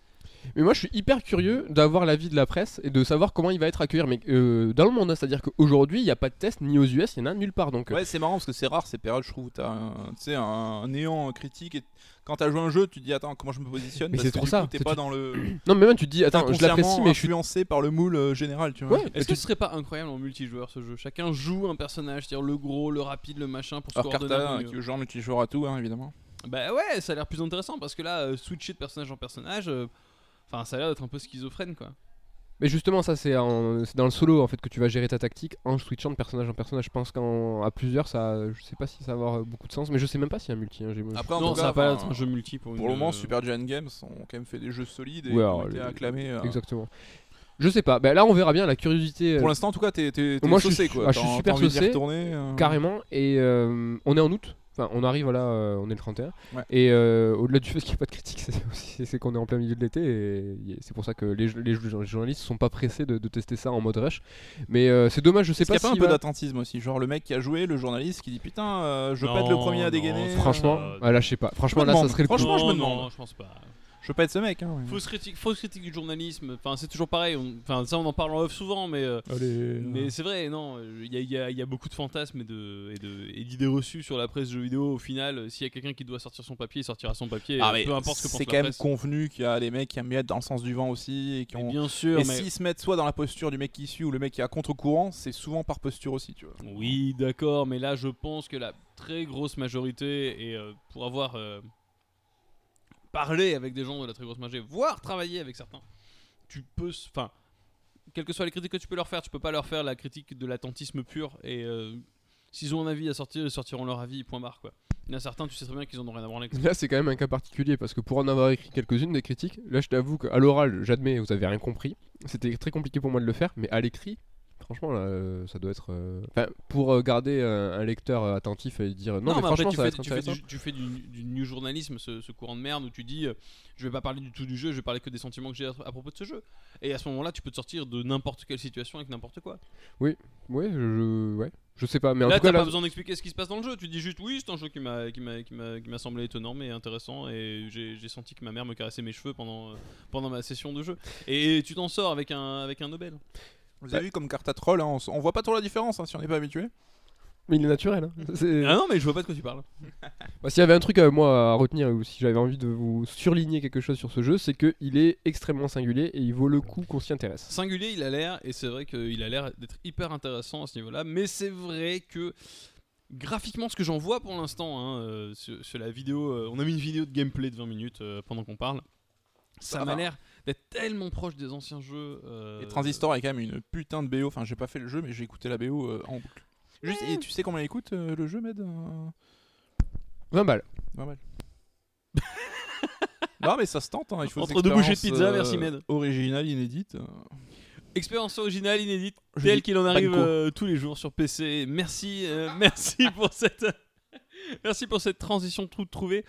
C: Mais moi, je suis hyper curieux d'avoir l'avis de la presse et de savoir comment il va être accueilli. Mais euh, dans le monde, hein, c'est-à-dire qu'aujourd'hui, il n'y a pas de test ni aux US, il y en a nulle part. Donc, euh,
B: Ouais, c'est marrant parce que c'est rare ces périodes, je trouve, où t'as un, tu sais, un néant critique. Et quand t'as joué un jeu, tu te dis attends, comment je me positionne
C: Mais
B: Parce
C: c'est
B: que
C: trop
B: du
C: ça,
B: coup, T'es
C: c'est
B: pas
C: tout-
B: dans le.
C: [CLEARS THROAT] non, mais même tu te dis, attends, je
B: Inconsciemment
C: l'apprécie, mais je suis.
B: influencé par le moule euh, général, tu vois.
C: Ouais, mais
A: est-ce que
C: tu-
A: ce serait pas incroyable en multijoueur ce jeu Chacun joue un personnage, c'est-à-dire le gros, le rapide, le machin pour se
B: Alors
A: coordonner.
B: Carta,
A: au
B: qui
A: mieux.
B: est le genre multijoueur à tout, hein, évidemment.
A: Bah ouais, ça a l'air plus intéressant parce que là, euh, switcher de personnage en personnage, euh, enfin, ça a l'air d'être un peu schizophrène quoi.
C: Mais justement, ça, c'est en- c'est dans le solo en fait que tu vas gérer ta tactique en switchant de personnage en personnage. Je pense qu'à plusieurs, ça, je sais pas si ça va avoir euh, beaucoup de sens, mais je sais même pas s'il y a un multi. hein, j'ai- je-
B: Après, en
A: non,
B: tout
A: ça
B: cas,
A: va pas
B: enfin,
A: être un jeu multi pour,
B: Pour
A: une,
B: le moment,
A: euh,
B: Super Giant Games ont quand même fait des jeux solides et
C: Ouais,
B: qui
C: alors,
B: ont été
C: les-
B: acclamés. euh,
C: Exactement. Je sais pas. Bah, là, on verra bien la curiosité. euh,
B: Pour l'instant, en tout cas, t'es t'es- t'es
C: Moi, je suis-
B: saucé quoi.
C: ah, je suis
B: T'as-
C: super
B: t'as envie d'y
C: saucé,
B: retourner, euh.
C: carrément. Et euh, on est en août. Enfin, on arrive là, euh, on est le 31.
B: Ouais.
C: Et euh, au-delà du fait qu'il n'y a pas de critique, [LAUGHS] c'est aussi- c'est qu'on est en plein milieu de l'été. Et y- c'est pour ça que les, les- les journalistes sont pas pressés de, de tester ça en mode rush. Mais euh, c'est dommage, je sais
B: Est-ce
C: pas
B: qu'il y a pas un
C: s'il
B: peu
C: va-
B: d'attentisme aussi Genre le mec qui a joué, le journaliste qui dit putain, euh, je veux pas être le
A: Non,
B: premier
A: non,
B: à dégainer.
C: Franchement,
A: Euh,
C: ouais, là, je sais pas. Franchement,
B: je me
C: là, ça
B: demande.
C: serait le coup.
B: Franchement, je me
A: non,
B: demande.
A: non, je pense pas.
B: Je veux pas être ce mec. Hein, ouais.
A: Fausse critique, fausse critique du journalisme. Enfin, c'est toujours pareil. on- Enfin, ça, on en parle en off souvent, mais euh,
B: Allez,
A: mais c'est vrai, non. Il y a, il y a- il y a beaucoup de fantasmes et de et de- et d'idées reçues sur la presse jeux vidéo. Au final, euh, s'il y a quelqu'un qui doit sortir son papier, il sortira son papier.
B: Ah,
A: euh,
B: mais
A: peu importe ce que pense
B: c'est
A: la
B: quand même
A: presse.
B: convenu qu'il y a des mecs qui aiment bien être dans le sens du vent aussi et qui
A: Mais
B: ont.
A: bien sûr,
B: Et
A: mais-
B: s'ils se mettent soit dans la posture du mec qui suit ou le mec qui est à contre-courant, c'est souvent par posture aussi, tu vois.
A: Oui, d'accord, mais là je pense que la très grosse majorité, et euh, pour avoir euh, parlé avec des gens de la très grosse majorité, voire travaillé avec certains, tu peux. s- Enfin, quelles que soient les critiques que tu peux leur faire, tu peux pas leur faire la critique de l'attentisme pur. Et euh, s'ils ont un avis à sortir, ils sortiront leur avis, point barre quoi. Il y en a certains, tu sais très bien qu'ils en ont rien à voir avec ça.
C: Là, c'est quand même un cas particulier parce que pour en avoir écrit quelques-unes des critiques, là, je t'avoue qu'à l'oral, j'admets, vous avez rien compris. C'était très compliqué pour moi de le faire, mais à l'écrit, franchement, là, euh, ça doit être. euh, Enfin, pour euh, garder euh, un lecteur euh, attentif et dire non, mais,
A: mais
C: franchement,
A: après, tu
C: ça va
A: fais,
C: être
A: tu fais
C: intéressant.
A: du, tu fais du- du new journalisme, ce, ce courant de merde où tu dis euh, je vais pas parler du tout du jeu, je vais parler que des sentiments que j'ai à, à propos de ce jeu. Et à ce moment-là, tu peux te sortir de n'importe quelle situation avec n'importe quoi.
C: Ouais, je- je, ouais, je sais pas, mais en
A: là,
C: tout cas,
A: t'as
C: là,
A: pas besoin d'expliquer ce qui se passe dans le jeu. Tu dis juste oui, c'est un jeu qui m'a qui m'a- qui m'a- qui m'a semblé étonnant mais intéressant et j'ai j'ai senti que ma mère me caressait mes cheveux pendant euh, pendant ma session de jeu. Et, tu t'en sors avec un avec un Nobel.
B: Vous avez vu comme carte à troll, hein, on, s- on voit pas trop la différence hein, si on n'est pas habitué.
C: mais il
A: [LAUGHS]
C: est naturel. hein. C'est-
A: Ah non, mais je vois pas de quoi tu parles.
C: Bah, S'il y avait un truc à moi à retenir ou si j'avais envie de vous surligner quelque chose sur ce jeu, c'est qu'il est extrêmement singulier et il vaut le coup qu'on s'y intéresse.
A: Singulier, il a l'air, et c'est vrai qu'il a l'air d'être hyper intéressant à ce niveau-là, mais c'est vrai que graphiquement, ce que j'en vois pour l'instant, hein, euh, sur, sur la vidéo, euh, on a mis une vidéo de gameplay de 20 minutes euh, pendant qu'on parle, ça,
B: Ça
A: m'a
B: va.
A: l'air d'être tellement proche des anciens jeux. euh,
B: Et Transistor est quand même une putain de BO. Enfin, j'ai pas fait le jeu, mais j'ai écouté la BO euh, en boucle. Juste, et tu sais combien elle écoute euh, le jeu, Med Euh,
C: 20 balles.
B: Pas mal. [LAUGHS] non, mais ça se tente, hein, il faut des
A: Entre deux bouchées de
B: expériences,
A: pizza, merci, Med.
B: Originale, inédite. euh.
A: Expérience originale, inédite,
B: Je
A: telle
B: dis
A: qu'il en arrive
B: Banco.
A: euh, tous les jours sur PC. Merci, euh, [LAUGHS] merci pour cette. [LAUGHS] Merci pour cette transition tout trouvée.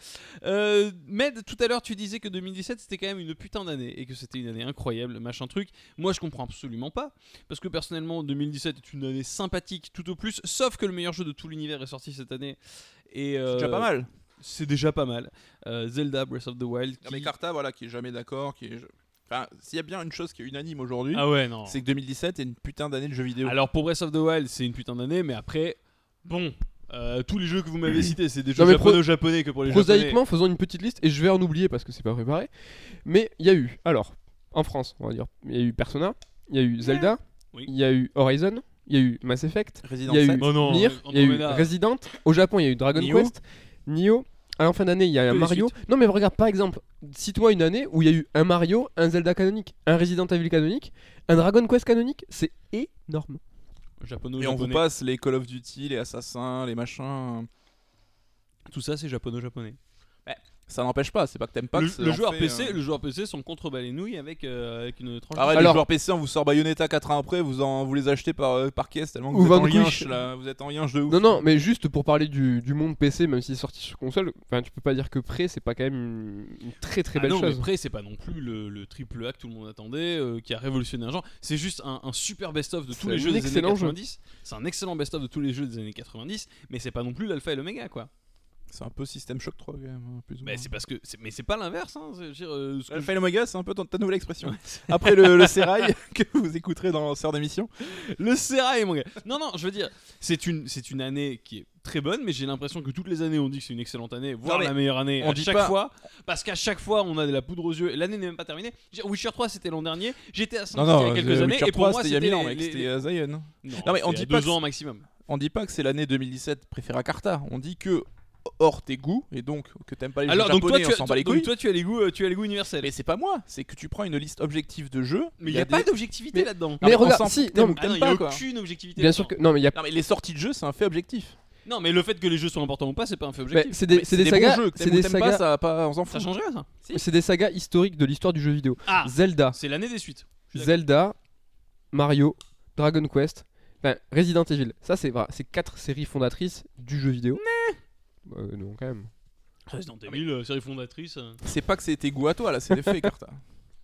A: Euh, Med, tout à l'heure, tu disais que 2017 c'était quand même une putain d'année et que c'était une année incroyable, machin truc. Moi, je comprends absolument pas parce que personnellement, 2017 est une année sympathique tout au plus, sauf que le meilleur jeu de tout l'univers est sorti cette année. Et
B: C'est déjà
A: euh,
B: pas mal.
A: C'est déjà pas mal. Euh, Zelda Breath of the Wild.
B: Non, mais
A: qui-
B: Carta, voilà, qui est jamais d'accord. qui est- Enfin, s'il y a bien une chose qui est unanime aujourd'hui,
A: Ah ouais, non.
B: c'est que 2017 est une putain d'année de jeux vidéo.
A: Alors pour Breath of the Wild, c'est une putain d'année, mais après, bon, euh, tous les jeux que vous m'avez cités, c'est des jeux
C: Non, mais pro-
A: japonais-japonais que pour les japonais.
C: Prosaïquement, faisons une petite liste et je vais en oublier parce que c'est pas préparé. Mais il y a eu, alors, en France, on va dire, il y a eu Persona, il y a eu Zelda, il
A: Oui.
C: y a eu Horizon, il y a eu Mass Effect, il
B: Resident
C: y a eu
B: Evil.
A: Bon, non,
C: Nier,
A: euh,
C: il y a eu
A: Andromeda.
C: Resident, au Japon il y a eu Dragon
B: Nioh.
C: Quest, Nioh. À la fin d'année, il y a
A: Que
C: un
A: des
C: Mario. Non, mais regarde, par exemple, cite-moi une année où il y a eu un Mario, un Zelda canonique, un Resident Evil canonique, un Dragon Quest canonique. C'est énorme.
B: Et on vous
A: Japono-japonais.
B: passe les Call of Duty, les Assassins, les machins.
A: Tout ça, c'est japono-japonais.
B: Ça n'empêche pas, c'est pas que t'aimes pas
A: le,
B: que ça
A: le
B: en
A: joueur
B: fait,
A: PC,
B: euh, Ah
A: le joueur PC sont contre balénouilles avec, euh, avec une tranche. de-
B: Arrête, les
C: Alors-
B: joueurs PC, on vous sort Bayonetta 4 ans après, vous, en, vous les achetez par, euh, par caisse tellement que
C: Ou
B: vous êtes, en
C: Vanquish.
B: yinche, là, vous êtes en yinche de ouf.
C: Non, non, mais juste pour parler du, du monde PC, même s'il est sorti sur console, enfin, tu peux pas dire que prêt, c'est pas quand même une, une très très
A: Ah
C: belle
A: non,
C: chose.
A: mais après, c'est pas non plus le, le triple A que tout le monde attendait, euh, qui a révolutionné un genre. C'est juste un, un super best-of de tous
C: C'est
A: les
C: un
A: jeux des années
C: excellent jeu.
A: 90. C'est un excellent best-of de tous les jeux des années 90, mais c'est pas non plus l'alpha et l'oméga, quoi.
B: C'est un peu System Shock 3 quand même, hein, plus ou moins.
A: Mais c'est parce que, c'est- mais c'est pas l'inverse, hein. c'est- je veux dire, euh, ce que
B: Alpha et Omega, c'est un peu ton- ta nouvelle expression.
A: Ouais,
B: Après
A: [LAUGHS]
B: le, le sérail [LAUGHS] que vous écouterez dans Sœur d'émission.
A: je- le sérail, mon gars. Non, non, je veux dire, c'est une, c'est une année qui est très bonne, mais j'ai l'impression que toutes les années on dit que c'est une excellente année, voire
B: mais
A: la meilleure année
B: on
A: à
B: dit
A: chaque
B: pas-
A: fois, parce qu'à chaque fois on a de la poudre aux yeux. et L'année n'est même pas terminée. Je veux dire, Witcher 3 c'était l'an dernier, j'étais à 5 il y a quelques
B: The
A: années,
B: euh, Witcher
A: et pour
B: 3,
A: moi
B: c'était il y a
A: c'était
B: 1000 ans,
A: les-
B: mec,
A: les-
B: c'était euh, Zion.
A: Non,
B: Non, mais on
A: c'était
B: dit
A: à
B: pas
A: deux
B: que
A: ans maximum.
B: On dit pas que c'est l'année 2017 préférée à Carta, on dit que hors tes goûts et donc que t'aimes pas les
A: Alors
B: jeux
A: donc toi,
B: japonais,
A: tu
B: on
A: as,
B: s'en bat les
A: donc
B: couilles.
A: toi, tu as les goûts, euh, tu as les goûts universels.
B: Mais c'est pas moi, c'est que tu prends une liste objective de jeux.
A: Mais il n'y a, pas
B: des-
A: d'objectivité
C: Mais-
A: là-dedans.
B: Non,
C: Mais
B: on
C: regarde,
B: s'en
C: si,
B: fout, t'aimes
C: non,
B: ou
A: Ah non,
B: t'aimes
A: il n'y a
B: pas quoi.
A: aucune objectivité.
C: Bien sûr que.
A: là-dedans.
C: Non, mais il y a
B: Non mais les sorties de jeux, c'est un fait objectif.
A: Non, mais le fait que les jeux soient importants ou pas, c'est pas un fait
C: Mais
A: objectif.
C: c'est des,
B: Mais
C: c'est des sagas,
B: bons jeux, que
C: c'est
B: t'aimes ou
C: des
B: t'aimes pas,
C: sagas,
B: ça va pas, on s'en
A: Ça
B: fout.
A: change rien ça.
C: c'est des sagas historiques de l'histoire du jeu vidéo.
A: Ah,
C: Zelda,
A: c'est l'année des suites. Je suis d'accord.
C: Zelda, Mario, Dragon Quest, enfin Resident Evil. Ça, c'est voilà, c'est quatre séries fondatrices du jeu vidéo. Euh, non, quand même.
A: Resident Evil, euh, série fondatrice. euh.
B: C'est pas que c'est tes goûts à toi là, c'est des faits Carta.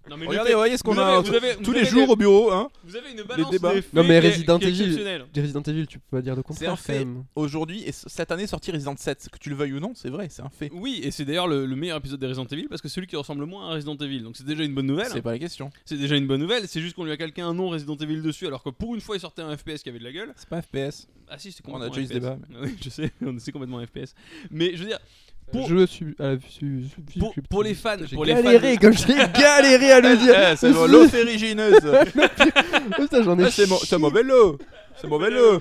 A: Non, [LAUGHS] mais le
B: Regardez,
A: fait-
B: voyez ce qu'on
A: vous
B: a
A: avez- vous avez-
B: tous
A: vous
B: les
A: avez
B: jours
A: des-
B: au bureau, hein.
A: Vous avez une balance
B: débats.
A: des faits
C: Non, mais
A: qui est-
C: Resident
A: qui est
C: Evil-
A: exceptionnelle.
C: Des Resident Evil, tu peux pas dire de contraire.
B: fait.
C: quand même.
B: Aujourd'hui et c- cette année sortie Resident 7, que tu le veuilles ou non, c'est vrai, c'est un fait.
A: Oui, et c'est d'ailleurs le, le meilleur épisode des Resident Evil parce que c'est celui qui ressemble le moins à Resident Evil. Donc c'est déjà une bonne nouvelle.
B: C'est pas la question.
A: C'est déjà une bonne nouvelle. C'est juste qu'on lui a calqué un nom Resident Evil dessus alors que pour une fois il sortait un FPS qui avait de la gueule.
B: C'est pas FPS.
A: Ah si, c'est
B: On
A: complètement
B: a déjà eu ce
A: FPS.
B: débat,
A: [LAUGHS] Oui, je sais, on c'est complètement un FPS. Mais je veux dire, pour,
C: Je suis. à la- su- su-
A: pour,
C: su-
A: pour les fans,
C: J'ai
A: pour les fans,
C: galéré, comme j'ai galéré à le dire.
B: Eh, c'est bon, l'eau ferrigineuse. [LAUGHS]
C: Putain, j'en ai.
B: Ah, C'est mo- c'est mauvais l'eau. C'est mauvais l'eau.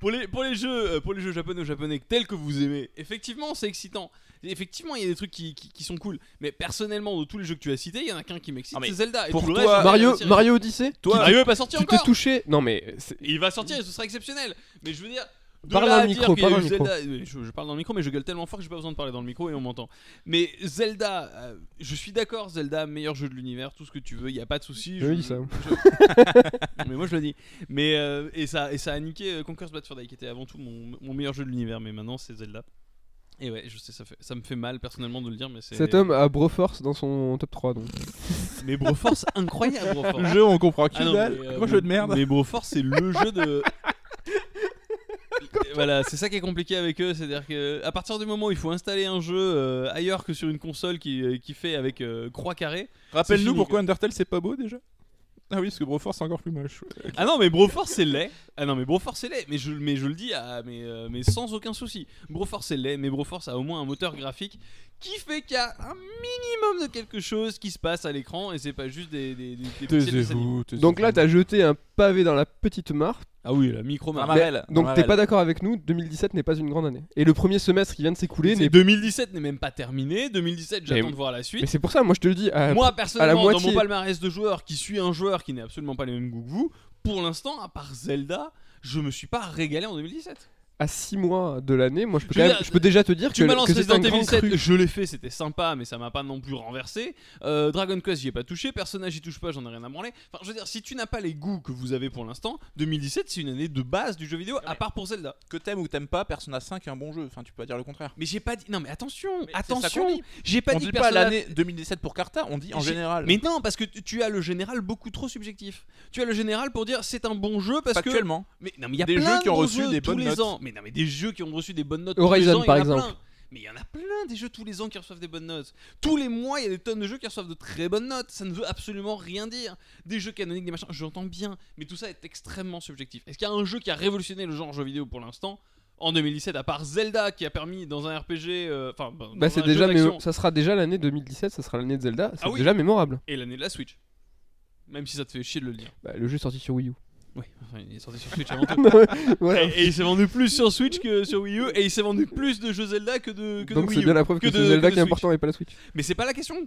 A: pour les pour les jeux euh, pour les jeux japonais japonais tels que vous aimez, effectivement, c'est excitant. Et Effectivement, il y a des trucs qui, qui, qui sont cool. Mais personnellement, de tous les jeux que tu as cités, il y en a qu'un qui m'excite,
B: Ah, mais
A: c'est Zelda. Et
B: pour
A: tout le
B: toi-
A: reste, c'est
C: Mario,
A: la série.
C: Mario Odyssey.
B: Toi,
A: Mario est pas sorti
C: Tu
A: encore.
C: t'es touché. Non mais c'est-
A: Il va sortir et ce sera exceptionnel. Mais je veux dire. De
C: Parle
A: là
C: dans
A: à
C: le
A: dire
C: micro,
A: qu'il y a
C: parle
A: eu
C: dans le
A: Zelda- oui, Je, je parle dans le micro, mais je gueule tellement fort que j'ai pas besoin de parler dans le micro et on m'entend. Mais Zelda, euh, je suis d'accord, Zelda, meilleur jeu de l'univers, tout ce que tu veux, il y a pas de souci.
C: Je
A: je-
C: dis ça. [LAUGHS]
A: mais moi je le dis. Mais euh, et ça et ça a niqué euh, Conker's Bad Fur Day qui était avant tout mon, mon meilleur jeu de l'univers, mais maintenant c'est Zelda. Et ouais, je sais, ça, fait, ça me fait mal personnellement de le dire, mais c'est.
C: Cet homme a Broforce dans son top 3 donc.
A: Mais Broforce, incroyable Broforce.
B: Le jeu, on comprend que
A: Ah non,
B: dalle.
A: mais, euh,
B: Gros jeu de merde.
A: Mais Broforce, c'est le jeu
B: [LAUGHS]
A: de. Et voilà, c'est ça qui est compliqué avec eux, c'est-à-dire que à partir du moment où il faut installer un jeu euh, ailleurs que sur une console qui, euh, qui fait avec euh, croix carrée.
B: Rappelle-nous
A: fini,
B: pourquoi Undertale c'est pas beau déjà Ah oui, parce que Broforce c'est encore plus moche.
A: Ah non, mais Broforce c'est laid. Ah non, mais Broforce c'est laid. Mais je, mais je le dis, ah, mais, euh, mais sans aucun souci. Broforce c'est laid, mais Broforce a au moins un moteur graphique qui fait qu'il y a un minimum de quelque chose qui se passe à l'écran et c'est pas juste des, des, des, des pixels dessinés.
C: Donc là t'as jeté un pavé dans la petite mare.
A: Ah oui, la micro
B: Ah,
A: marque.
B: Marvel, non,
C: Donc t'es
B: Marvel.
C: pas d'accord avec nous 2017 n'est pas une grande année. Et le premier semestre qui vient de s'écouler
A: C'est-
C: n'est
A: 2017 n'est même pas terminé. 2017, j'attends
C: Mais-
A: de voir la suite.
C: Mais c'est pour ça moi je te le dis. à-
A: Moi, personnellement, dans
C: moitié.
A: mon palmarès de joueurs qui suit un joueur qui n'est absolument pas les mêmes goûts que vous, pour l'instant, à part Zelda, je me suis pas régalé en 2017.
C: à 6 mois de l'année, moi je peux,
A: Je
C: quand
A: veux
C: même-
A: dire,
C: je peux déjà te dire
A: Tu
C: que,
A: balances
C: que c'est
A: Resident
C: un grand
A: Evil 7,
C: cru.
A: je l'ai fait, c'était sympa, mais ça m'a pas non plus renversé. Euh, Dragon Quest, j'y ai pas touché. Personnage, j'y touche pas, j'en ai rien à branler. Enfin, je veux dire, si tu n'as pas les goûts que vous avez pour l'instant, 2017, c'est une année de base du jeu vidéo, à part pour Zelda.
B: que t'aimes ou t'aimes pas, Persona 5 est un bon jeu. Enfin, tu peux pas dire le contraire.
A: Mais j'ai pas dit. Non, mais attention,
B: c'est ça
A: attention.
B: qu'on dit.
A: J'ai pas
B: on
A: dit
B: dit
A: que
B: pas
A: Persona-
B: l'année 2017 pour Carta, on dit en
A: J'ai-
B: général.
A: Mais non, parce que tu tu as le général beaucoup trop subjectif. Tu as le général pour dire c'est un bon jeu parce que
B: Factuellement.
A: Mais non, mais il y a
B: Des
A: plein
B: jeux qui ont
A: de bons
B: reçu
A: jeux
B: des
A: tous
B: bonnes
A: les
B: notes.
A: ans. Mais non, mais des jeux qui ont reçu des bonnes notes.
C: Horizon,
A: tous les ans,
C: par
A: il y en a
C: exemple.
A: plein. Mais il y en a plein des jeux tous les ans qui reçoivent des bonnes notes. Tous les mois, il y a des tonnes de jeux qui reçoivent de très bonnes notes. Ça ne veut absolument rien dire. Des jeux canoniques, des machins, j'entends bien. Mais tout ça est extrêmement subjectif. Est-ce qu'il y a un jeu qui a révolutionné le genre jeu vidéo pour l'instant en 2017, à part Zelda qui a permis dans un RPG, euh, enfin, dans
C: Bah
A: un
C: c'est
A: jeu
C: déjà
A: d'action,
C: mémo- ça sera déjà l'année 2017, ça sera l'année de Zelda, c'est
A: Ah oui.
C: déjà mémorable.
A: et l'année de la Switch. Même si ça te fait chier de le dire.
C: Bah, le jeu est sorti sur Wii U.
A: Oui, enfin, il est sorti sur
B: [LAUGHS]
A: Switch avant tout.
C: [LAUGHS] Voilà.
A: Et, et il s'est vendu plus sur Switch que sur Wii U, et il s'est vendu plus de jeux Zelda que de, que de
C: Donc
A: Wii
C: c'est
A: U.
C: bien la preuve que,
A: que
C: c'est
A: de-
C: Zelda
A: que de
C: qui est important et pas la Switch.
A: Mais c'est pas la question.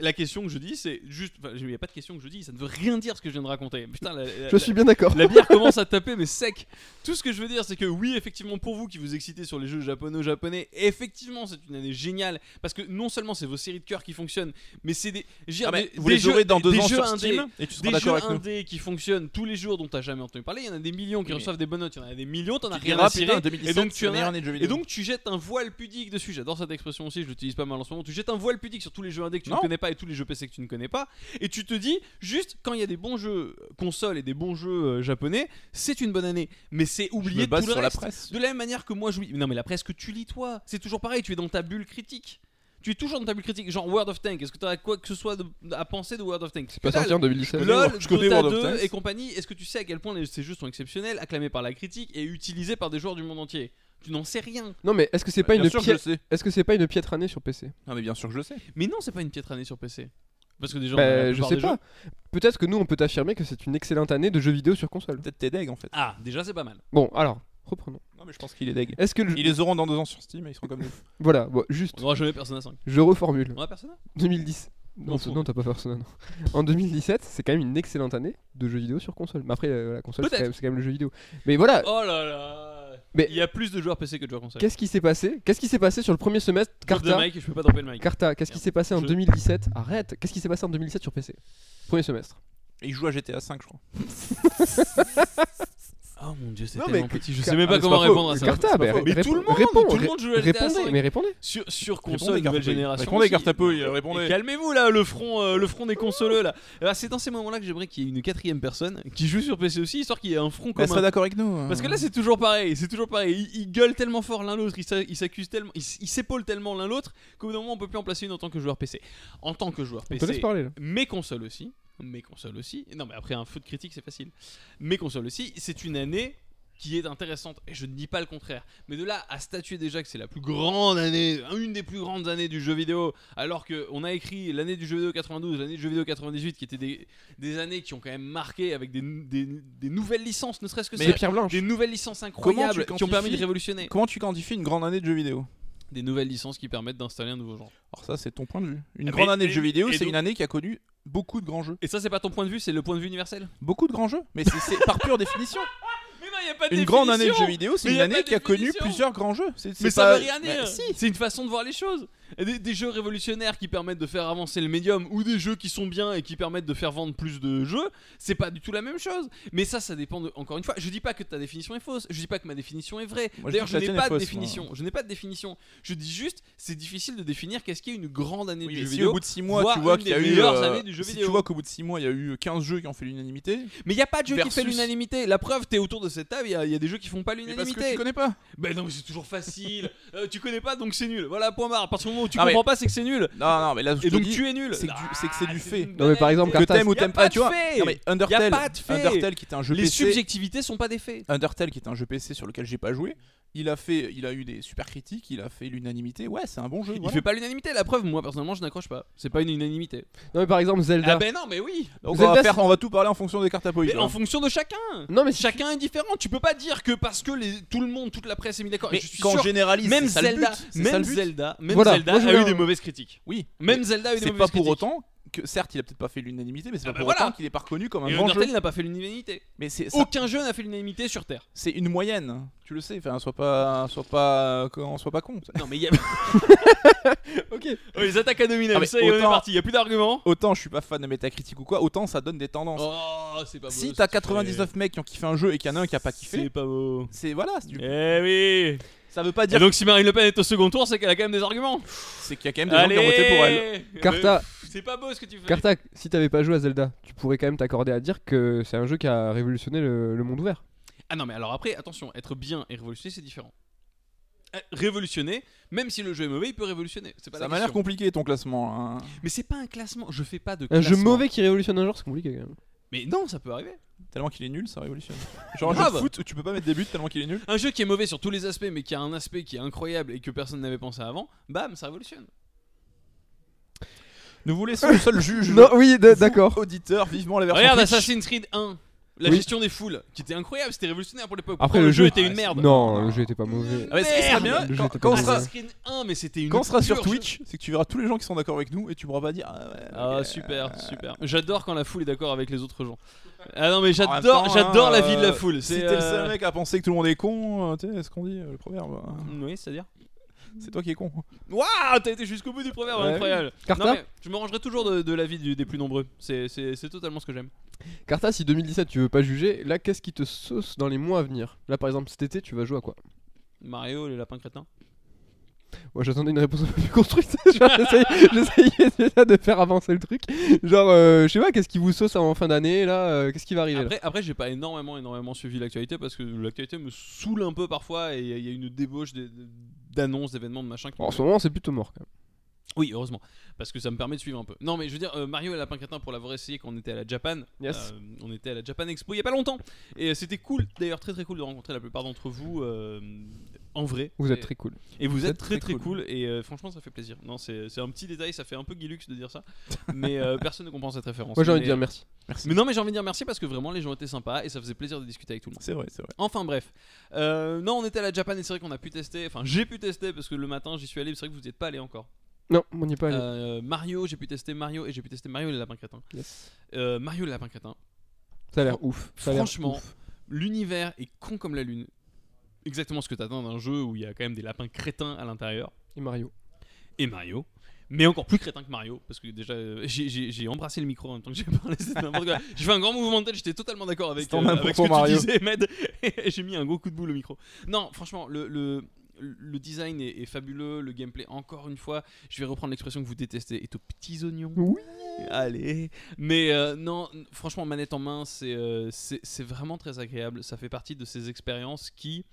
A: la question que je dis, c'est juste. enfin, Il n'y a pas de question que je dis, ça ne veut rien dire ce que je viens de raconter. Putain, la, la-
C: Je suis bien d'accord.
A: la bière commence à taper, mais sec. Tout ce que je veux dire, c'est que oui, effectivement, pour vous qui vous excitez sur les jeux japono-japonais, effectivement, c'est une année géniale. Parce que non seulement c'est vos séries de cœur qui fonctionnent, mais c'est des. je veux dire,
B: Ah, mais
A: des-
B: vous
A: des
B: les aurez dans
A: des-
B: deux
A: des
B: ans
A: jeux
B: sur
A: indés-
B: Steam et tu
A: des
B: seras
A: jeux
B: d'accord avec nous.
A: indés qui fonctionnent tous les jours dont t'as jamais entendu parler, il y en a des millions qui
B: Oui, mais-
A: reçoivent des bonnes notes, il y en a des millions, t'en as
B: Tu
A: rien
B: diras,
A: à cirer.
B: putain, 2017,
A: donc tu
B: c'est la
A: en as-
B: meilleure année de jeux
A: Et
B: vidéo.
A: donc tu jettes un voile pudique dessus, j'adore cette expression aussi, je l'utilise pas mal en ce moment, tu jettes un voile pudique sur tous les jeux indés que tu
B: Non.
A: ne connais pas et tous les jeux PC que tu ne connais pas, et tu te dis juste quand il y a des bons jeux euh, consoles et des bons jeux euh, japonais, c'est une bonne année, mais c'est
B: je me
A: oublier tout
B: base
A: le
B: sur la
A: reste.
B: presse.
A: De la même manière que moi je lis- Non mais la presse que tu lis toi, c'est toujours pareil, tu es dans ta bulle critique. Tu es toujours dans ta bulle critique, genre World of Tanks, est-ce que tu as quoi que ce soit de- à penser de World of Tanks
C: C'est pas sorti en 2017.
A: LOL,
B: Je connais
A: Dota
B: World of
A: 2
B: Tanks.
A: et compagnie, est-ce que tu sais à quel point les- ces jeux sont exceptionnels, acclamés par la critique et utilisés par des joueurs du monde entier Tu n'en sais rien.
C: Non, mais est-ce que c'est pas
B: bien
C: une
B: sûr que je
C: piètre
B: sais.
C: Est-ce que c'est pas une piètre année sur PC
B: Non mais bien sûr que je sais.
A: Mais non, c'est pas une piètre année sur PC. Parce que déjà, on a la
C: Bah, je
A: plupart
C: sais
A: des
C: pas.
A: jeux-
C: Peut-être que nous, on peut affirmer que c'est une excellente année de jeux vidéo sur console.
B: Peut-être t'es deg en fait.
A: Ah, déjà c'est pas mal.
C: Bon, alors, reprenons.
B: Non mais je pense qu'il est deg.
C: Est-ce que le...
B: Ils les auront dans deux ans sur Steam et ils seront comme nous.
C: voilà, bon, juste,
A: On aura jamais Persona 5.
C: je reformule.
A: On a Persona
C: Euh, 2010. Non,
A: fou.
C: non, t'as pas Persona, non. En 2017, c'est quand même une excellente année de jeux vidéo sur console. Mais après, euh, la console, c'est
A: Peut-être.
C: quand, même- c'est quand même le jeu vidéo. Mais voilà,
A: Oh là là
C: Mais-
A: Il y a plus de joueurs PC que de joueurs console.
C: qu'est-ce qui s'est passé Qu'est-ce qui s'est passé sur le premier semestre
A: Drop de
C: Carta,
A: mic, je peux pas dropper le mic.
C: Carta, qu'est-ce qui
A: Merde.
C: s'est passé en
A: Je-
C: 2017 Arrête Qu'est-ce qui s'est passé en 2017 sur PC Premier semestre.
B: Et ils jouent à GTA 5 je crois.
A: Oh mon dieu, c'est
C: Non,
A: tellement
C: mais
A: petit, je
C: Car-
A: sais même
C: Ah,
A: pas
C: mais c'est
A: comment
C: pas
A: répondre
C: faux.
A: à ça.
C: Carta, mais,
A: Mais
C: ré-
A: tout le monde,
C: réponds,
A: tout le
C: ré-
A: monde joue à GTA
C: répondez,
A: cinq.
C: mais répondez.
A: Sur, sur console nouvelle
B: Cartapouille.
A: génération.
B: Répondez
A: aussi.
B: Cartapouille,
A: Et
B: répondez.
A: Calmez-vous là, le front, euh, le front des consoleux là. Euh, C'est dans ces moments-là que j'aimerais qu'il y ait une quatrième personne qui joue sur PC aussi, histoire qu'il y ait un front
B: Elle serait
A: commun.
B: d'accord avec nous. hein.
A: Parce que là c'est toujours pareil, c'est toujours pareil. Ils, ils gueulent tellement fort l'un l'autre, ils s'a- ils s'accusent tellement, ils s- ils s'épaulent tellement l'un l'autre qu'au bout d'un moment on peut plus en placer une en tant que joueur PC. En tant que joueur
C: On te laisse
A: PC,
C: parler là.
A: mes consoles aussi, mes consoles aussi. Non mais après un feu de critique c'est facile. Mes consoles aussi, c'est une année qui est intéressante et je ne dis pas le contraire. Mais de là à statuer déjà que c'est la plus grande année, une des plus grandes années du jeu vidéo, alors que on a écrit l'année du jeu vidéo 92, l'année du jeu vidéo 98 qui étaient des, des années qui ont quand même marqué avec des, des- des nouvelles licences, ne serait-ce que ça
C: C'est Pierre Blanche.
A: des nouvelles licences
B: Comment
A: incroyables
B: tu
A: qui ont permis de
B: quantifies-
A: révolutionner.
B: Comment tu quantifies une grande année de jeux vidéo
A: Des nouvelles licences qui permettent d'installer un nouveau genre.
B: Alors ça c'est ton point de vue. Une
A: Ah,
B: grande
A: mais-
B: année de
A: et-
B: jeux vidéo
A: et
B: c'est
A: donc-
B: une année qui a connu beaucoup de grands jeux.
A: Et ça, c'est pas ton point de vue, c'est le point de vue universel
B: Beaucoup de grands jeux, mais c'est- c'est par pure [LAUGHS] définition.
A: Mais non, y a pas de
B: Une grande année de
A: définition.
B: jeux vidéo, c'est
A: Mais
B: une
A: y a pas
B: année
A: de
B: qui a connu
A: définition.
B: plusieurs grands jeux. C'est-
A: Mais
B: c'est
A: ça
B: pas-
A: veut rien dire.
B: Bah, si.
A: C'est une façon de voir les choses. Et Des, des jeux révolutionnaires qui permettent de faire avancer le médium ou des jeux qui sont bien et qui permettent de faire vendre plus de jeux, c'est pas du tout la même chose. Mais ça, ça dépend de- encore une fois. Je dis pas que ta définition est fausse. Je dis pas que ma définition est vraie.
B: Moi, je
A: D'ailleurs,
B: dis que
A: je
B: la
A: n'ai
B: tienne
A: pas
B: est
A: de
B: fausse,
A: définition. Je n'ai pas de définition. Je dis juste, c'est difficile de définir qu'est-ce qui est une grande année
B: Oui,
A: du
B: mais
A: jeu
B: si
A: vidéo.
B: au bout de 6 mois
A: voire
B: tu vois
A: une
B: qu'il y a
A: des
B: eu
A: meilleures
B: euh,
A: années du jeu
B: si
A: vidéo.
B: tu vois qu'au bout de 6 mois il y a eu 15 jeux qui ont fait l'unanimité
A: Mais il n'y a pas de jeu qui fait
B: Versus.
A: l'unanimité. La preuve, t'es autour de cette table, il y, a- y a des jeux qui font pas
B: mais parce que
A: l'unanimité.
B: tu connais pas
A: Ben non, mais c'est toujours facile. Euh, tu connais pas, donc c'est nul. Voilà, point barre. À partir du moment où tu
B: Ah, mais-
A: comprends pas, c'est que c'est nul.
B: non non mais là je
A: Et
B: te
A: donc
B: dis
A: tu es nul.
B: c'est que du- c'est que c'est du
A: Ah,
B: fait.
A: une
C: Non, mais par
A: banalité.
C: exemple,
B: que
C: Cartas.
B: t'aimes ou
A: Y a
B: t'aimes
A: pas
B: pas
A: de
B: tu vois
A: fait.
B: non mais Undertale
A: pas de fait.
B: Undertale qui était un jeu
A: les
B: PC
A: subjectivités sont pas des faits.
B: Undertale qui est un jeu PC sur lequel j'ai pas joué il a fait il a eu des super critiques il a fait l'unanimité ouais c'est un bon jeu
A: Il
B: voilà.
A: fait pas l'unanimité. La preuve, moi personnellement, je n'accroche pas. C'est pas une unanimité.
C: Non, mais par exemple, Zelda.
A: Ah ben non, mais oui.
B: Donc,
C: Zelda,
B: on va,
C: c'est-
B: faire- on va tout parler en fonction des cartes à hein.
A: Mais
B: poésie
A: en fonction de chacun.
C: Non, mais si
A: Chacun est différent. Tu peux pas dire que parce que les- tout le monde, toute la presse est mis d'accord. et
B: mais
A: Je suis
B: quand
A: sûr
B: généralise
A: même
B: c'est ça le
A: Zelda,
B: but, c'est ça
A: même
B: le but.
A: Zelda, même
C: Voilà,
A: Zelda
C: moi, je
A: a
C: voulais
A: eu des
C: un-
A: mauvaises critiques.
B: oui
A: Même Zelda a eu des
B: c'est
A: mauvaises
B: pas
A: critiques.
B: pour autant que certes il a peut-être pas fait l'unanimité mais c'est
A: Ah
B: pas
A: bah
B: pour
A: voilà.
B: autant qu'il est pas reconnu comme un
A: Et
B: grand jeu
A: Undertale oh. n'a pas fait l'unanimité.
B: mais c'est ça-
A: Aucun jeu n'a fait l'unanimité sur Terre.
B: c'est une moyenne hein. tu le sais enfin sois pas sois pas comment- sois pas con
A: Non mais
B: [LAUGHS]
A: il y a
C: Ok.
A: Oh, les attaques à dominer,
B: Ah, mais
A: ça y est, on est
B: autant-
A: parti, il y a plus d'arguments.
B: autant je suis pas fan de métacritique ou quoi, autant ça donne des tendances.
A: Oh, c'est pas beau.
B: si
A: ça,
B: t'as
A: c'est-
B: 99 mecs qui ont kiffé un jeu et qu'il y en a un qui a pas
A: C'est
B: kiffé,
A: pas beau.
B: c'est voilà, c'est du-
A: Eh oui.
B: ça veut pas
A: Et
B: dire
A: donc si Marine Le Pen est au second tour, c'est qu'elle a quand même des arguments.
B: c'est qu'il y a quand même des
A: Allez.
B: gens qui ont voté pour elle.
A: Euh,
C: Carta.
A: pff, C'est pas beau ce que tu fais.
C: Carta, si t'avais pas joué à Zelda, tu pourrais quand même t'accorder à dire que c'est un jeu qui a révolutionné le, le monde ouvert.
A: Ah non mais alors après, attention, être bien et révolutionner c'est différent. Euh, Révolutionner, même si le jeu est mauvais, il peut révolutionner. C'est pas
B: Ça
A: la
B: m'a l'air
A: question.
B: compliqué ton classement. hein.
A: Mais c'est pas un classement. Je fais pas de
C: Un
A: classement.
C: jeu mauvais qui révolutionne un genre, c'est compliqué quand même.
A: Mais non, ça peut arriver.
B: Tellement qu'il est nul, ça [LAUGHS] révolutionne. Genre un jeu de
A: Grave.
B: foot où tu peux pas mettre des buts tellement qu'il est nul.
A: Un jeu qui est mauvais sur tous les aspects, mais qui a un aspect qui est incroyable et que personne n'avait pensé avant, bam, ça révolutionne.
B: Nous vous laissons le seul juge.
C: Non, oui, d-
B: Vous,
C: d'accord.
B: Auditeurs, vivement la version.
A: Regarde
B: Twitch.
A: Assassin's Creed 1. La
C: Oui.
A: gestion des foules, qui était incroyable, c'était révolutionnaire pour l'époque.
C: Après,
A: Pourquoi
C: le
A: Oh, le jeu
C: jeu-
A: était une merde.
C: Non, le jeu était pas mauvais.
A: Merde.
B: Ah ouais, ce qui serait bien,
C: Le jeu
B: quand,
C: était
B: quand on
C: pas
B: sera,
C: mauvais.
A: Assassin's Creed 1, mais c'était une.
B: quand on sera sur
A: pure
B: Twitch, c'est que tu verras tous les gens qui sont d'accord avec nous et tu pourras pas dire. Ah, ouais,
A: Ah
B: ok.
A: super, super. J'adore quand la foule est d'accord avec les autres gens. Ah non mais
B: En même
A: j'adore,
B: temps,
A: j'adore
B: hein,
A: la vie de la
B: euh,
A: foule.
B: Si
A: C'est
B: t'es le seul mec à penser que tout le monde est con, euh, tu sais ce qu'on dit, euh, le proverbe. hein.
A: Oui, c'est-à-dire.
B: C'est toi qui es con.
A: Waouh, t'as été jusqu'au bout du proverbe,
C: Ouais.
A: incroyable.
C: Carta
A: Non mais je me rangerai toujours de, de la vie du- des plus nombreux. C'est- C'est c'est totalement ce que j'aime.
C: Carta, si 2017 tu veux pas juger, là qu'est-ce qui te sauce dans les mois à venir Là par exemple cet été tu vas jouer à quoi
A: Mario, les lapins crétins.
C: Ouais, j'attendais une réponse un peu plus construite. [LAUGHS] Genre, j'essayais- J'essayais déjà de faire avancer le truc. Genre, euh, je sais pas, qu'est-ce qui vous sauce en fin d'année là euh, Qu'est-ce qui va arriver là
A: Après, après j'ai pas énormément, énormément suivi l'actualité parce que l'actualité me saoule un peu parfois et il y a- il y a une débauche des- d'annonces, d'événements, de machin. qui
C: Bon, En
A: me-
C: ce moment, c'est plutôt mort quand même.
A: Oui, heureusement, parce que ça me permet de suivre un peu. Non, mais je veux dire, euh, Mario et Lapin Crétin, pour l'avoir essayé quand on était à la Japan,
C: Yes.
A: euh, on était à la Japan Expo il y a pas longtemps, et euh, c'était cool, d'ailleurs très très cool de rencontrer la plupart d'entre vous euh, en vrai.
C: Vous êtes
A: Et-
C: très cool.
A: et vous êtes très très cool, et euh, franchement ça fait plaisir. Non, c'est c'est un petit détail, ça fait un peu guilux de dire ça, mais euh, personne ne comprend cette référence.
C: Moi j'ai envie
A: Mais- euh,
C: de dire merci.
A: Mais non, mais j'ai envie de dire merci parce que vraiment les gens étaient sympas et ça faisait plaisir de discuter avec tout le monde.
B: C'est vrai, c'est vrai.
A: Enfin bref, Euh, non on était à la Japan et c'est vrai qu'on a pu tester, enfin j'ai pu tester parce que le matin j'y suis allé, c'est vrai que vous n'y êtes pas allé encore.
C: Non, on n'y est pas allé.
A: Euh, Mario, j'ai pu tester Mario et j'ai pu tester Mario et les lapins crétins.
C: Yes.
A: Euh, Mario et les lapins crétins,
C: Ça a l'air ouf. Ça a l'air
A: franchement,
C: ouf.
A: l'univers est con comme la lune. Exactement ce que t'attends d'un jeu où il y a quand même des lapins crétins à l'intérieur
C: Et Mario.
A: et Mario. Mais encore plus crétin que Mario, parce que déjà euh, j'ai- j'ai j'ai embrassé le micro en même temps que j'ai parlé, c'était n'importe
B: [LAUGHS]
A: quoi. J'ai fait un grand mouvement de tête, j'étais totalement d'accord avec, euh,
B: C'est en un
A: avec ce
B: pour
A: que
B: Mario.
A: tu disais, Med. Et [LAUGHS] j'ai mis un gros coup de boule au micro. Non, franchement, le, le, le design est, est fabuleux, le gameplay, encore une fois, je vais reprendre l'expression que vous détestez, est aux petits oignons.
C: Oui.
A: Allez. Mais euh, non, n- franchement, manette en main, c'est euh, c'est c'est vraiment très agréable. Ça fait partie de ces expériences qui.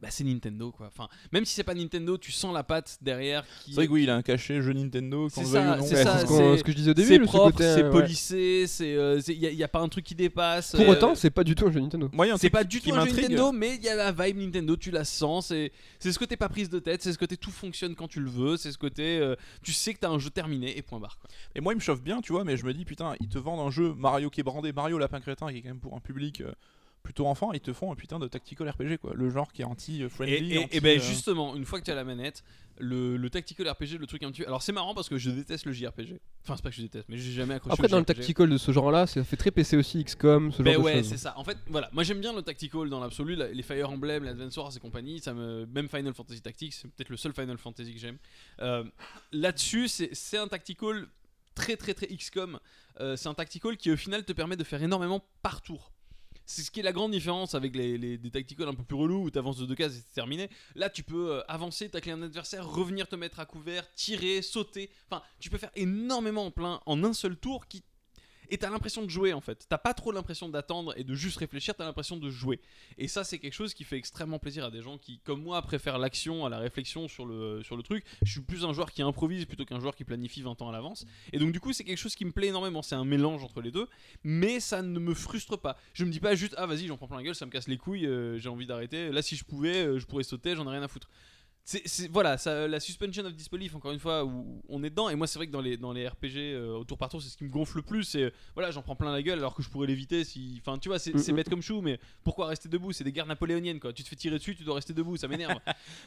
A: Bah, c'est Nintendo quoi. Enfin, même si c'est pas Nintendo, tu sens la patte derrière qui.
B: C'est vrai que oui, il a un cachet jeu Nintendo,
A: C'est
B: qu'on le
A: ça,
B: veuille ou non.
A: c'est
C: Ouais,
A: ça,
C: ce,
A: Ah, c'est-
C: qu'on- ce que je disais au début.
A: c'est
C: le- ce
A: propre,
C: côté,
A: c'est
C: euh, ouais.
A: polissé, c'est il n'y a, pas un truc qui dépasse.
C: Pour
A: euh,
C: autant, c'est pas du tout un jeu Nintendo.
B: Moi, il y a un
A: c'est
B: truc
A: pas du
B: qui
A: tout un jeu
B: m'intrigue.
A: Nintendo, mais il y a la vibe Nintendo, tu la sens. C'est c'est ce côté pas prise de tête, c'est ce côté tout fonctionne quand tu le veux, c'est ce côté euh, tu sais que t'as un jeu terminé et point barre. quoi.
B: Et moi, il me chauffe bien, tu vois, mais je me dis, putain, ils te vendent un jeu Mario qui est brandé, Mario Lapin Crétin, qui est quand même pour un public euh, plutôt enfant, ils te font un putain de tactical RPG, quoi. Le genre qui est
A: Et,
B: anti-friendly.
A: et-
B: anti,
A: et ben
B: euh,
A: justement, une fois que tu as la manette, le, le tactical RPG, le truc un petit. Alors c'est marrant parce que je déteste le JRPG. Enfin, c'est pas que je déteste, mais j'ai jamais accroché
C: Après,
A: au
C: dans le
A: JRPG.
C: tactical de ce genre là, ça fait très PC aussi, XCOM, ce genre
A: Ben
C: de
A: ouais, c'est
C: choses.
A: ça. En fait, voilà, moi j'aime bien le tactical dans l'absolu, la- les Fire Emblem, les Advance Wars et compagnie, ça me même Final Fantasy Tactics, c'est peut-être le seul Final Fantasy que j'aime. Euh, Là-dessus, c'est c'est un tactical très très très XCOM. Euh, c'est un tactical qui au final te permet de faire énormément par tour. C'est ce qui est la grande différence avec les, les- des tacticals un peu plus relous où t'avances de deux cases et c'est terminé. Là, tu peux euh, avancer, tacler un adversaire, revenir te mettre à couvert, tirer, sauter. Enfin, tu peux faire énormément en plein en un seul tour qui et t'as l'impression de jouer en fait. T'as pas trop l'impression d'attendre et de juste réfléchir, t'as l'impression de jouer. Et ça, c'est quelque chose qui fait extrêmement plaisir à des gens qui, comme moi, préfèrent l'action à la réflexion sur le, sur le truc. Je suis plus un joueur qui improvise plutôt qu'un joueur qui planifie 20 ans à l'avance. Et donc, du coup, c'est quelque chose qui me plaît énormément. C'est un mélange entre les deux, mais ça ne me frustre pas. Je me dis pas juste, ah vas-y, j'en prends plein la gueule, ça me casse les couilles, euh, j'ai envie d'arrêter. Là, si je pouvais, euh, je pourrais sauter, j'en ai rien à foutre. C'est, c'est- voilà, ça, la suspension of disbelief, encore une fois, où on est dedans. Et moi, c'est vrai que dans les, dans les RPG euh, au tour par tour, c'est ce qui me gonfle le plus. C'est, euh, voilà, j'en prends plein la gueule alors que je pourrais l'éviter. Si... Enfin, tu vois, c'est, c'est
C: Mm, mm.
A: bête comme chou, mais pourquoi rester debout C'est des guerres napoléoniennes, quoi. Tu te fais tirer dessus, tu dois rester debout, ça m'énerve.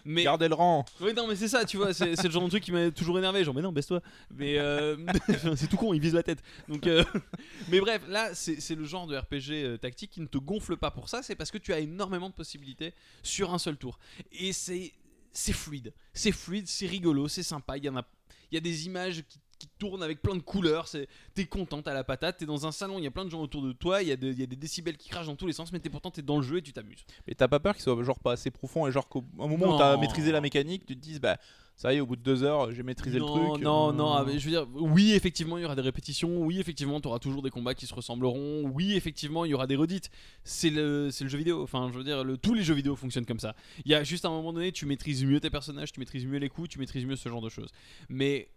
A: mais
B: Gardez le rang.
A: oui, non, mais c'est ça, tu vois, c'est c'est le genre de truc qui m'a toujours énervé. Genre, mais non, baisse-toi. Mais euh, [LAUGHS] c'est tout con, il vise la tête. Donc, euh, [LAUGHS] mais bref, là, c'est c'est le genre de RPG euh, tactique qui ne te gonfle pas pour ça. C'est parce que tu as énormément de possibilités sur un seul tour. Et c'est c'est fluide, c'est fluide, c'est rigolo, c'est sympa. Il y en a, il y a des images qui qui tournent avec plein de couleurs, c'est- t'es content, t'as la patate, t'es dans un salon, il y a plein de gens autour de toi, il y, a de- il y a des décibels qui crachent dans tous les sens, mais t'es pourtant t'es dans le jeu et tu t'amuses.
B: Et t'as pas peur qu'il soit genre pas assez profond et genre qu'au un moment
A: Non.
B: où t'as maîtrisé la mécanique, tu te dises, bah, ça y est, au bout de deux heures, j'ai maîtrisé le
A: non,
B: truc.
A: Non,
B: euh,
A: non, ah, mais je veux dire, oui, effectivement, il y aura des répétitions, oui, effectivement, tu auras toujours des combats qui se ressembleront, oui, effectivement, il y aura des redites. C'est le, c'est le jeu vidéo, enfin, je veux dire, le- tous les jeux vidéo fonctionnent comme ça. Il y a juste à un moment donné, tu maîtrises mieux tes personnages, tu maîtrises mieux les coups, tu maîtrises mieux ce genre de choses. Mais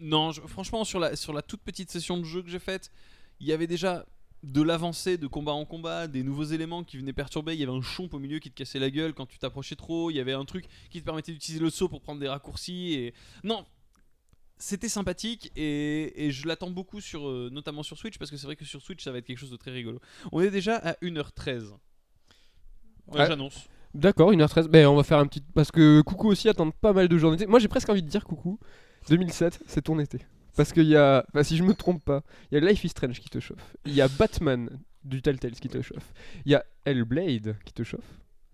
A: non, je- franchement, sur la, sur la toute petite session de jeu que j'ai faite, il y avait déjà de l'avancée de combat en combat, des nouveaux éléments qui venaient perturber, il y avait un chomp au milieu qui te cassait la gueule quand tu t'approchais trop, il y avait un truc qui te permettait d'utiliser le saut pour prendre des raccourcis et non, c'était sympathique et, et je l'attends beaucoup sur euh, notamment sur Switch parce que c'est vrai que sur Switch ça va être quelque chose de très rigolo. On est déjà à 1h13. Ouais,
C: Ouais.
A: J'annonce.
C: D'accord, 1h13. Ben, on va faire un petit. Parce que Coucou aussi attend pas mal de journées. d'été. Moi, j'ai presque envie de dire Coucou. 2007, c'est ton été. Parce qu'il y a. Enfin, si je me trompe pas, il y a Life is Strange qui te chauffe. Il y a Batman du Telltale qui te chauffe. Il y a Hellblade qui te chauffe.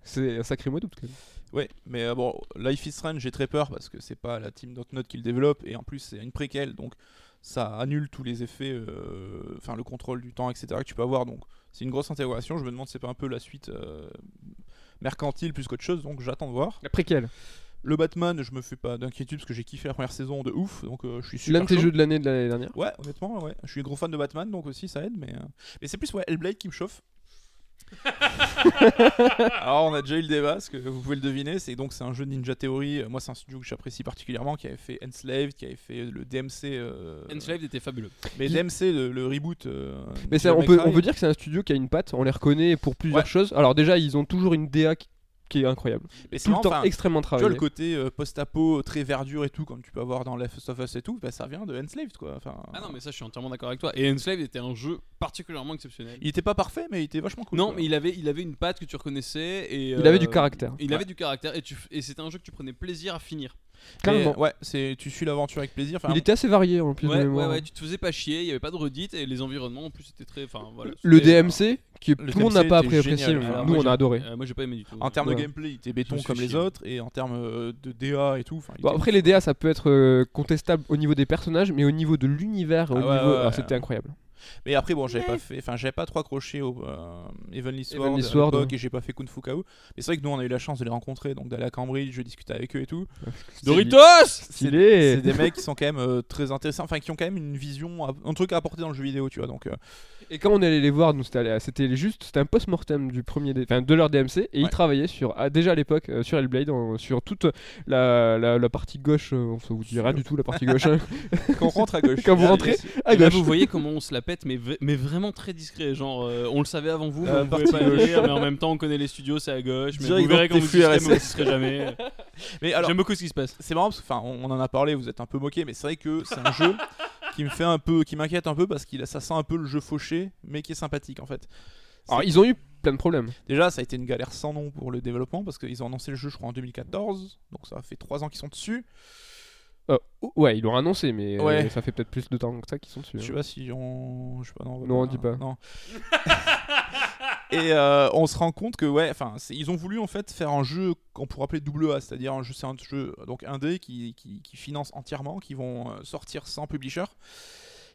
C: C'est un sacré mois d'août quand même.
B: Ouais, mais euh, bon, Life is Strange, j'ai très peur parce que c'est pas la team Note qui le développe et en plus c'est une préquelle donc ça annule tous les effets, euh, enfin le contrôle du temps, etc. que tu peux avoir donc c'est une grosse interrogation. Je me demande si c'est pas un peu la suite euh, mercantile plus qu'autre chose donc j'attends de voir.
C: Après quel
B: Le Batman, je me fais pas d'inquiétude parce que j'ai kiffé la première saison de ouf donc euh, je suis
C: L'un
B: super.
C: de tes
B: chaud.
C: jeux de l'année de l'année dernière.
B: Ouais, honnêtement, ouais. Je suis gros fan de Batman donc aussi ça aide mais, euh, mais c'est plus ouais, Hellblade qui
C: [LAUGHS]
B: me chauffe. Alors on a déjà eu le débat, ce que vous pouvez le deviner, c'est donc c'est un jeu de Ninja Theory. Euh, Moi c'est un studio que j'apprécie particulièrement, qui avait fait Enslaved, qui avait fait le DMC. euh,
A: Enslaved était fabuleux.
B: Mais
C: Qui-
B: DMC, le, le reboot. euh,
C: Mais
B: Devil
C: ça, on,
B: May
C: peut,
B: Cry.
C: on peut dire que c'est un studio qui a une patte, on les reconnaît pour plusieurs
B: Ouais.
C: choses. Alors déjà, ils ont toujours une DA qui, qui est incroyable.
B: Mais c'est
C: Tout le
B: marrant,
C: temps
B: enfin,
C: extrêmement
B: Tu vois
C: travaillé.
B: le côté euh, post-apo, très verdure et tout, comme tu peux avoir dans Left of Us et tout, bah, ça vient de Enslaved quoi. Enfin,
A: Ah non mais ça je suis entièrement d'accord avec toi. Et Enslaved était un jeu particulièrement exceptionnel.
B: Il était pas parfait, mais il était vachement cool.
A: non
B: quoi.
A: mais il avait, il avait une patte que tu reconnaissais et...
C: Il avait du
A: euh,
C: caractère.
A: Il avait du caractère et, tu f- et c'était un jeu que tu prenais plaisir à finir.
C: Carrément.
B: Mais, ouais, c'est tu suis l'aventure avec plaisir. Enfin,
C: Il était assez varié en plus de
A: Ouais, ouais,
C: mémoire.
A: ouais, tu te faisais pas chier, il y avait pas de redites et les environnements en plus c'était très... Enfin voilà.
C: Le
A: c'était-
C: DMC, qui est-
B: Le
C: tout le monde
B: DMC
C: n'a pas
B: était
C: apprécié,
B: génial.
C: mais
A: Alors,
C: nous
A: moi,
C: on a adoré.
A: Euh, moi j'ai pas aimé du tout.
B: En termes
C: Ouais.
B: de gameplay, il était
A: Je
B: béton
A: me suis
B: comme les
A: chié.
B: autres, et en termes euh, de DA et tout. enfin, il
C: Bon,
B: était-
C: après les DA ça peut être euh, contestable au niveau des personnages, mais au niveau de l'univers, au
B: Ah ouais,
C: niveau,
B: ouais, ouais.
C: ah, c'était incroyable.
B: Mais après, bon, j'avais pas fait, enfin, j'avais pas trop accroché au euh, Heavenly Sword,
C: Heavenly
B: à
C: Sword,
B: l'époque,
C: ouais.
B: et j'ai pas fait Kung Fu Kao. Mais c'est vrai que nous, on a eu la chance de les rencontrer, donc d'aller à Cambridge, je discutais avec eux et tout.
A: Doritos
B: C'est
C: Stylé.
B: des mecs qui sont quand même euh, très intéressants, enfin, qui ont quand même une vision, à- un truc à apporter dans le jeu vidéo, tu vois.
C: [LAUGHS]
B: Donc, euh,
C: Et quand on est allé les voir, nous c'était allé- c'était juste, c'était un post-mortem du premier, dé- enfin de leur DMC, et ils
B: Ouais.
C: travaillaient sur ah, déjà à l'époque euh, sur Hellblade, en- sur toute la, la, la partie gauche, euh, on ne vous dit rien du tout la partie gauche,
B: [LAUGHS]
C: hein.
B: quand on rentre à gauche.
C: Quand vous
B: Et-
C: rentrez,
B: et-
C: à
A: Et là,
C: gauche.
A: vous voyez comment on se la pète, mais, v- mais vraiment très discret. Genre, euh, on le savait avant vous, mais
B: La
A: on pouvait
B: partie
A: pas le
B: gauche.
A: dire, mais en même temps, on connaît les studios, c'est à gauche. Mais
B: Direct
A: vous verrez
B: dans
A: quand
B: tes
A: vous
B: flux
A: discuterez, mais vous
B: RSS.
A: discuterez jamais.
B: Mais [LAUGHS] alors,
A: J'aime beaucoup ce qui se passe.
B: c'est marrant parce que, enfin, on, on en a parlé, vous êtes un peu moqué, mais c'est vrai que c'est un jeu qui me fait un peu, qui m'inquiète un peu parce qu'il a- ça sent un peu le jeu fauché, mais qui est sympathique en fait.
C: Alors ils ont eu plein de problèmes.
B: Déjà, ça a été une galère sans nom pour le développement parce qu'ils ont annoncé le jeu, je crois, en 2014. Donc ça fait 3 ans qu'ils sont dessus.
C: Euh, ou- ouais, ils l'ont annoncé, mais euh,
B: Ouais.
C: ça fait peut-être plus de temps que ça qu'ils sont dessus.
B: Je sais
C: hein.
B: pas si on. Je sais pas, non. va
C: Non, on dit pas.
B: Non. [LAUGHS] Et euh, on se rend compte que, ouais, enfin, c'est- ils ont voulu en fait faire un jeu qu'on pourrait appeler double A, c'est-à-dire un jeu, c'est un jeu donc indé qui, qui, qui finance entièrement, qui vont euh, sortir sans publisher.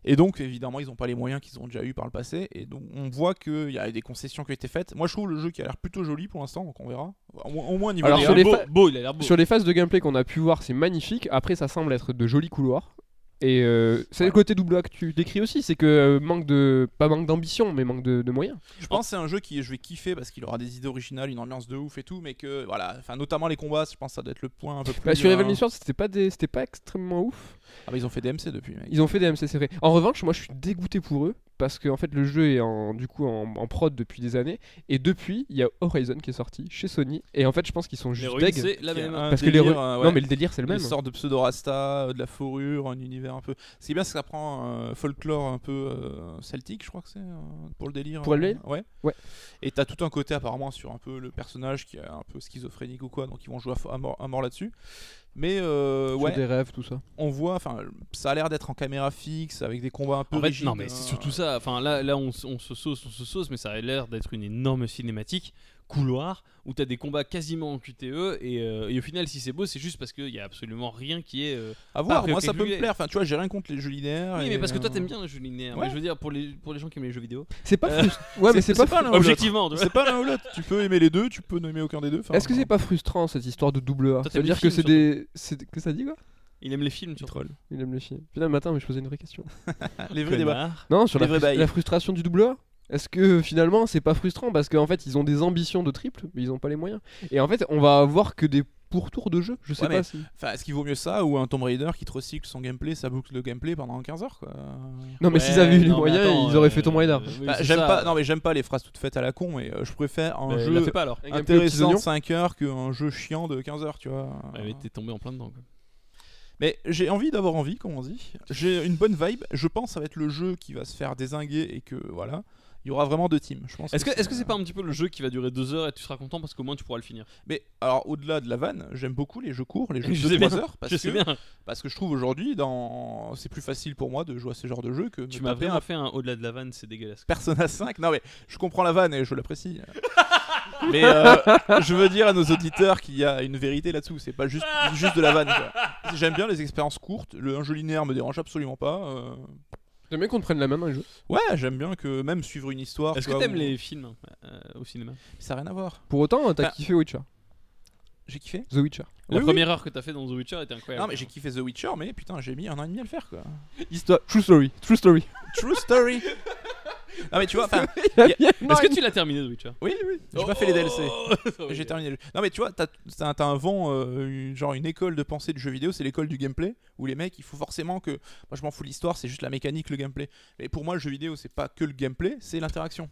B: Et donc, évidemment, ils n'ont pas les moyens qu'ils ont déjà eu par le passé. Et donc, on voit qu'il y a des concessions qui ont été faites. Moi, je trouve le jeu qui a l'air plutôt joli pour l'instant, donc on verra. Au, moins- au moins, au niveau
C: Alors,
B: des
C: sur
A: il a
C: les
A: l'air beau,
C: fa-
A: beau, il a l'air beau.
C: Sur les phases de gameplay qu'on a pu voir, c'est magnifique. Après, ça semble être de jolis couloirs. Et euh, c'est le côté double A que tu décris aussi, c'est que euh, manque de pas manque d'ambition, mais manque de, de moyens.
B: Je pense que c'est un jeu qui je vais kiffer parce qu'il aura des idées originales, une ambiance de ouf et tout, mais que voilà, enfin notamment les combats, je pense que ça doit être le point un peu plus.
C: Bah, sur
B: euh,
C: Heavenly Sword, c'était pas des- c'était pas extrêmement ouf.
B: Ah bah ils ont fait DMC depuis. Mec.
C: Ils ont fait des MC, c'est vrai. En revanche, moi, je suis dégoûté pour eux parce que en fait, le jeu est en, du coup en, en prod depuis des années. Et depuis, il y a Horizon qui est sorti chez Sony. Et en fait, je pense qu'ils sont juste
A: L'héroïne,
C: deg.
A: c'est la
B: Il y a
A: même.
B: un
C: Parce que les
B: délire,
C: re-
B: euh,
C: non,
B: ouais,
C: mais le délire, c'est le
B: une
C: même.
B: sorte de pseudo rasta, euh, de la fourrure, un univers un peu. Ce qui est bien, c'est que ça prend un folklore un peu euh, celtique, je crois que c'est euh, pour le délire.
C: Pour
B: euh,
C: Hellblade
B: Ouais.
C: Ouais.
B: Et t'as tout un côté apparemment sur un peu le personnage qui est un peu schizophrénique ou quoi, donc ils vont jouer à fo- à mort, à mort là-dessus. Mais euh,
C: Sur
B: ouais,
C: des rêves, tout ça.
B: on voit, enfin, ça a l'air d'être en caméra fixe avec des combats un peu
A: En fait,
B: rigides,
A: non, mais c'est surtout
B: hein.
A: ça. Enfin, là, là on, s- on se sauce, on se sauce, mais ça a l'air d'être une énorme cinématique couloir où t'as des combats quasiment en QTE et, euh, et au final, si c'est beau, c'est juste parce qu'il y a absolument rien qui est. euh,
B: À voir,
A: Après,
B: moi
A: ok,
B: ça peut
A: lui,
B: me plaire. Enfin, tu vois, j'ai rien contre les jeux linéaires.
A: Oui,
B: et-
A: mais parce que toi, t'aimes bien les jeux linéaires. Mais
B: hein. Ouais.
A: je veux dire, pour les pour les gens qui aiment les jeux vidéo.
C: C'est pas.
A: Euh,
C: frust- Ouais, mais c'est pas.
B: l'un ou l'autre.
A: Objectivement, tu vois.
B: C'est pas l'un ou l'autre. Tu peux aimer les deux, tu peux n'aimer aucun des deux. Enfin,
C: Est-ce que c'est pas frustrant cette histoire de double A
A: Toi,
C: Ça veut
A: t'aimes
C: dire
A: les
C: que c'est des. c'est- Que ça dit quoi
A: il aime les films, tu
B: tu
A: vois.
B: trolls
C: Il aime les films. Putain, mais attends, mais je posais une vraie question.
A: [LAUGHS]
B: Les vrais débats.
A: Connard.
C: Non, sur la,
B: Les vrais
C: frus-
B: bails.
C: la frustration du double A Est-ce que finalement c'est pas frustrant Parce qu'en fait ils ont des ambitions de triple, mais ils ont pas les moyens. Et en fait, on va avoir que des pourtours de jeu. Je sais
B: Ouais,
C: pas
B: mais-
A: [LAUGHS]
C: si.
B: Enfin, est-ce qu'il vaut mieux ça ou un Tomb Raider qui te recycle son gameplay, ça boucle le gameplay pendant 15 heures quoi
C: Non, mais
A: Ouais,
C: s'ils avaient eu les
A: non, mais
C: moyens,
A: attends,
C: ils auraient
A: euh,
C: fait Tomb Raider.
A: euh, oui,
B: Bah,
A: c'est
B: J'aime
A: ça.
B: pas. Non, mais j'aime pas les phrases toutes faites à la con, mais euh, je préfère un
A: Euh, il
B: jeu
A: la fait pas alors.
C: Un gameplay aux petits
B: intéressant
C: oignons.
B: de 5 heures qu'un jeu chiant de 15 heures, tu vois.
A: Ouais, mais t'es tombé en plein dedans. Quoi.
B: Mais j'ai envie d'avoir envie, comme on dit. J'ai une bonne vibe. Je pense que ça va être le jeu qui va se faire désinguer et que voilà, il y aura vraiment deux teams. Je pense.
A: Est-ce que est-ce que
B: euh,
A: c'est pas un petit peu le jeu qui va durer deux heures et tu seras content parce qu'au moins tu pourras le finir
B: Mais alors au-delà de la vanne, j'aime beaucoup les jeux courts, les jeux
A: Je
B: de
A: sais
B: 3
A: bien.
B: heures, parce
A: Je
B: que
A: sais bien.
B: parce que je trouve aujourd'hui dans c'est plus facile pour moi de jouer à ce genre de jeu que de
A: Tu
B: me
A: m'as
B: taper
A: vraiment
B: un
A: fait un au-delà de la vanne, c'est dégueulasse.
B: Persona 5. Non mais je comprends la vanne et
A: [LAUGHS]
B: je l'apprécie. Mais euh, je veux dire à nos auditeurs qu'il y a une vérité là-dessous, c'est pas juste, juste de la vanne. quoi. J'aime bien les expériences courtes, le un jeu linéaire me dérange absolument pas. euh,
C: J'aime bien qu'on te prenne la main dans les jeux.
B: Ouais, j'aime bien que même suivre une histoire.
A: Est-ce
B: tu
A: que
B: vois,
A: t'aimes
B: où-
A: les films euh, au cinéma
B: Ça n'a rien à voir.
C: Pour autant, t'as
A: Ah.
B: Bah.
C: kiffé Witcher.
B: J'ai kiffé.
C: The Witcher.
A: La
B: Oui, oui.
A: première heure que t'as fait dans The Witcher était incroyable.
B: Non mais j'ai kiffé The Witcher, mais putain j'ai mis un an et demi à le faire quoi.
C: Histoire. True story. True story. [LAUGHS]
A: [LAUGHS]
B: True story. non mais tu vois, enfin,
A: Est-ce que tu l'as terminé The Witcher
B: oui, oui. J'ai pas fait
A: Oh,
B: les DLC.
A: [LAUGHS]
B: J'ai terminé. le jeu. Non mais tu vois, t'as t'as- t'as un vent, euh, une- genre une école de pensée du jeu vidéo, c'est l'école du gameplay où les mecs, il faut forcément que. Moi je m'en fous de l'histoire, c'est juste la mécanique, le gameplay. Mais pour moi, le jeu vidéo, c'est pas que le gameplay, c'est l'interaction.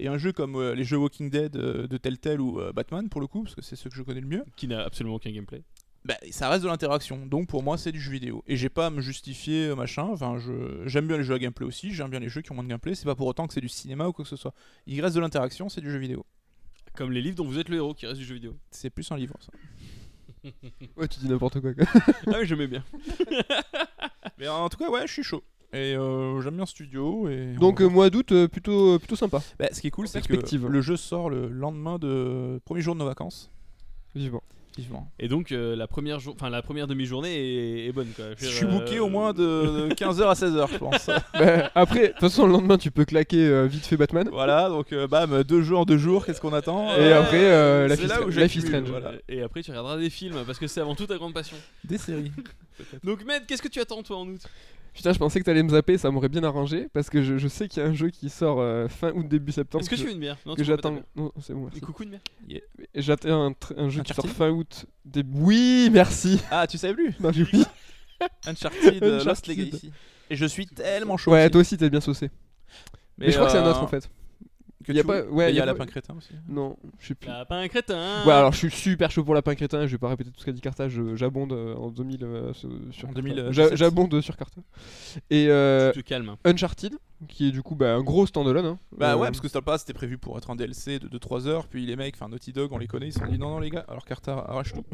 B: Et un jeu comme euh, les jeux Walking Dead euh, de Telltale ou euh, Batman pour le coup, parce que c'est ceux que je connais le mieux.
A: Qui n'a absolument aucun gameplay.
B: bah, ça reste de l'interaction. Donc pour moi, c'est du jeu vidéo. Et j'ai pas à me justifier, euh, machin. Enfin, je- j'aime bien les jeux à gameplay aussi. J'aime bien les jeux qui ont moins de gameplay. C'est pas pour autant que c'est du cinéma ou quoi que ce soit. Il reste de l'interaction, c'est du jeu vidéo.
A: Comme les livres dont vous êtes le héros qui reste du jeu vidéo.
B: C'est plus un livre, ça.
C: Ouais, tu dis n'importe quoi.
A: Ah oui, j'aimais bien.
B: Mais en tout cas, ouais, je suis chaud. Et euh, j'aime bien ce studio. Et
C: Donc,
B: on-
C: euh, mois d'août, euh, plutôt, plutôt sympa.
B: Bah, ce qui est cool, c'est que
C: perspective.
B: le jeu sort le lendemain de premier jour de nos vacances.
C: Vivement.
B: Vivement.
A: Et donc euh, la première jour, enfin la première demi-journée est, est bonne quoi. veux
B: Je
A: dire,
B: suis booké
A: euh,
B: au moins de 15h à 16h, je pense.
C: Bah, après, de toute façon, le lendemain, tu peux claquer euh, vite fait Batman.
B: voilà, donc euh, bam, deux jours, deux jours, qu'est-ce qu'on attend
C: Et après, euh, Life
B: C'est
C: is
B: là
C: Stra-
B: où
C: Life is
B: j'accumule,
C: Strange.
B: voilà.
A: Et après tu regarderas des films parce que c'est avant tout ta grande passion.
B: Des séries.
A: Donc Med, qu'est-ce que tu attends toi en août
C: Putain, je pensais que t'allais me zapper, ça m'aurait bien arrangé. Parce que je, je sais qu'il y a un jeu qui sort euh, fin août, début septembre.
A: Est-ce que
C: je-
A: tu veux une bière Non,
C: que
A: tu veux pas ta
C: j'attends.
A: bière.
C: Non, c'est bon,
A: Et
C: merci.
A: coucou une bière.
C: J'attends un, tr- un jeu qui sort
B: Uncharted
C: fin août. début- Oui, merci. [LAUGHS]
B: Ah, tu savais plus
C: Non, j'ai
B: [LAUGHS]
C: oublié.
B: Uncharted, euh, Lost
C: Uncharted.
B: Legacy. Et je suis tellement chaud.
C: Ouais,
B: aussi.
C: toi aussi, t'es bien saucé. Mais, je crois que c'est un
B: euh,
C: autre en fait.
B: que
C: Y a
B: tu-
C: pas- ouais,
B: mais
C: y
B: y
C: a
B: a Ah.
C: pas-
B: Lapin Crétin aussi. hein.
C: Non, je sais plus.
A: Là, pas un crétin.
C: Ouais, alors je suis super chaud pour Lapin Crétin, je vais pas répéter tout ce qu'a dit Carta, je- j'abonde euh, en 2000 euh, sur sur Carta.
B: En 2000, euh,
C: J'a-
B: 17.
C: J'abonde sur Carta. Et euh,
A: Tu te calmes.
C: Uncharted, qui est du coup bah, un gros standalone. Hein.
B: Bah
C: Euh,
B: ouais, parce que Star c'était prévu pour être un DLC de 2-3 heures, puis les mecs, enfin Naughty Dog, on les connaît, ils se sont dit non, non les gars, alors Carta, arrache tout.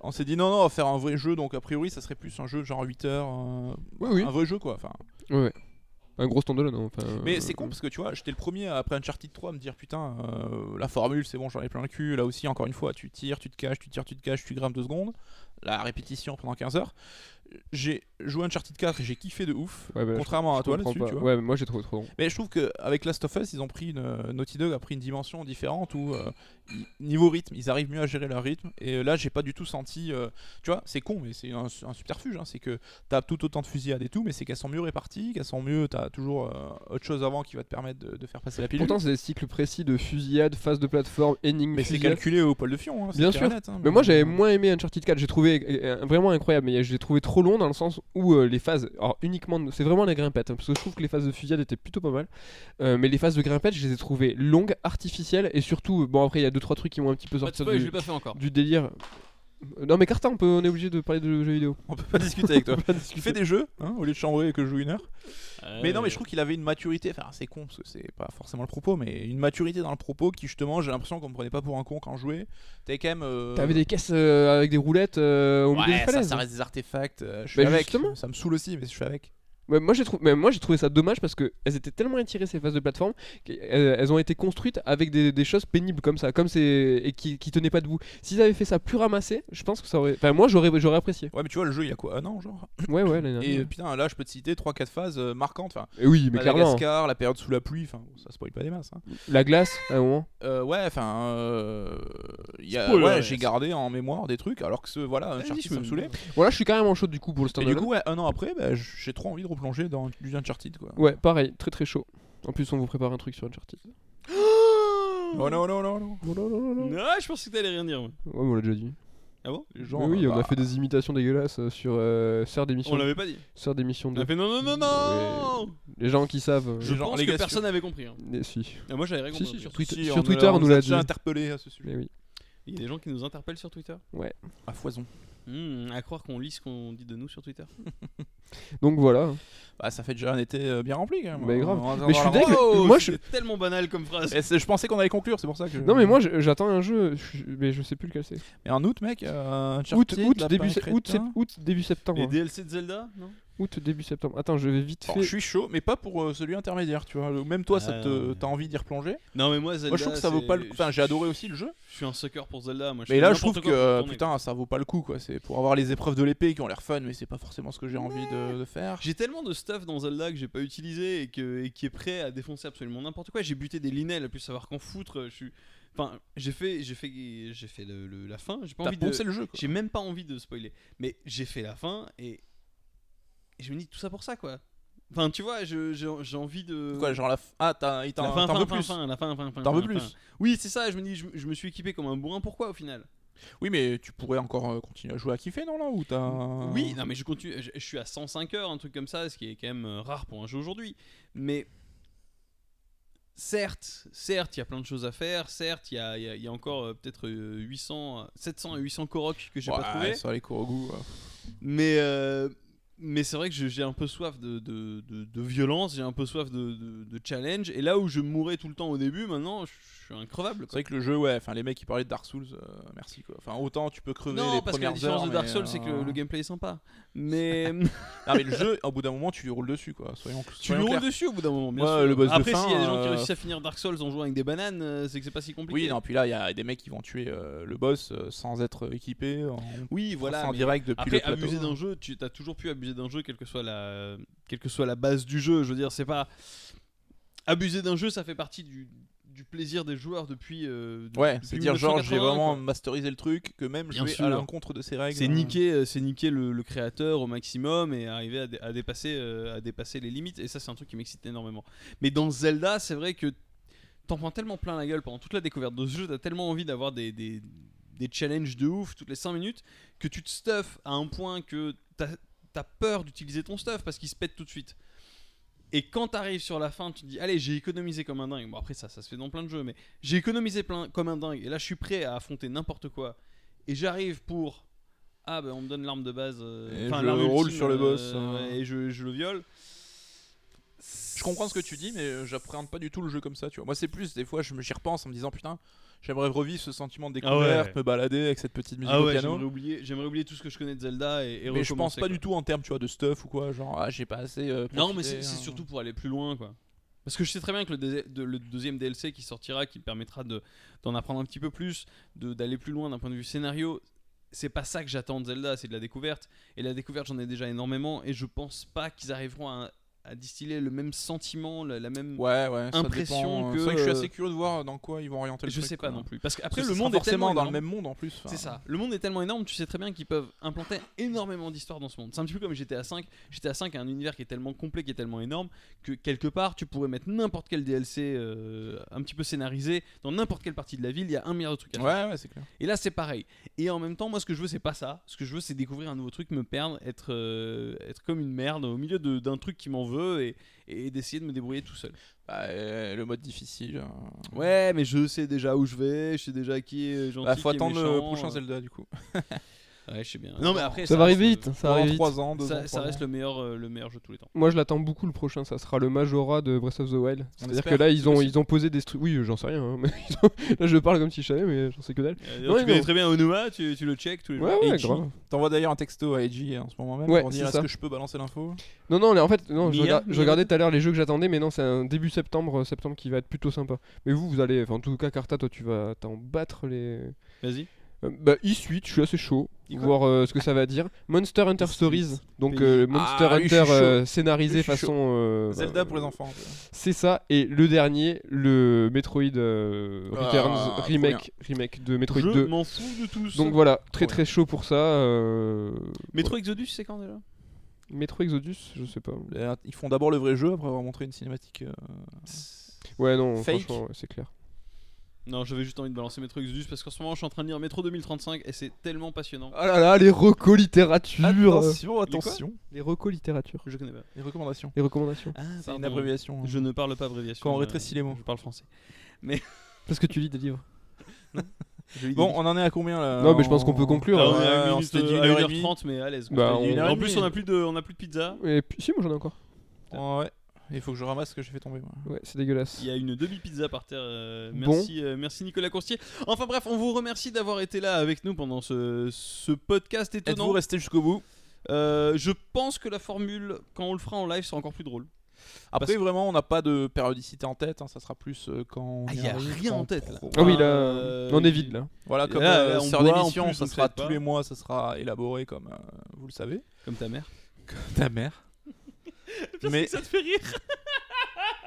B: On s'est dit non, non, on va faire un vrai jeu, donc a priori ça serait plus un jeu genre 8 heures, euh,
C: Oui, oui.
B: un vrai jeu quoi. Enfin,
C: Ouais, ouais. Un gros standalone. hein, enfin,
B: mais
C: euh,
B: c'est con parce que tu vois, j'étais le premier après Uncharted 3 à me dire putain, euh, la formule c'est bon, j'en ai plein le cul. Là aussi, encore une fois, tu tires, tu te caches, tu tires, tu te caches, tu grimpes deux secondes. La répétition pendant 15 heures. J'ai joué Uncharted 4 et j'ai kiffé de ouf.
C: Ouais, bah, je-
B: contrairement
C: je
B: à toi
C: comprends
B: là-dessus,
C: pas.
B: tu vois.
C: Ouais, mais moi j'ai trouvé trop long.
B: Mais je trouve qu'avec Last of Us, ils ont pris une, euh, Naughty Dog a pris une dimension différente où, euh, ils- niveau rythme, ils arrivent mieux à gérer leur rythme. Et euh, là, j'ai pas du tout senti. euh, tu vois, c'est con, mais c'est un, un subterfuge. hein, c'est que t'as tout autant de fusillades et tout, mais c'est qu'elles sont mieux réparties, qu'elles sont mieux. T'as toujours euh, autre chose avant qui va te permettre de, de faire passer la pilule.
C: Pourtant, c'est des cycles précis de fusillade, phase de plateforme, énigme.
B: mais c'est
C: fusillade.
B: calculé au poil de fion. hein, c'est
C: Bien
B: clair
C: sûr.
B: et net, hein,
C: Mais moi j'avais moins aimé Uncharted 4, j'ai trouvé euh, vraiment incroyable, mais je l'ai trouvé trop long dans le sens où euh, les phases, alors uniquement, de- c'est vraiment les grimpettes, hein, parce que je trouve que les phases de fusillade étaient plutôt pas mal, Euh, mais les phases de grimpettes je les ai trouvées longues, artificielles, et surtout, bon après il y a 2-3 trucs qui m'ont un petit peu
B: Bah,
A: Pas de
C: sorti
A: spoil, je l'ai
C: du,
A: pas fait encore.
C: du délire. Euh, Non mais Carta, on, peut, on est obligé de parler de jeux vidéo.
B: On peut pas discuter
C: [LAUGHS]
B: avec toi.
C: On peut pas
B: Tu
C: discuter.
B: fais des jeux hein, au lieu de chambrer et que je joue une heure. Mais non, mais je
A: Euh,
B: trouve qu'il avait une maturité. Enfin, c'est con parce que c'est pas forcément le propos, mais une maturité dans le propos qui, justement, j'ai l'impression qu'on me prenait pas pour un con quand je jouais. T'avais quand même. euh,
C: T'avais des caisses euh, avec des roulettes euh, au
B: ouais,
C: milieu des
B: ça,
C: falaises.
B: ça reste des artefacts. euh, je suis
C: Bah,
B: avec.
C: justement.
B: Ça me saoule aussi, mais je suis avec.
C: Ouais, moi, j'ai trouvé, mais moi j'ai trouvé ça dommage parce que elles étaient tellement étirées ces phases de plateforme qu'elles elles ont été construites avec des, des choses pénibles comme ça, comme c'est et qui, qui tenaient pas debout. S'ils avaient fait ça plus ramassé, je pense que ça aurait. Enfin, moi j'aurais j'aurais apprécié.
B: Ouais, mais tu vois, le jeu, il y a quoi Un an, genre
C: Ouais, ouais. l'année
B: Et euh,
C: dernière. Bah,
B: putain, là, je peux te citer 3-4 phases euh, marquantes. Enfin,
C: Et oui, mais clairement,
B: Madagascar, la période sous la pluie, enfin, bon, ça spoil pas des masses. hein.
C: la glace à un moment.
B: Euh, ouais, enfin. euh, il y a-
A: Spoiler,
B: ouais,
A: ouais.
B: j'ai gardé en mémoire des trucs, alors que ce, voilà,
A: Vas-y,
B: Uncharted,
A: je
B: ça
A: me-
B: me saoulait.
C: Voilà, je suis carrément chaud du coup pour le
B: Et
C: stand
B: du coup, ouais, un an après, bah, j'ai trop envie de replonger dans du Uncharted, quoi.
C: Ouais, pareil, très très chaud. En plus, on vous prépare un truc sur Uncharted.
B: Non, non, non, non, non.
C: Oh là là là là. Ouais,
A: Non, je pensais que t'allais rien dire. moi.
C: mais on l'a déjà dit.
A: Ah bon
B: Les gens,
C: Mais oui,
B: euh,
C: on a
B: bah,
C: fait des imitations dégueulasses euh, sur euh, sœur d'émission,
A: On l'avait pas dit.
C: sœur d'émission
A: On a
C: de.
A: fait non, non, non, non
C: Les gens qui savent. euh,
A: Je
B: Les gens-
A: pense
B: les
A: que
B: gars,
A: personne n'avait compris. hein.
C: eh, Si.
A: Ah, moi j'avais rien
C: Si,
A: compris.
C: si, euh, sur
A: hein.
C: Twitter-
B: si,
C: sur
B: on
C: Twitter, on nous
B: a
C: l'a
B: déjà
C: dit.
B: interpellé à ce sujet.
C: Mais oui.
A: Il y a des gens qui nous interpellent sur Twitter.
B: À foison.
A: Hmm, à croire qu'on lit ce qu'on dit de nous sur Twitter.
C: Donc voilà.
B: Bah, ça fait déjà un été euh, bien rempli quand même.
C: Mais
B: On-
C: grave.
B: on va
C: Mais je
B: avoir
C: suis
B: la
C: deg.
B: rentrée.
A: Oh,
C: moi,
A: c'est tellement banal comme phrase.
B: Et c'est- Je pensais qu'on allait conclure, c'est pour ça que.
C: Non mais moi je- j'attends un jeu, je- mais je sais plus lequel c'est.
B: Et en août, mec, euh,
C: Août,
B: Uncharted,
C: août,
B: Lapin
C: début, se-
B: Crétin.
C: août, sept- août, début septembre.
A: Les
C: hein.
A: DLC de Zelda Non
C: Août, début septembre. Attends, je vais vite
B: Alors,
C: fait.
B: Oh, je suis chaud, mais pas pour euh, celui intermédiaire, tu vois. Le- Même toi, ça te-
A: Euh.
B: t'as envie d'y replonger.
A: Non, mais moi, Zelda.
B: moi, je trouve que ça vaut
A: c'est-
B: pas le coup. Enfin, j'ai adoré aussi le jeu.
A: Je suis un sucker pour Zelda. Moi,
B: Mais là, je trouve que euh, putain, ça vaut pas le coup, quoi. C'est pour avoir les épreuves de l'épée qui ont l'air fun, mais c'est pas forcément ce que j'ai envie de, de faire.
A: J'ai tellement de stuff dans Zelda que j'ai pas utilisé et, que, et qui est prêt à défoncer absolument n'importe quoi. J'ai buté des linelles à plus savoir qu'en foutre. Je suis. Enfin, j'ai fait, j'ai fait, j'ai fait le- le- la fin. J'ai pas
B: T'as
A: envie de.
B: poncé le jeu, quoi.
A: J'ai même pas envie de spoiler. Mais j'ai fait la fin et... et je me dis tout ça pour ça quoi. Enfin, tu vois, je- j'ai j'ai envie de.
B: Quoi, genre la f- ah, t'as-
A: Euh,
B: il
A: la
B: t'en
A: fin,
B: t'en
A: fin,
B: veux
A: fin,
B: plus.
A: fin, la fin, fin, fin,
B: T'en
A: fin,
B: veux
A: fin.
B: plus.
A: Oui, c'est ça. Je me dis, je, je me suis équipé comme un bourrin. Pourquoi au final
B: Oui, mais tu pourrais encore euh, continuer à jouer à kiffer, non là Ou t'as.
A: Oui, non, mais je continue. Je, je suis à 105 heures, un truc comme ça, ce qui est quand même euh, rare pour un jeu aujourd'hui. Mais certes, certes, il y a plein de choses à faire. Certes, il y a, il y a- il y a encore euh, peut-être euh, 800, 700 à 800 Korok que j'ai
B: Ouais,
A: pas trouvé.
B: Ça les cours au goût.
A: Mais, euh, mais c'est vrai que je- j'ai un peu soif de, de, de- de violence, j'ai un peu soif de, de- de challenge. Et là où je mourais tout le temps au début, maintenant, je suis increvable.
B: C'est
A: quoi.
B: vrai que le jeu, ouais, enfin les mecs qui parlaient de Dark Souls, euh, merci quoi. Enfin autant tu peux crever
A: Non,
B: les
A: parce que la
B: premières
A: différence
B: heures,
A: de Dark
B: mais,
A: Souls, c'est que
B: euh,
A: le, le gameplay est sympa. Mais
B: Ah mais le jeu, au bout d'un moment, tu lui roules dessus quoi. Soyons,
A: tu lui
B: soyons
A: roules
B: clairs.
A: dessus au bout d'un moment. Bien
B: Ouais,
A: sûr.
B: le boss de
A: Après,
B: fin,
A: s'il y a des gens qui
B: euh,
A: réussissent à finir Dark Souls en jouant avec des bananes, euh, c'est que c'est pas si compliqué.
B: Oui, non, puis là, il y a des mecs qui vont tuer euh, le boss euh, sans être équipés, en,
A: Oui, voilà.
B: en
A: mais-
B: direct depuis
A: Après,
B: le plateau.
A: abuser d'un jeu, tu as toujours pu abuser d'un jeu, quelle que soit la, quelle que soit la base du jeu. Je veux dire, c'est pas abuser d'un jeu, ça fait partie du, du plaisir des joueurs depuis. euh, de-
B: Ouais,
A: depuis
B: c'est dire genre j'ai
A: 1981,
B: vraiment
A: quoi.
B: masterisé le truc, que même
A: Bien
B: jouer
A: sûr.
B: à l'encontre de ses règles.
A: C'est
B: euh,
A: niquer, euh, c'est niquer le, le créateur au maximum et arriver à, dé- à dépasser, euh, à dépasser les limites. Et ça, c'est un truc qui m'excite énormément. Mais dans Zelda, c'est vrai que t'en prends tellement plein la gueule pendant toute la découverte de ce jeu, t'as tellement envie d'avoir des, des, des challenges de ouf toutes les 5 minutes que tu te stuffes à un point que t'as t'as peur d'utiliser ton stuff parce qu'il se pète tout de suite. Et quand t'arrives sur la fin, tu te dis Allez, j'ai économisé comme un dingue. Bon, après, ça, ça se fait dans plein de jeux, mais j'ai économisé plein, comme un dingue. Et là, je suis prêt à affronter n'importe quoi. Et j'arrive pour Ah, ben, on me donne l'arme de base. euh,
B: Et
A: Enfin,
B: je
A: l'arme
B: roule
A: ultime,
B: sur le boss,
A: euh,
B: hein.
A: Et je, je le viole.
B: Je comprends ce que tu dis, mais euh, j'appréhende pas du tout le jeu comme ça, tu vois. Moi, c'est plus, des fois, je me j'y repense en me disant, putain, j'aimerais revivre ce sentiment de
A: Ah ouais.
B: découverte, me balader avec cette petite musique
A: Ah
B: au
A: ouais,
B: piano.
A: j'aimerais oublier, j'aimerais oublier tout ce que je connais de Zelda et, et
B: Mais je pense
A: recommencer,
B: pas
A: quoi.
B: du tout en termes, tu vois, de stuff ou quoi, genre, ah, j'ai pas assez. euh,
A: Non,
B: profité,
A: mais c'est c'est
B: hein.
A: surtout pour aller plus loin, quoi. Parce que je sais très bien que le, dé- de- le deuxième DLC qui sortira, qui permettra de- d'en apprendre un petit peu plus, de- d'aller plus loin d'un point de vue scénario, c'est pas ça que j'attends de Zelda, c'est de la découverte. Et la découverte, j'en ai déjà énormément, et je pense pas qu'ils arriveront à, à distiller le même sentiment, la, la même.
B: Ouais, ouais, ça
A: Impression
B: dépend, euh,
A: que,
B: C'est vrai que je suis
A: euh,
B: assez curieux de voir dans quoi ils vont orienter le
A: je
B: truc,
A: sais pas
B: quoi.
A: non plus. Parce qu'après,
B: Après,
A: le monde est
B: forcément
A: tellement
B: dans le
A: énorme.
B: même monde en plus. enfin.
A: C'est ça. Le monde est tellement énorme, tu sais très bien qu'ils peuvent implanter énormément d'histoires dans ce monde. C'est un petit peu comme GTA 5. GTA 5 a un univers qui est tellement complet, qui est tellement énorme que quelque part tu pourrais mettre n'importe quel DLC euh, un petit peu scénarisé dans n'importe quelle partie de la ville. Il y a un milliard de trucs à faire.
B: Ouais, ouais, c'est clair.
A: Et là c'est pareil. Et en même temps, moi ce que je veux c'est pas ça. Ce que je veux c'est découvrir un nouveau truc, me perdre, être euh, être comme une merde au milieu de- d'un truc qui m'en veut et, et d'essayer de me débrouiller tout seul.
B: Bah, euh, le mode difficile. euh.
A: Ouais, mais je sais déjà où je vais, je sais déjà qui est gentil,
B: Bah, faut
A: qui est
B: attendre le
A: méchant,
B: prochain
A: euh.
B: Zelda du coup.
A: Ouais, je sais bien. Non mais après
C: Ça va
A: reste,
C: arriver
A: euh,
C: vite, ça
B: Pendant
C: arrive vite.
B: 3 ans, 2 ans.
A: ça, ça
B: trois
A: reste
B: ans.
A: le meilleur, euh, le meilleur jeu de tous les temps.
C: Moi je l'attends beaucoup le prochain, ça sera le Majora de Breath of the Wild. C'est-à-dire
B: espère,
C: que là ils ont,
B: possible.
C: ils ont posé des trucs. Oui, j'en sais rien. hein, mais [LAUGHS] ils ont- là je parle comme si je savais, mais j'en sais que dalle.
A: Euh,
C: Ouais,
A: tu
C: mais
A: connais
C: on-
A: très bien Onuma, tu, tu le check tous les jours.
C: Ouais, ouais,
B: Eiji.
C: grave.
B: T'envoies d'ailleurs un texto à Edgy en ce moment même
C: Ouais,
B: pour dire
C: c'est
B: est-ce
C: ça.
B: que je peux balancer l'info
C: Non, non, mais en fait, non, je,
A: Mia,
C: rega- je
A: Mia.
C: regardais tout à l'heure les jeux que j'attendais, mais non, c'est un début septembre, euh, septembre qui va être plutôt sympa. Mais vous, vous allez, enfin, en tout cas, Carta, toi, tu vas t'en battre les.
A: Vas-y.
C: Euh, bah, e-suite, je suis assez chaud,
A: E quoi
C: voir euh, ce que ça va dire. Monster Hunter Stories, donc
A: Pays.
C: euh, Monster
B: Ah, lui, je
C: Hunter
B: suis
C: euh,
B: Lui,
C: scénarisé
B: je suis
C: façon. euh, bah,
B: Zelda pour les enfants.
C: C'est ça, et le dernier, le Metroid euh,
B: Ah,
C: Returns
B: trop
C: remake, remake de Metroid
A: je
C: 2.
A: m'en fous de tout ça.
C: Donc voilà, très
B: bien.
C: très chaud pour ça. euh,
A: Metro Exodus, c'est quand déjà
C: Metro Exodus, je sais pas.
B: Les- Bah, Ils font d'abord le vrai jeu après avoir montré une cinématique. euh,
A: Ah.
C: Ouais, non,
B: Fake.
C: franchement, ouais, c'est clair.
A: Non, j'avais juste envie de balancer Metro Exodus parce qu'en ce moment je suis en train de lire Metro 2035 et c'est tellement passionnant.
C: Ah là là, les recos littérature
B: Attention,
A: Les quoi
B: attention.
C: Les recos littérature.
A: Je connais pas.
B: Les recommandations.
C: Les recommandations.
A: Ah,
B: C'est une abréviation. hein.
A: Je ne parle pas abréviation.
B: Quand on
A: euh,
B: rétrécit les mots.
A: Je parle français.
C: Parce que tu lis des livres.
B: Bon, on en est à combien là
C: Non, mais je pense qu'on peut conclure.
A: Là,
B: Ah
A: on est
B: ouais,
A: euh, à,
B: on
A: 1
B: s'était dit une heure et demie.
A: 1h30, mais à l'aise. quoi.
C: Bah,
B: Une heure
A: En
B: et
A: plus,
B: demie.
A: on a plus de, on a plus de pizza.
C: Et puis, si, moi j'en ai encore.
B: Oh, ouais. Il faut que je ramasse ce que j'ai fait tomber. moi.
C: Ouais, c'est dégueulasse.
A: Il y a une demi-pizza par terre. euh,
C: Bon.
A: merci, euh, merci Nicolas Courtier. Enfin bref, on vous remercie d'avoir été là avec nous pendant ce, ce podcast
B: Êtes-vous
A: étonnant.
B: resté jusqu'au bout
A: Euh, je pense que la formule, quand on le fera en live, sera encore plus drôle.
B: Après,
A: Parce-
B: vraiment, on n'a pas de péricité en tête. hein, ça sera plus euh, quand.
A: Ah, y a
B: arrive,
A: rien
B: quand
A: en
B: on
A: tête,
B: pro-
A: là.
C: Ah oui, là,
A: Euh,
C: on est vide là.
B: Voilà, comme
A: là,
B: euh,
A: là, on
B: sœur
A: boit, en
B: d'émission,
A: plus,
B: ça
A: on
B: sera
A: traite
B: tous
A: pas.
B: les mois, ça sera élaboré comme euh, vous le savez.
A: Comme ta mère.
B: [LAUGHS] Ta [LAUGHS] mère. mais,
A: Ça te fait rire.
B: [LAUGHS]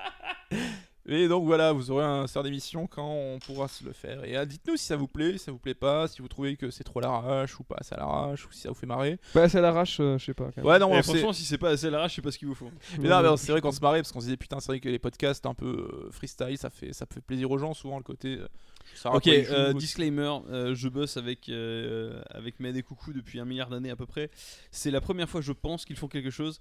B: et donc voilà, vous aurez un sœur d'émission quand on pourra se le faire. Et ah, dites-nous si ça vous plaît, si ça vous plaît pas, si vous trouvez que c'est trop l'arrache ou pas assez à l'arrache, ou si ça vous fait marrer.
C: Pas assez à l'arrache, euh, je sais pas. Quand même. Euh,
B: Ouais, non,
A: Et
B: on s'est-
A: franchement, si c'est pas assez l'arrache, je sais pas ce qu'il vous faut.
B: Mais non, mais c'est vrai qu'on se marrait parce qu'on se disait putain, c'est vrai que les podcasts un peu euh, freestyle, ça fait ça fait plaisir aux gens souvent le côté. euh,
C: Ah,
B: ça
A: Ok,
B: raconte les
A: euh,
B: joues,
A: disclaimer, euh, je bosse avec, euh, avec Med et Coucou depuis un milliard d'années à peu près. C'est la première fois, je pense, qu'ils font quelque chose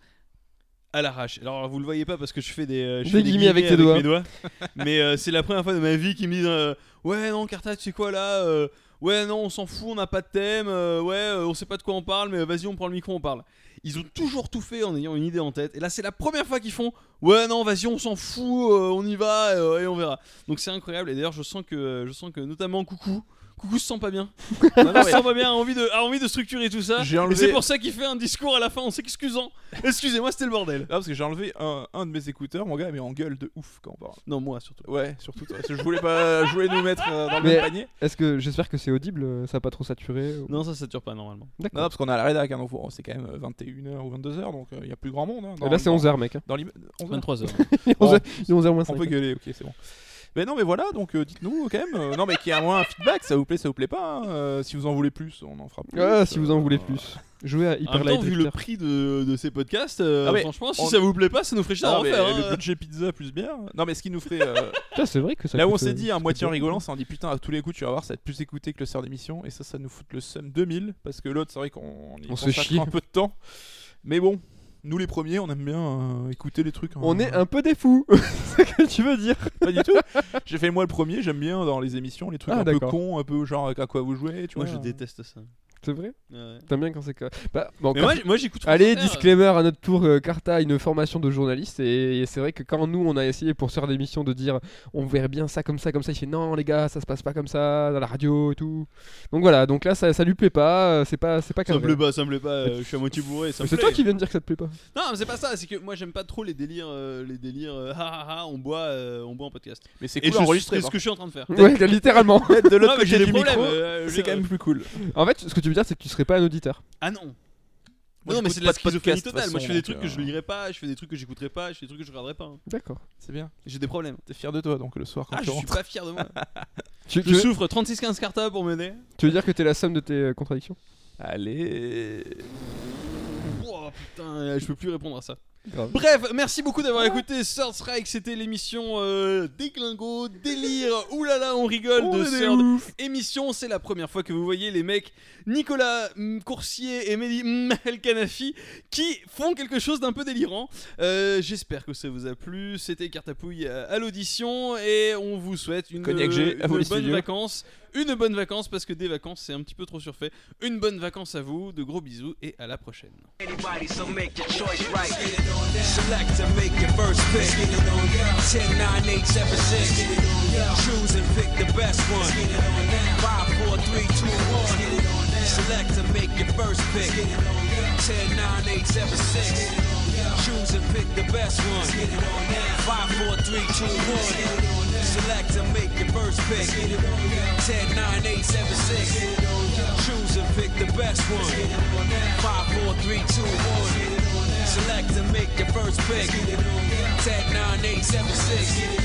A: à l'arrache. Alors, vous le voyez pas parce que je fais des, euh, je
C: Des
A: fais
C: guillemets avec tes doigts.
A: mes [LAUGHS] mais euh, c'est la première fois de ma vie qu'ils me disent euh, Ouais, non, Carta, tu sais quoi là euh, Ouais, non, on s'en fout, on n'a pas de thème. euh, ouais, euh, on sait pas de quoi on parle, mais euh, vas-y, on prend le micro, on parle. Ils ont toujours tout fait en ayant une idée en tête. Et là, c'est la première fois qu'ils font Ouais, non, vas-y, on s'en fout, euh, on y va euh, et on verra. Donc c'est incroyable. Et d'ailleurs, je sens que je sens que notamment Coucou, Coucou se sent pas bien.
B: Non, non, mais
A: Il se sent pas bien, a envie de a envie de structurer tout ça.
B: J'ai
A: Et
B: enlevé.
A: c'est pour ça qu'il fait un discours à la fin en s'excusant. Excusez-moi, c'était le bordel.
B: Là, Ah, parce que j'ai enlevé un, un de mes écouteurs, mon gars, mais en gueule de ouf quand on parle.
A: Non, moi surtout.
B: Ouais, surtout toi. parce que je voulais pas, je voulais nous mettre euh, dans le
C: Mais-
B: même panier.
C: Est-ce que j'espère que c'est audible euh, Ça a pas trop saturé ou-
A: Non, ça sature pas normalement.
B: Non,
C: D'accord.
B: parce qu'on est à la rédac, hein, donc bon, c'est quand même 21h ou 22h, donc il y a plus grand monde. hein, dans-
C: Et là c'est
B: dans-
C: 11h mec. hein.
B: Dans l'immeuble- 11 heures
A: 23 heures.
B: Bon,
C: 11h moins
B: on
C: 5.
B: peut gueuler, ok, c'est bon. Mais non, mais voilà, donc euh, dites-nous quand même. euh, non, mais qu'il y a moins un feedback, ça vous plaît, ça vous plaît pas. hein, euh, si vous en voulez plus, on en fera plus.
C: Ah, si vous en voulez
B: euh,
C: plus. Jouez à
A: En
C: Hyper
A: même temps,
C: Light
A: vu
C: Drifter.
A: le prix de, de ces podcasts, euh,
B: Ah mais
A: franchement, si
B: on-
A: ça vous plaît pas, ça nous ferait chier à
B: Non, mais
A: refaire. hein.
B: le budget pizza plus bière. Non, mais ce qui nous ferait. euh,
C: Putain, c'est vrai que [LAUGHS] ça.
B: là où on
C: coûte,
B: s'est
C: euh,
B: dit, à
C: coûte
B: moitié en
C: cher.
B: rigolant, c'est on dit putain, à tous les coups, tu vas voir, ça va être plus écouté que le sœur d'émission. Et ça, ça nous fout le seum 2000. Parce que l'autre, c'est vrai qu'on y
C: On se
B: consacre
C: chie.
B: un peu de temps. Mais bon, nous les premiers, on aime bien euh, écouter les trucs. en-
C: On est un peu des fous. [LAUGHS] c'est ce que tu veux dire.
B: Pas du tout. J'ai fait moi le premier, j'aime bien dans les émissions, les trucs
C: Ah,
B: un peu
C: d'accord.
B: cons, un peu genre à quoi vous jouez. Tu
A: Moi,
B: vois,
A: je déteste ça.
C: C'est vrai
A: Ouais.
C: T'aimes bien quand c'est que. Bah, bon,
A: Mais
C: quand-
A: moi, j- moi, j'écoute. France
C: Allez,
A: Inter.
C: disclaimer à notre tour, euh, Carta a une formation de journaliste et, et c'est vrai que quand nous on a essayé pour faire l'émission de dire on verrait bien ça comme ça, comme ça, il fait non les gars, ça se passe pas comme ça, dans la radio et tout. Donc voilà, donc là ça, ça lui plaît pas, euh, c'est pas, c'est pas
A: Ça me
C: carré.
A: plaît pas, ça me plaît pas. euh, je suis à moitié bourré. Ça
C: Mais
A: me
C: C'est
A: plaît.
C: toi qui viens de dire que ça te plaît pas.
A: Non, mais c'est pas ça. C'est que moi, j'aime pas trop les délires, euh, les délires. euh, ah ah ah, on boit, euh, on boit en podcast.
B: Mais c'est
A: Et
B: cool
A: je
B: enregistré.
A: c'est ce que je suis en train de faire.
C: [LAUGHS] Ouais, [LAUGHS] littéralement.
B: De
A: Non,
B: l'autre
A: mais j'ai
B: côté
A: des
B: du
A: problèmes.
B: micro,
A: euh,
B: c'est
A: j'ai-
B: quand même plus cool.
C: En fait, ce que tu veux dire, c'est que tu serais pas un auditeur.
A: Ah non. non, mais
B: Moi, j'écoute
A: c'est de la
B: pas de podcast,
A: schizophrénie
B: de toute
A: totale. Moi, je
B: façon,
A: fais des
B: donc,
A: trucs que
B: euh,
A: je lirai pas, je fais des trucs que j'écouterai pas, je fais des trucs que je regarderai pas.
C: D'accord.
B: C'est bien.
A: J'ai des problèmes.
B: T'es fier de toi donc le soir quand
A: Ah,
B: tu
A: je suis
B: rentres.
A: pas fier de moi.
C: Tu, tu
A: Je
C: veux,
A: souffre 36-15 carta pour m'aider.
C: tu veux dire que t'es la somme de tes euh, contradictions
B: Allez.
A: Oh putain, euh, je peux plus répondre à ça.
C: Grave.
A: Bref, merci beaucoup d'avoir écouté Third Strike. C'était l'émission euh, des glingos, délire. Oulala, on rigole
B: On
A: de
B: est des
A: Third émission. C'est la première fois que vous voyez les mecs Nicolas mm, Coursier et Mehdi mm, [LAUGHS] El Kanafi qui font quelque chose d'un peu délirant. Euh, J'espère que ça vous a plu. C'était Cartapouille euh, à l'audition et on vous souhaite une,
B: Cognac G, à
A: une
B: vous les
A: bonne
B: studios.
A: vacances. Une bonne vacance parce que des vacances c'est un petit peu trop surfait. Une bonne vacance à vous, de gros bisous et à la prochaine.
D: anybody, so make your choice right. Select and make your first pick. 10, 9, 8, 7, 6. Choose and pick the best one. 5, 4, 3, 2, 1. Select and make your first pick. 10, 9, 8, 7, 6. Choose and pick the best one. 5, 4, 3, 2, 1. Select and make your first pick. 10, 9, 8, 7, 6. Choose and pick the best one. 5, 4, 3, 2, 1. Select and make your first pick. Tag 9876.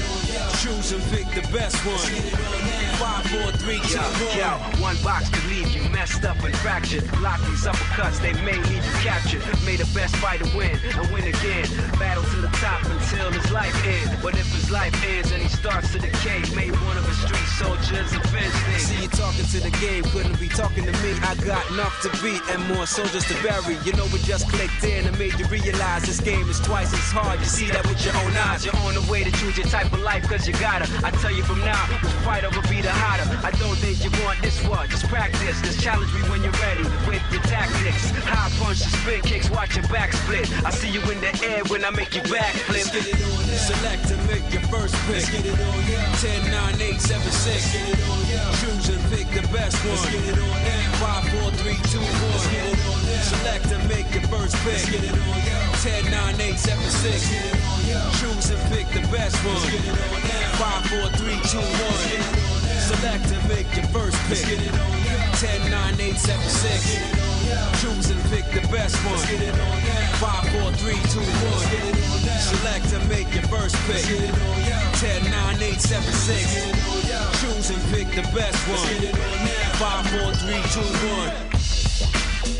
D: Choose and pick the best one. 5, 4, 3, 2,
E: Yo,
D: 1.
E: yo, one box could leave you messed up and fractured. Lock these uppercuts, they may leave you captured. May the best fighter win and win again. Battle to the top until his life ends. But if his life ends and he starts to decay, may one of his street soldiers avenge things.
D: See you talking to the game, couldn't be talking to me. I got enough to beat and more soldiers to bury. You know, it just clicked in and made you realize this game is twice as hard. You see that with your own eyes.
E: You're on the way to choose your type of life, cause you gotta. I tell you from now, which fighter will be the hotter. I don't think you want this one. Just practice. Just challenge me when you're ready with your tactics. High punches, spin kicks, watch your back split. I see you in the air when I make you backflip.
D: Let's get it on now. Select and make your first pick. Let's get it on now. 10, 9, 8, 7, 6. Let's get it on now. Choose and pick the best one. Let's get it on now. 5, 4, 3, 2, 1. Let's get it on now. Select and make your first pick. Let's get it on now. 10, 9, 8, 7, 6. Let's get it on now. Choose and pick the best one. Let's get it on now. 5, 4, 3, 2, 1. Let's get it on now. Select and make your first pick. Let's get it on now. 10, 9, 8, 7, 6. Let's get it on now. Choose and pick the best one. Let's get it on now. 5, 4, 3, 2, 1. Let's get it on now. Select and make your first pick. 10, 9, 8, 7, 6. Choose and pick the best one. 5, 4, 3, 2, 1.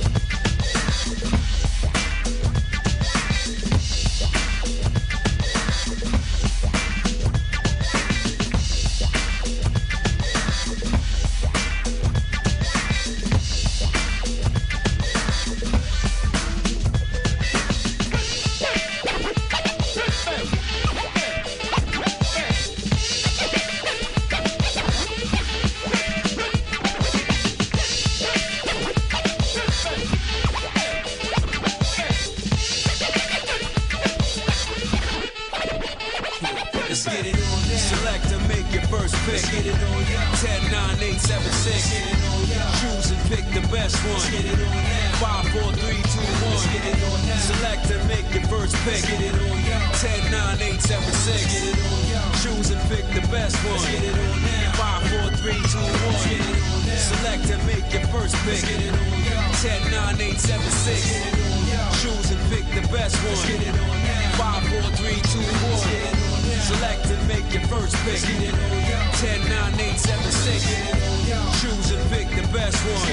D: Let's get it on now. Select and make your first pick. Let's get it on now. 10, 9, 8, 7, 6. Let's get it on now. Choose and pick the best one. Let's get it on now. 5, 4, 3, 2, 1. Let's get it on now. Select and make your first pick. Let's get it on now. 10, 9, 8, 7, 6. Let's get it on now. Choose and pick the best one. Let's get it on now. 5, 4, 3, 2, 1. Let's get it on now. Select and make your first pick. Let's get it on now. 10, 9, 8, 7, 6. Let's get it on now. Choose and pick the best one. Let's get it on now. 5, 4, 3, 2, 1. Let's get it on now. Select and make your first pick. 10, 9, 8, 7, 6. Choose and pick the best one.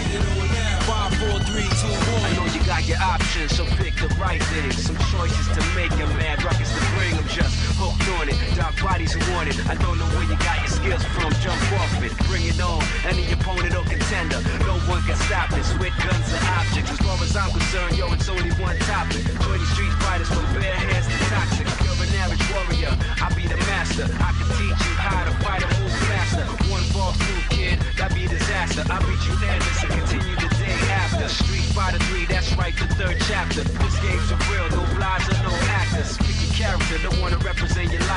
D: 5, 4, 3, 2, 1.
E: I know you got your options, so pick the right thing. Some choices to make, a mad rockets to bring. I'm just hooked on it. Dark bodies who want it. I don't know where you got your skills from. Jump off it, bring it on. Any opponent or contender, no one can stop this. With guns and objects, as far as I'm concerned, yo, it's only one topic. Join the street fighters from bare hands to toxic. You're an average warrior. I be the master. I can teach you how to fight and move faster. One false move, kid, that be disaster. I beat you endless and continue the day after. Street Fighter 3, that's right, the third chapter. This game's for real, no lies or no actors. Pick your character, don't wanna represent your